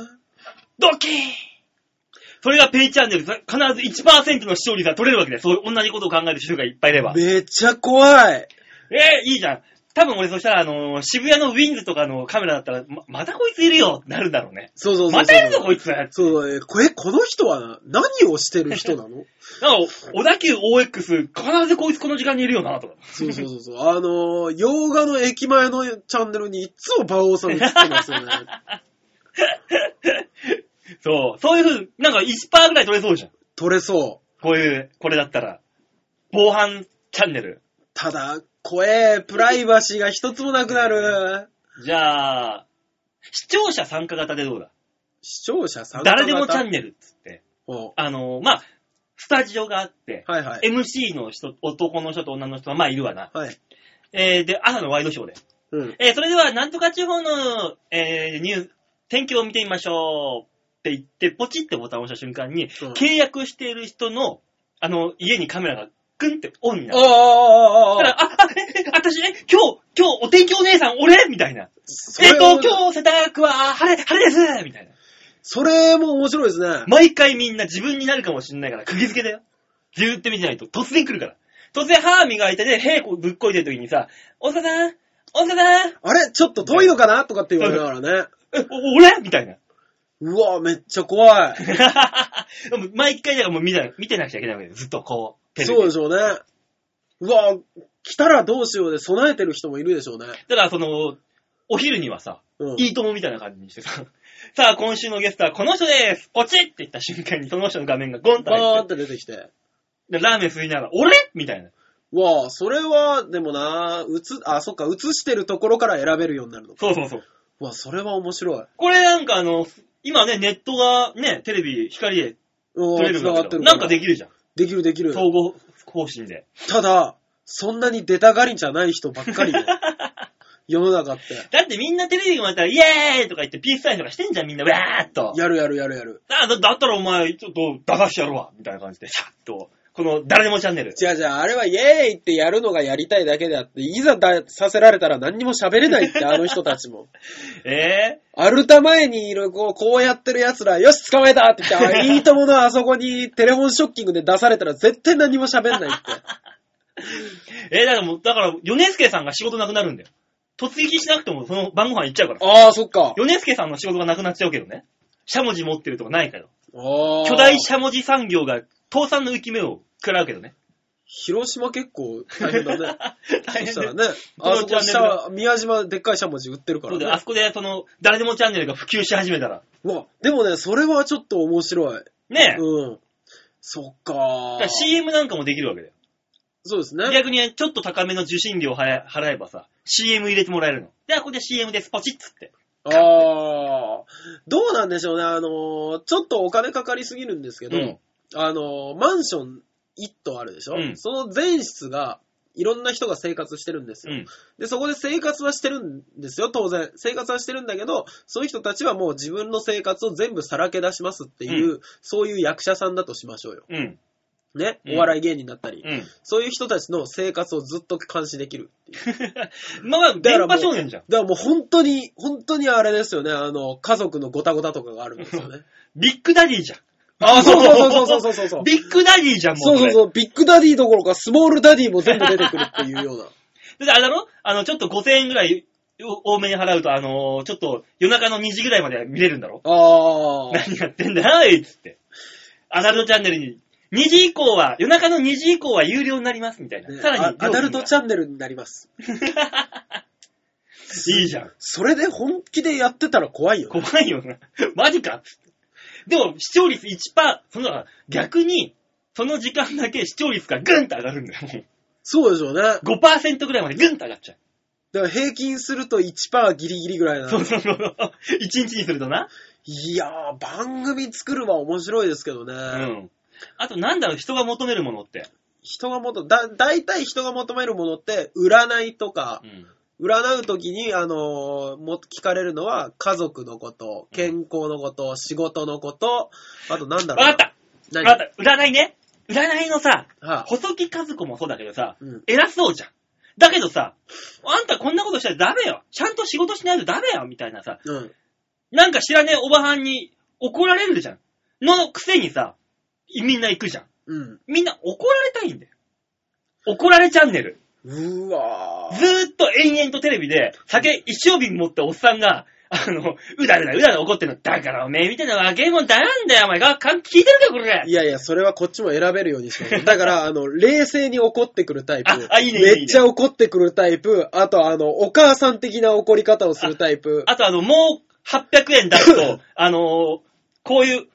Speaker 3: ドキーンそれがペイチャンネル、必ず1%の視聴率が取れるわけだよ。そういう同じことを考える人がいっぱいいれば。え
Speaker 2: めっちゃ怖い。
Speaker 3: ー、いいじゃん。多分俺そしたら、あのー渋谷のウィンズとかのカメラだったら、ま、またこいついるよってなるんだろうね。
Speaker 2: そうそうそうそう。
Speaker 3: またいるぞ、こいつなんか、
Speaker 2: そうだね。これ、この人はな何をしてる人なの
Speaker 3: 小田急 OX、必ずこいつこの時間にいるよな、とか。
Speaker 2: そうそうそうそう。あのー、洋画の駅前のチャンネルにいつも馬王さん映ってま
Speaker 3: <laughs>
Speaker 2: すよね。
Speaker 3: そう、そういうふう、なんか1%ぐらい取れそうじゃん。
Speaker 2: 取れそう。
Speaker 3: こういう、これだったら。防犯チャンネル。
Speaker 2: ただ、怖え、プライバシーが一つもなくなる。
Speaker 3: じゃあ、視聴者参加型でどうだ
Speaker 2: 視聴者さん
Speaker 3: 誰でもチャンネルっつって。
Speaker 2: お
Speaker 3: あのーまあ、スタジオがあって、
Speaker 2: はいはい。
Speaker 3: MC の人、男の人と女の人は、まあいるわな。
Speaker 2: はい。
Speaker 3: えー、で、朝のワイドショーで。
Speaker 2: うん。
Speaker 3: えー、それでは、なんとか地方の、えー、ニュース、天気を見てみましょうって言って、ポチってボタンを押した瞬間に、
Speaker 2: うん
Speaker 3: 契約している人の、あの、家にカメラが、グンってオンにな
Speaker 2: ああ
Speaker 3: る。だ
Speaker 2: ああ
Speaker 3: か
Speaker 2: ああああ。
Speaker 3: ら、あ、あ、え、え私ね、今日、今日、お天気お姉さん、俺みたいな。えっ、と、今日、世田谷区は、晴れ、晴れですみたいな。
Speaker 2: それも面白いですね。
Speaker 3: 毎回みんな自分になるかもしんないから、釘付けだよ。ずーっと見てないと、突然来るから。突然歯磨いてて、屁こぶっこいてる時にさ、大塚さん大塚さん
Speaker 2: あれちょっと遠いのかなとかって言われながらね。
Speaker 3: えお俺みたいな。 <laughs>
Speaker 2: うわ、めっちゃ怖い。
Speaker 3: でも毎回だからもう見な見てなくちゃいけないわけでずっとこう、テレビ
Speaker 2: そうでしょうね。うわ、来たらどうしようで備えてる人もいるでしょうね。
Speaker 3: だからその、お昼にはさ、
Speaker 2: うん。
Speaker 3: いいともみたいな感じにしてさ、 <laughs> さあ今週のゲストはこの人ですポチッって言った瞬間にその人の画面がゴンと
Speaker 2: バー
Speaker 3: 入っ、
Speaker 2: ってて出てきて。
Speaker 3: でラーメン吸いながら、俺みたいな。
Speaker 2: うわあ、それは、でもな、映、あ、そっか、映してるところから選べるようになるのか。
Speaker 3: そうそうそう。
Speaker 2: うわ、それは面白い。
Speaker 3: これなんかあの、今ね、ネットがね、テレビ、光で
Speaker 2: う
Speaker 3: 撮
Speaker 2: ん、
Speaker 3: れる
Speaker 2: 繋が
Speaker 3: わ
Speaker 2: っ
Speaker 3: け
Speaker 2: て
Speaker 3: だ
Speaker 2: る
Speaker 3: なんかで
Speaker 2: き
Speaker 3: きるじゃん。
Speaker 2: できるできる。
Speaker 3: 統合方針で。
Speaker 2: ただ、そんなに出たがりじゃない人ばっか
Speaker 3: <laughs>
Speaker 2: りよ。世の中って。
Speaker 3: だってみんなテレビがまたら、イエーイとか言ってピースサインとかしてんじゃん、みんな、わーっと。
Speaker 2: やるやるやるやる。
Speaker 3: あだだったらお前、ちょっと、駄菓子やるわみたいな感じで、シャッと、この、誰でもチャンネル。
Speaker 2: じゃあじゃあ、あれはイエーイってやるのがやりたいだけであって、いざださせられたら何にも喋れないって、あの人た
Speaker 3: <laughs>
Speaker 2: ちも。
Speaker 3: え
Speaker 2: アルタ前にいる、こう、こうやってる奴ら、よし、捕まえたって言って、あいいとものあそこにテレフォンショッキングで出されたら絶対何も喋んないって。
Speaker 3: ー、えー、だからもう、だから、ヨネスケさんが仕事なくなるんだよ。突撃しなくても、その晩ご飯行っちゃうから。
Speaker 2: ああ、そっか。
Speaker 3: ヨネスケさんの仕事がなくなっちゃうけどね。しゃもじ持ってるとかないから。
Speaker 2: ああ。
Speaker 3: 巨大しゃもじ産業が、倒産の浮き目を食らうけどね。
Speaker 2: 広島結構大変
Speaker 3: <laughs>
Speaker 2: だね。
Speaker 3: 大変
Speaker 2: そした
Speaker 3: だ
Speaker 2: ら
Speaker 3: よ
Speaker 2: ね、
Speaker 3: こ
Speaker 2: あ
Speaker 3: の
Speaker 2: そ
Speaker 3: チャ
Speaker 2: こ
Speaker 3: ンネルが
Speaker 2: 下、宮島でっかいしゃもじ売ってるか
Speaker 3: そうだよあ
Speaker 2: らね
Speaker 3: そ。こで、その、誰でもチャンネルが普及し始めたら。
Speaker 2: うわ、でもね、それはちょっと面白い。
Speaker 3: ねえ。
Speaker 2: うん。そっか
Speaker 3: だから CM なんかもできるわけだよ。
Speaker 2: そうですね。
Speaker 3: 逆に、ちょっと高めの受信料払え払えばさ、CM 入れてもらえるの。で、あここで CM です、ポチッつって。
Speaker 2: ああ、どうなんでしょうね。あのー、ちょっとお金かかりすぎるんですけど、
Speaker 3: うん
Speaker 2: あのー、マンション1棟あるでしょ、
Speaker 3: うん
Speaker 2: その全室が、いろんな人が生活してるんですよ、
Speaker 3: うん
Speaker 2: で、そこで生活はしてるんですよ、当然。生活はしてるんだけど、そういう人たちはもう自分の生活を全部さらけ出しますっていう、そういう役者さんだとしましょうよ。 <laughs>
Speaker 3: うん。 <laughs>
Speaker 2: ね、
Speaker 3: うん
Speaker 2: お笑い芸人だったり、
Speaker 3: うん。
Speaker 2: そういう人たちの生活をずっと監視できるっていう。
Speaker 3: まあまあ、電波少年じゃん。
Speaker 2: だからもう本当に、本当にあれですよね。あの、家族のごたごたとかがあるんです
Speaker 3: <laughs>
Speaker 2: よね。
Speaker 3: ビッグダディじゃん。
Speaker 2: あーそうそうそうそうそうそうそう
Speaker 3: <laughs> ビッグダディじゃん、も
Speaker 2: そうそう
Speaker 3: う
Speaker 2: そう、ビッグダディどころかスモールダディも全部出てくるっていう
Speaker 3: <laughs>
Speaker 2: ような。
Speaker 3: それ。だってあれだろあの、ちょっと5000円ぐらい多めに払うと、あのーちょっと夜中の2時ぐらいまで見れるんだろ
Speaker 2: ああ。
Speaker 3: 何やってんだよ、いっつって。アダルトチャンネルに、2時以降は、夜中の2時以降は有料になります、みたいな。
Speaker 2: ね
Speaker 3: さらに
Speaker 2: あアダルトチ
Speaker 3: ャ
Speaker 2: ャンネルになります。
Speaker 3: ンネル。いいじゃん。
Speaker 2: それで本気でやってたら怖いよね、
Speaker 3: 怖いよな。マジか。でも、視聴率1%、そのだから逆に、その時間だけ視聴率がグンと上がるんだよ。もう
Speaker 2: そうでしょうね。だか
Speaker 3: 5%ぐらいまでグンと上がっちゃう。
Speaker 2: ら平均すると1%ギリギリぐらいな。
Speaker 3: そうそうそう。一日にするとな。
Speaker 2: いやー、番組作るは面白いですけどね。
Speaker 3: うん。あと、なんだろう、人が求めるものって。
Speaker 2: 人が求、だ、大体人が求めるものって、占いとか、
Speaker 3: うん。
Speaker 2: 占うときに、あのーも、聞かれるのは、家族のこと、健康のこと、仕事のこと、あとなんだ
Speaker 3: わ
Speaker 2: ろ
Speaker 3: かっ
Speaker 2: う。
Speaker 3: たわ
Speaker 2: 何
Speaker 3: かった占いね。占いのさ、
Speaker 2: は
Speaker 3: 細木和子もそうだけどさ、
Speaker 2: うん
Speaker 3: 偉そうじゃん。だけどさ、あんたこんなことしたらダメよ。ちゃんと仕事しないとダメよ、みたいなさ、
Speaker 2: いうん。
Speaker 3: なんか知らねえおばはんに怒られるじゃん。のくせにさ、みんな行くじゃん。
Speaker 2: うん。
Speaker 3: みんな怒られたいんだよ。怒られチャンネル。
Speaker 2: うーわ
Speaker 3: ずー
Speaker 2: ー。
Speaker 3: っと延々とテレビで、酒一生瓶持ったおっさんが、あの、うだうだうだうだ怒ってるの。だからおめえみたいな若いもんだなんだよ、お前が。か聞いてるか、これ。
Speaker 2: いやいや、それはこっちも選べるようにしてます
Speaker 3: <laughs>
Speaker 2: だから、あの、冷静に怒ってくるタイプ。
Speaker 3: ああいいねいいね
Speaker 2: めっちゃ怒ってくるタイプ。あと、あの、お母さん的な怒り方をするタイプ。
Speaker 3: あとあの、もう800円出す
Speaker 2: <laughs>
Speaker 3: と、あのーこういう、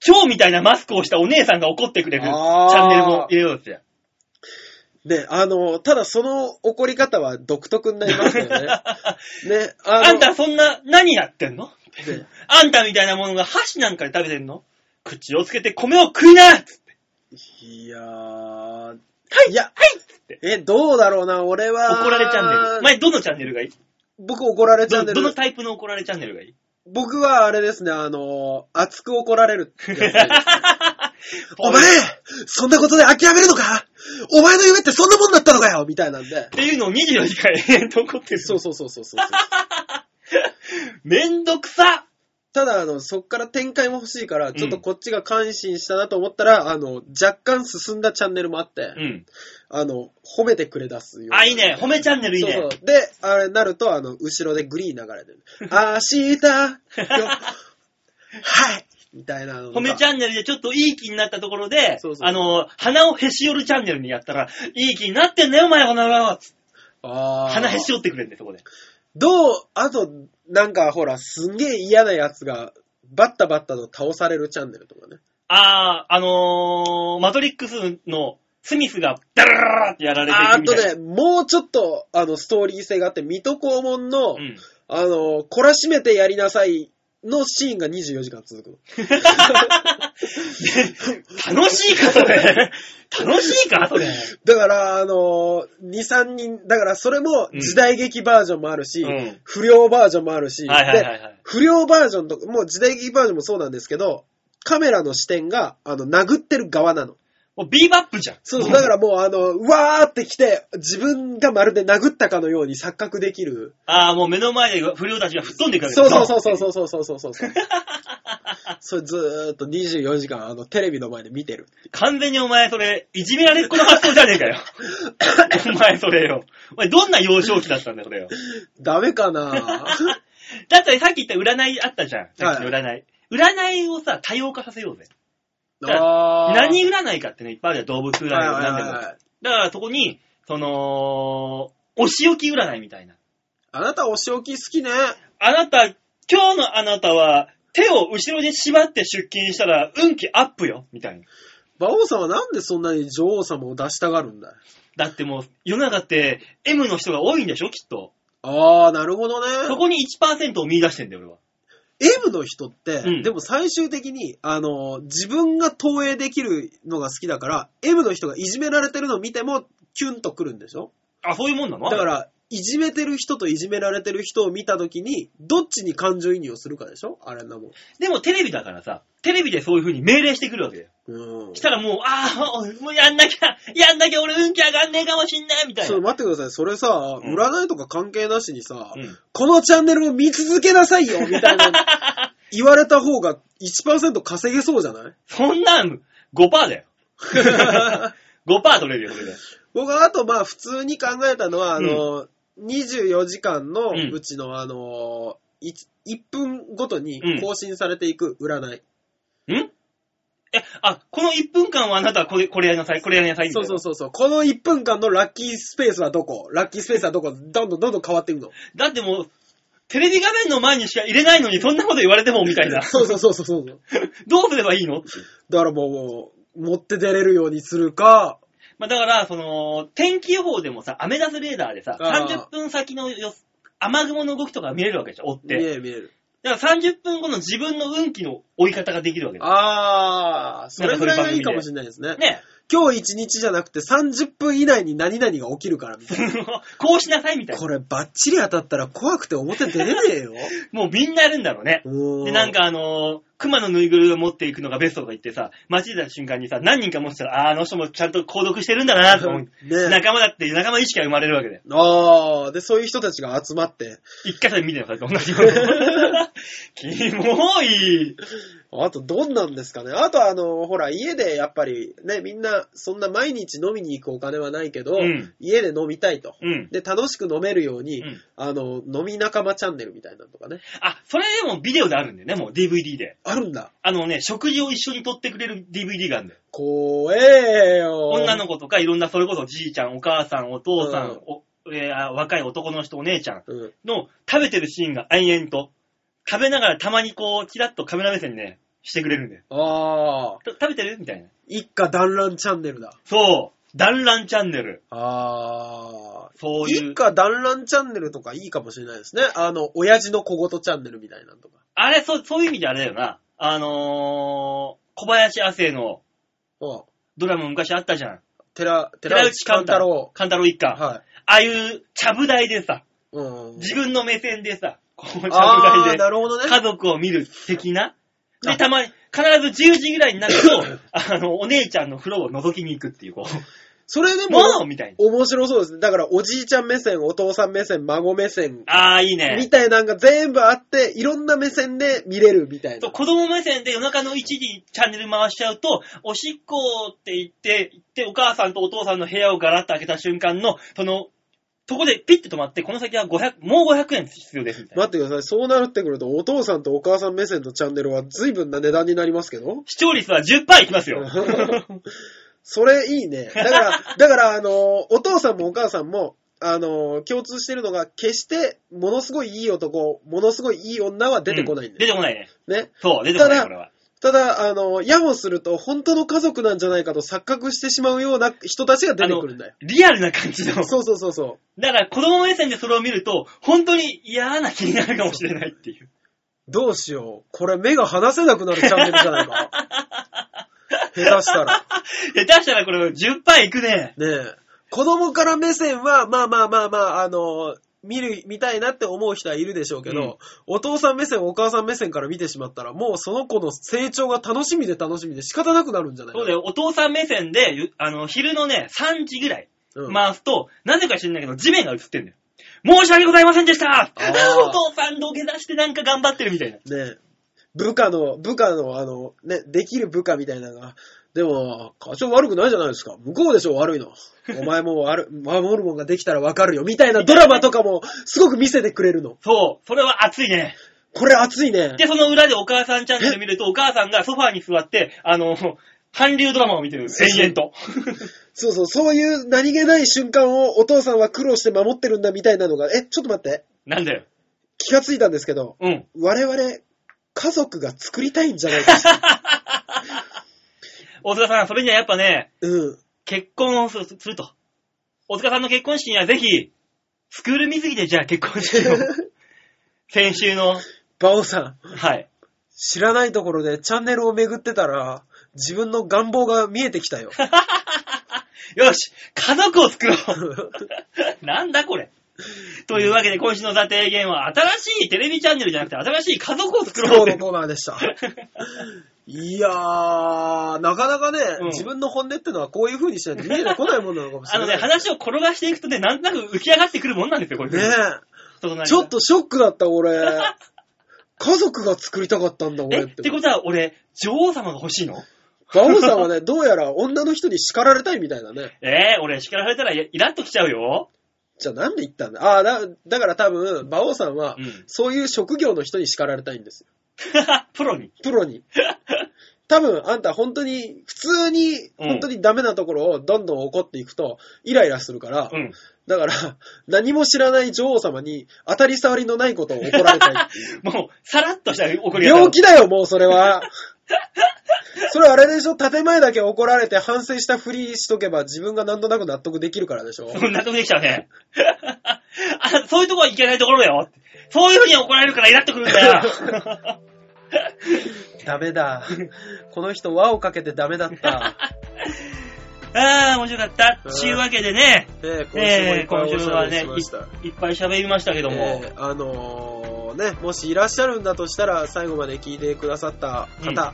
Speaker 3: 蝶みたいなマスクをしたお姉さんが怒ってくれるチ
Speaker 2: あー
Speaker 3: ャンネルも入れようって。
Speaker 2: ね、あの、ただその怒り方は独特になりますよ
Speaker 3: <laughs>
Speaker 2: ね。ね、あの、
Speaker 3: あんたそんな、何やってんの
Speaker 2: ね
Speaker 3: あんたみたいなものが箸なんかで食べてんの口をつけて米を食いなっつって
Speaker 2: いやー、
Speaker 3: はい
Speaker 2: いや
Speaker 3: はいっつって
Speaker 2: え、どうだろうな、俺は。
Speaker 3: 怒られチャンネル。前どのチャンネルがいい
Speaker 2: 僕怒られチャ
Speaker 3: ど
Speaker 2: ンネ
Speaker 3: どの
Speaker 2: ル。
Speaker 3: タイプの怒られチャンネルがいい
Speaker 2: 僕はあれですね、あのー、熱く怒
Speaker 3: <laughs>
Speaker 2: られるってやつです。お前そんなことで諦めるのかお前の夢ってそんなもんだったのかよみたいなんで
Speaker 3: っ。ていうのを24時間延々と怒ってる。
Speaker 2: そうそうそうそうそうそう。
Speaker 3: めんどくさ
Speaker 2: ただ、あの、そっから展開も欲しいから、ちょっとこっちが感心したなと思ったら、あの、若干進んだチャンネルもあって、
Speaker 3: うん。
Speaker 2: あの、褒めてくれ出すよ。
Speaker 3: あ、いいね。褒めチャンネルいいね。
Speaker 2: そうそう。で、あれなると、あの、後ろでグリーン流れて
Speaker 3: <laughs>
Speaker 2: る。明日よはいみたいなのが
Speaker 3: 褒めチャンネルでちょっといい気になったところで、
Speaker 2: そうそう
Speaker 3: あの、鼻をへし折るチャンネルにやったら、いい気になってんだよ、お前、鼻が。
Speaker 2: あー
Speaker 3: 鼻へし折ってくれんね、そこで。
Speaker 2: どう、あと、なんかほら、すんげえ嫌なやつが、バッタバッタと倒されるチャンネルとかね。
Speaker 3: あー、あのー、マトリックスのスミスが、ダララララってやられて
Speaker 2: あーあ
Speaker 3: いく
Speaker 2: と
Speaker 3: みたい
Speaker 2: ね、もうちょっと、あの、ストーリー性があって、水戸黄門
Speaker 3: な。う
Speaker 2: の、
Speaker 3: ん。
Speaker 2: あの、懲らしめてやりなさいのシーンが24時間続くの。
Speaker 3: 楽しいか、そ
Speaker 2: <laughs>
Speaker 3: れ。楽しいか、それ。
Speaker 2: だから、あの、2、3人、だからそれも
Speaker 3: うん
Speaker 2: 時代劇バージョンもあるし、
Speaker 3: うん
Speaker 2: 不良バージョンもあるし、
Speaker 3: はいはいはい
Speaker 2: で
Speaker 3: はい。
Speaker 2: 不良バージョンと、もう時代劇バージョンもそうなんですけど、カメラの視点が、あの、殴ってる側なの。
Speaker 3: もうビーバップじゃん。
Speaker 2: そうそう、だからもう、あの、うわーって来て、自分がまるで殴ったかのように錯覚できる。
Speaker 3: ああ、もう目の前で不良たちが吹っ飛んでいくわけ
Speaker 2: そうそうそう
Speaker 3: う。
Speaker 2: そうそうそうそうそうそう。それずーっと24時間、あの、テレビの前で見てる。
Speaker 3: 完全にお前、それ、いじめられっ子の発想じゃねえか
Speaker 2: <laughs>
Speaker 3: よ。お前、それよ。お前、どんな幼少期だったんだよ、それよ。
Speaker 2: ダメ
Speaker 3: <laughs>
Speaker 2: かな
Speaker 3: だってさっき言った占いあったじゃん。さっきの占い。占いをさ、多様化させようぜ。
Speaker 2: あー
Speaker 3: 何占いかってね、いっぱいあるじゃん。動物占い、
Speaker 2: はいはい
Speaker 3: 何でも。
Speaker 2: は
Speaker 3: だ
Speaker 2: いはい
Speaker 3: から、そこに、その、お仕置き占いみたいな。
Speaker 2: あなたお仕置き好きね。
Speaker 3: あなた、今日のあなたは、手を後ろに縛って出勤したら、運気アップよ、みたいな。
Speaker 2: 馬王さんはなんでそんなに女王様を出したがるんだい
Speaker 3: だってもう、世の中って M の人が多いんでしょ、きっと。
Speaker 2: あー、なるほど
Speaker 3: そ
Speaker 2: ね。
Speaker 3: こに1%を見出してんだよ、俺は。
Speaker 2: M の人って、
Speaker 3: うん
Speaker 2: でも最終的に、あの、自分が投影できるのが好きだから、M の人がいじめられてるのを見ても、キュンとくるんでしょ
Speaker 3: あ、そういうもんなの
Speaker 2: だから、いじめてる人といじめられてる人を見たときに、どっちに感情移入をするかでしょあれなもん。
Speaker 3: でもテレビだからさ、テレビでそういう風に命令してくるわけだよ。
Speaker 2: うん
Speaker 3: し。たらもう、ああ、もうやんなきゃ、やんなきゃ俺運気上がんねえかもしんない、みたい
Speaker 2: そ
Speaker 3: な。
Speaker 2: う、待ってください。それさ、
Speaker 3: うん
Speaker 2: 占いとか関係なしにさ、
Speaker 3: うん
Speaker 2: このチャンネルを見続けなさいよみた
Speaker 3: <laughs>
Speaker 2: いな言われた方が1%稼げそうじゃない
Speaker 3: そんなん、5%だよ。5%取れ <laughs> るよ、それで。
Speaker 2: 僕はあとまあ普通に考えたのは、あの、24時間のうちのあの、い1分ごと
Speaker 3: うん
Speaker 2: に更新されていく占い。
Speaker 3: んえ、あ、この1分間はあなたはこれ、これやりなさい、これやりなさい、みたいう
Speaker 2: そ
Speaker 3: な。
Speaker 2: そうそうそう。この1分間のラッキースペースはどこラッキースペースはどこどんどんどんどん変わっていくの。。
Speaker 3: だってもう、テレビ画面の前にしか入れないのに、そんなこと言われても、みたいな <laughs>
Speaker 2: <laughs> そうそうそうそうそう。
Speaker 3: どうすればいいのっていう
Speaker 2: だからもう、持って出れるようにするか、
Speaker 3: まあ、だから、その、天気予報でもさ、アメダスレーダーでさ、
Speaker 2: あー
Speaker 3: 30分先のよ雨雲の動きとか見れるわけじゃん、追っ
Speaker 2: 見
Speaker 3: て。
Speaker 2: える見える。
Speaker 3: だから30分後の自分の運気の追い方ができるわけだよ。
Speaker 2: あー、それぐらいがいいかもしれないですね。
Speaker 3: ね。 <laughs>
Speaker 2: 今日一日じゃなくて30分以内に何々が起きるからみたい
Speaker 3: こうしなさいみた
Speaker 2: な。
Speaker 3: い
Speaker 2: こ
Speaker 3: な。
Speaker 2: れバッチリ当たったら怖くて表出れねえよ。
Speaker 3: もうみんなやるんだろうね。
Speaker 2: うー
Speaker 3: で、なん。かあのー熊のぬいぐるみを持っていくのがベストとか言ってさ、街出た瞬間にさ、何人か持ってたら、あー、あの人もちゃんと購読してるんだなと思う。
Speaker 2: ね
Speaker 3: 仲間だって、仲間意識が生まれるわけだよ。
Speaker 2: あー、で、そういう人たちが集まって。
Speaker 3: 一回それ見てるのさ、同
Speaker 2: <laughs>
Speaker 3: じこと。キモい。
Speaker 2: あと、どんなんですかね。あと、あの、ほら、家でやっぱりね、みんな、そんな毎日飲みに行くお金はないけど、
Speaker 3: うん
Speaker 2: 家で飲みたいと。
Speaker 3: うん。
Speaker 2: で、楽しく飲めるように、
Speaker 3: うん
Speaker 2: あの、飲み仲間チャンネルみたいなのとかね。
Speaker 3: あ、それでもビデオであるんだよね、もう DVD で。
Speaker 2: あるんだ。
Speaker 3: あのね、食事を一緒に撮ってくれる DVD があるんだよ。
Speaker 2: 怖えよ。
Speaker 3: 女の子とかいろんな、それこそじいちゃん、お母さん、お父さん、
Speaker 2: うん
Speaker 3: おえーあ若い男の人、お姉ちゃん
Speaker 2: うん。
Speaker 3: の食べてるシーンが延々と、食べながらたまにこう、ちらっとカメラ目線にね、してくれるんだよ。
Speaker 2: あー、
Speaker 3: た食べてるみたいな。
Speaker 2: 一家団らんチャンネルだ。
Speaker 3: そう、団らんチャンネル。
Speaker 2: あー。
Speaker 3: そうい
Speaker 2: 一
Speaker 3: う。
Speaker 2: 家団らんチャンネルとかいいかもしれないですね。あの、親父の小言チャンネルみたいなのとか。
Speaker 3: あれ、そう、そういう意味であれだよな。あのー、小林亜生の
Speaker 2: うん。
Speaker 3: ドラマ昔あったじゃん。
Speaker 2: 寺、寺内勘太郎。
Speaker 3: 勘太郎一家。あ
Speaker 2: はい。
Speaker 3: あいう、ちゃぶ台でさ、
Speaker 2: うん。
Speaker 3: <laughs> 自分の目線でさ、こう、ちゃぶ
Speaker 2: あ
Speaker 3: 台
Speaker 2: ー
Speaker 3: で。
Speaker 2: なるほどね。
Speaker 3: 家族を見る的な。で、
Speaker 2: あ
Speaker 3: たまに、必ず10時ぐらいになると、あの、お姉ちゃんの風呂を覗きに行くっていう、こう、
Speaker 2: それで
Speaker 3: も
Speaker 2: も、
Speaker 3: うみたいな。
Speaker 2: 面白そうですね。だから、おじいちゃん目線、お父さん目線、孫目線、
Speaker 3: ああ、いい
Speaker 2: み
Speaker 3: ね。
Speaker 2: たいなんが全部あって、いろんな目線で見れるみたい
Speaker 3: そう
Speaker 2: な。
Speaker 3: 子供目線で夜中の1時にチャンネル回しちゃうと、おしっこって言って、言って、お母さんとお父さんの部屋をガラッと開けた瞬間の、その、そこでピッて止まって、この先は500、もう500円必要です、みたいな。
Speaker 2: 待ってください。そうなってくると、お父さんとお母さん目線のチャンネルは随分な値段になりますけど
Speaker 3: 視聴率は10%いきますよ。
Speaker 2: <laughs> それいいね。だから、だから、あのー、お父さんもお母さんも、あのー、共通してるのが、決して、ものすごいいい男、ものすごいいい女は出てこないん
Speaker 3: うん
Speaker 2: だ
Speaker 3: 出
Speaker 2: よ
Speaker 3: てこないね。
Speaker 2: ね。
Speaker 3: そう、出てこな
Speaker 2: た
Speaker 3: い、
Speaker 2: だ
Speaker 3: これは。
Speaker 2: ただ、あのー、やもすると、本当の家族なんじゃないかと錯覚してしまうような人たちが出てくるんだよ。
Speaker 3: リアルな感じの。
Speaker 2: そうそうそうそう。
Speaker 3: だから子供目線でそれを見ると、本当に嫌な気になるかもしれないっていう。
Speaker 2: どうしよう。これ目が離せなくなるチャンネルじゃな
Speaker 3: <laughs>
Speaker 2: いか。下手したら。
Speaker 3: 下手したらこれ10杯いくね。
Speaker 2: ねえ。子供から目線は、まあまあまあまあ、あの、見る、見たいなって思う人はいるでしょうけど、
Speaker 3: うん
Speaker 2: お父さん目線、お母さん目線から見てしまったら、もうその子の成長が楽しみで楽しみで仕方なくなるんじゃないか
Speaker 3: そうだよ、お父さん目線で、ゆあの、昼のね、3時ぐらい
Speaker 2: うん
Speaker 3: 回すと、なぜか知んないけど、地面が映ってんだよ。申し訳ございませんでしたあ
Speaker 2: ー
Speaker 3: ー <laughs> お父さん土下座してなんか頑張ってるみたいな。
Speaker 2: ねえ。部下の、部下の、あの、ね、できる部下みたいなのが、でも、課長悪くないじゃないですか。向こうでしょ、悪いの。お前も悪、守るもんができたらわかるよ、みたいなドラマとかも、すごく見せてくれるの。
Speaker 3: そう、それは熱いね。
Speaker 2: これ熱いね。
Speaker 3: で、その裏でお母さんチャンネル見ると、お母さんがソファーに座って、あの、韓流ドラマを見てる。
Speaker 2: そうそう
Speaker 3: 延々と。 <laughs>
Speaker 2: そうそう、そういう何気ない瞬間をお父さんは苦労して守ってるんだみたいなのが、え、ちょっと待って。
Speaker 3: なんだよ。
Speaker 2: 気がついたんですけど、
Speaker 3: うん。
Speaker 2: 我々、家族が作りたいんじゃない
Speaker 3: <laughs>
Speaker 2: かしら。
Speaker 3: 大塚さん、それにはやっぱね、
Speaker 2: うん。
Speaker 3: 結婚をすすると。大塚さんの結婚式にはぜひ、スクール水着でじゃあ結婚しよ
Speaker 2: <laughs>
Speaker 3: う。先週の、
Speaker 2: バオさん、
Speaker 3: はい。
Speaker 2: 知らないところでチャンネルを巡ってたら、自分の願望が見えてき
Speaker 3: <laughs>
Speaker 2: たよ。
Speaker 3: よし家族を作ろ
Speaker 2: <laughs>
Speaker 3: うなんだこれというわけで今週の座提言は新しいテレビチャンネルじゃなくて新しい家族を作
Speaker 2: 今
Speaker 3: ろう
Speaker 2: 日
Speaker 3: とい
Speaker 2: の
Speaker 3: う
Speaker 2: コーナーでした。いやー、なかなかね、
Speaker 3: うん
Speaker 2: 自分の本音ってのはこういう風にしないと見えてこないものなのかもし
Speaker 3: あ
Speaker 2: れ
Speaker 3: の
Speaker 2: な
Speaker 3: ね、
Speaker 2: い。
Speaker 3: 話を転がしていくとね、なんとなく浮き上がってくるもんなんですよ、これ。
Speaker 2: ねえ。ちょっ。とショックだった、
Speaker 3: <laughs>
Speaker 2: 俺。家族が作りたかったんだ、
Speaker 3: え、
Speaker 2: 俺っ。
Speaker 3: っててことは俺、女王様が欲しいの
Speaker 2: 馬王さんはね、どうやら女の人に叱られたいみたいだね。
Speaker 3: えー、俺叱られたらイラッときちゃうよ。
Speaker 2: じゃあなんで言ったんだああ、だ、だから多分、馬王さんは、
Speaker 3: うん
Speaker 2: <laughs> そういう職業の人に叱られたいんですよ。
Speaker 3: プロに。
Speaker 2: プロに。多分、あんた本当に、普通に、
Speaker 3: うん
Speaker 2: 本当にダメなところをどんどん怒っていくと、イライラするから、
Speaker 3: うん。
Speaker 2: だから、何も知らない女王様に、当たり障りのないことを怒られたいっていう。
Speaker 3: もう、さらっとした怒り方
Speaker 2: <laughs> 病気だよ、もうそれ <laughs> は。それあれでしょ建前だけ怒られて反省したふりしとけば自分がなんとなく納得できるからでしょ
Speaker 3: そんなとこできちゃうね。 <laughs> あ、そういうとこはいけないところだよ。そういうふうに怒られるからイラッとくるん
Speaker 2: <laughs>
Speaker 3: だよ。
Speaker 2: <laughs> ダメだ。この人輪をかけてダメだ <laughs> った。
Speaker 3: ああ、面白かった。ちゅうわけでね、
Speaker 2: ええ今週もい
Speaker 3: え
Speaker 2: っ
Speaker 3: ー、
Speaker 2: ぱ
Speaker 3: 今
Speaker 2: いお
Speaker 3: 週
Speaker 2: しゃ
Speaker 3: は
Speaker 2: べり
Speaker 3: ね
Speaker 2: しました。
Speaker 3: い、いっぱい喋りましたけども、
Speaker 2: ええあのーね、もしいらっしゃるんだとしたら、最後まで聞いてくださった方、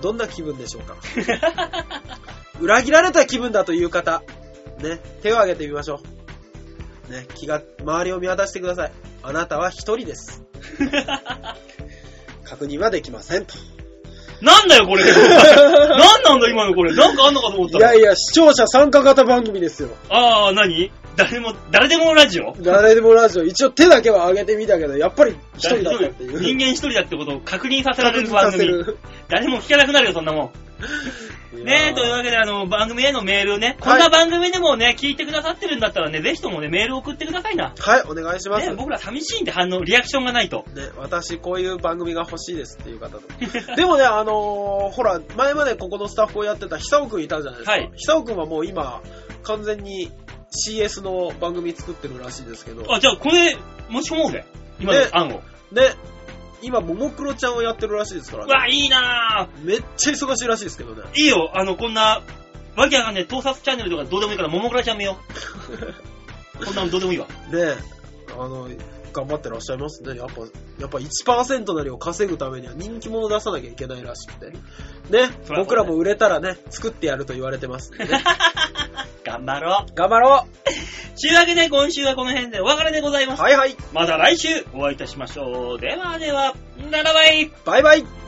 Speaker 2: どんな気分でしょうか <laughs> 裏切られた気分だという方、ね、手を挙げてみましょう。ね、気が、周りを見渡してください。あなたは一人
Speaker 3: <laughs>
Speaker 2: です。確認はできませ
Speaker 3: <laughs>
Speaker 2: んと。
Speaker 3: なんだよ
Speaker 2: <laughs>
Speaker 3: これ。なんなんだ今のこれ。なんかあんのかと思っ
Speaker 2: い
Speaker 3: たら
Speaker 2: や。いや、視聴者参加型番組ですよ。
Speaker 3: ああ、何誰も、誰でもラジオ
Speaker 2: 誰でもラジオ、一応手だけは挙げてみたけど、やっぱり一人だったっていう。
Speaker 3: 人間一人だってことを確認させら
Speaker 2: 確
Speaker 3: れる
Speaker 2: 認さ
Speaker 3: 番
Speaker 2: <laughs> せ
Speaker 3: 組。
Speaker 2: る。
Speaker 3: 誰も聞かなくなるよ、そんなもん。ねえ、というわけで、あの、番組へのメールをね、こんな番組でもね、聞いてくださってるんだったらね、ぜひともね、メール送ってくださいな。
Speaker 2: はい、お願いします。
Speaker 3: ね、僕ら寂しいんで反応、リアクションがないと。
Speaker 2: ね、私こういう番組が欲しいですっていう方と。 <laughs> でもね、あのーほら、前までここのスタッフをやってた久尾くんいたじゃないですか。
Speaker 3: はい
Speaker 2: 久尾くんはもう今、完全に CS の番組作ってるらしいですけど、
Speaker 3: あ、じゃあ、これ、持ち込もうぜ。今
Speaker 2: ね
Speaker 3: の案を。
Speaker 2: ね、今、ももクロちゃんをやってるらしいですか
Speaker 3: う
Speaker 2: ら
Speaker 3: わ、
Speaker 2: ね。
Speaker 3: いいなぁ。
Speaker 2: めっちゃ忙しいらしいですけどね。
Speaker 3: いいよ、あの、こんな、わけわかんない、盗撮チャンネルとかどうでもいいから、ももクラちゃん見よ
Speaker 2: <laughs>
Speaker 3: う。こんなのどうでもいいわ。
Speaker 2: ね、あの、頑張ってらっしゃいますね。やっぱ、やっぱ1%なりを稼ぐためには人気者を出さなきゃいけないらしくて。ね
Speaker 3: そ、りゃそうだね
Speaker 2: 僕らも売れたらね、作ってやると言われてますんでね。
Speaker 3: 頑頑張ろう。
Speaker 2: 頑張ろ
Speaker 3: というわけで今週はこの辺でお別れでございま
Speaker 2: う
Speaker 3: す。
Speaker 2: はいはい
Speaker 3: また来週お会いいたしましょう。ではでは、ならばい
Speaker 2: バイバイ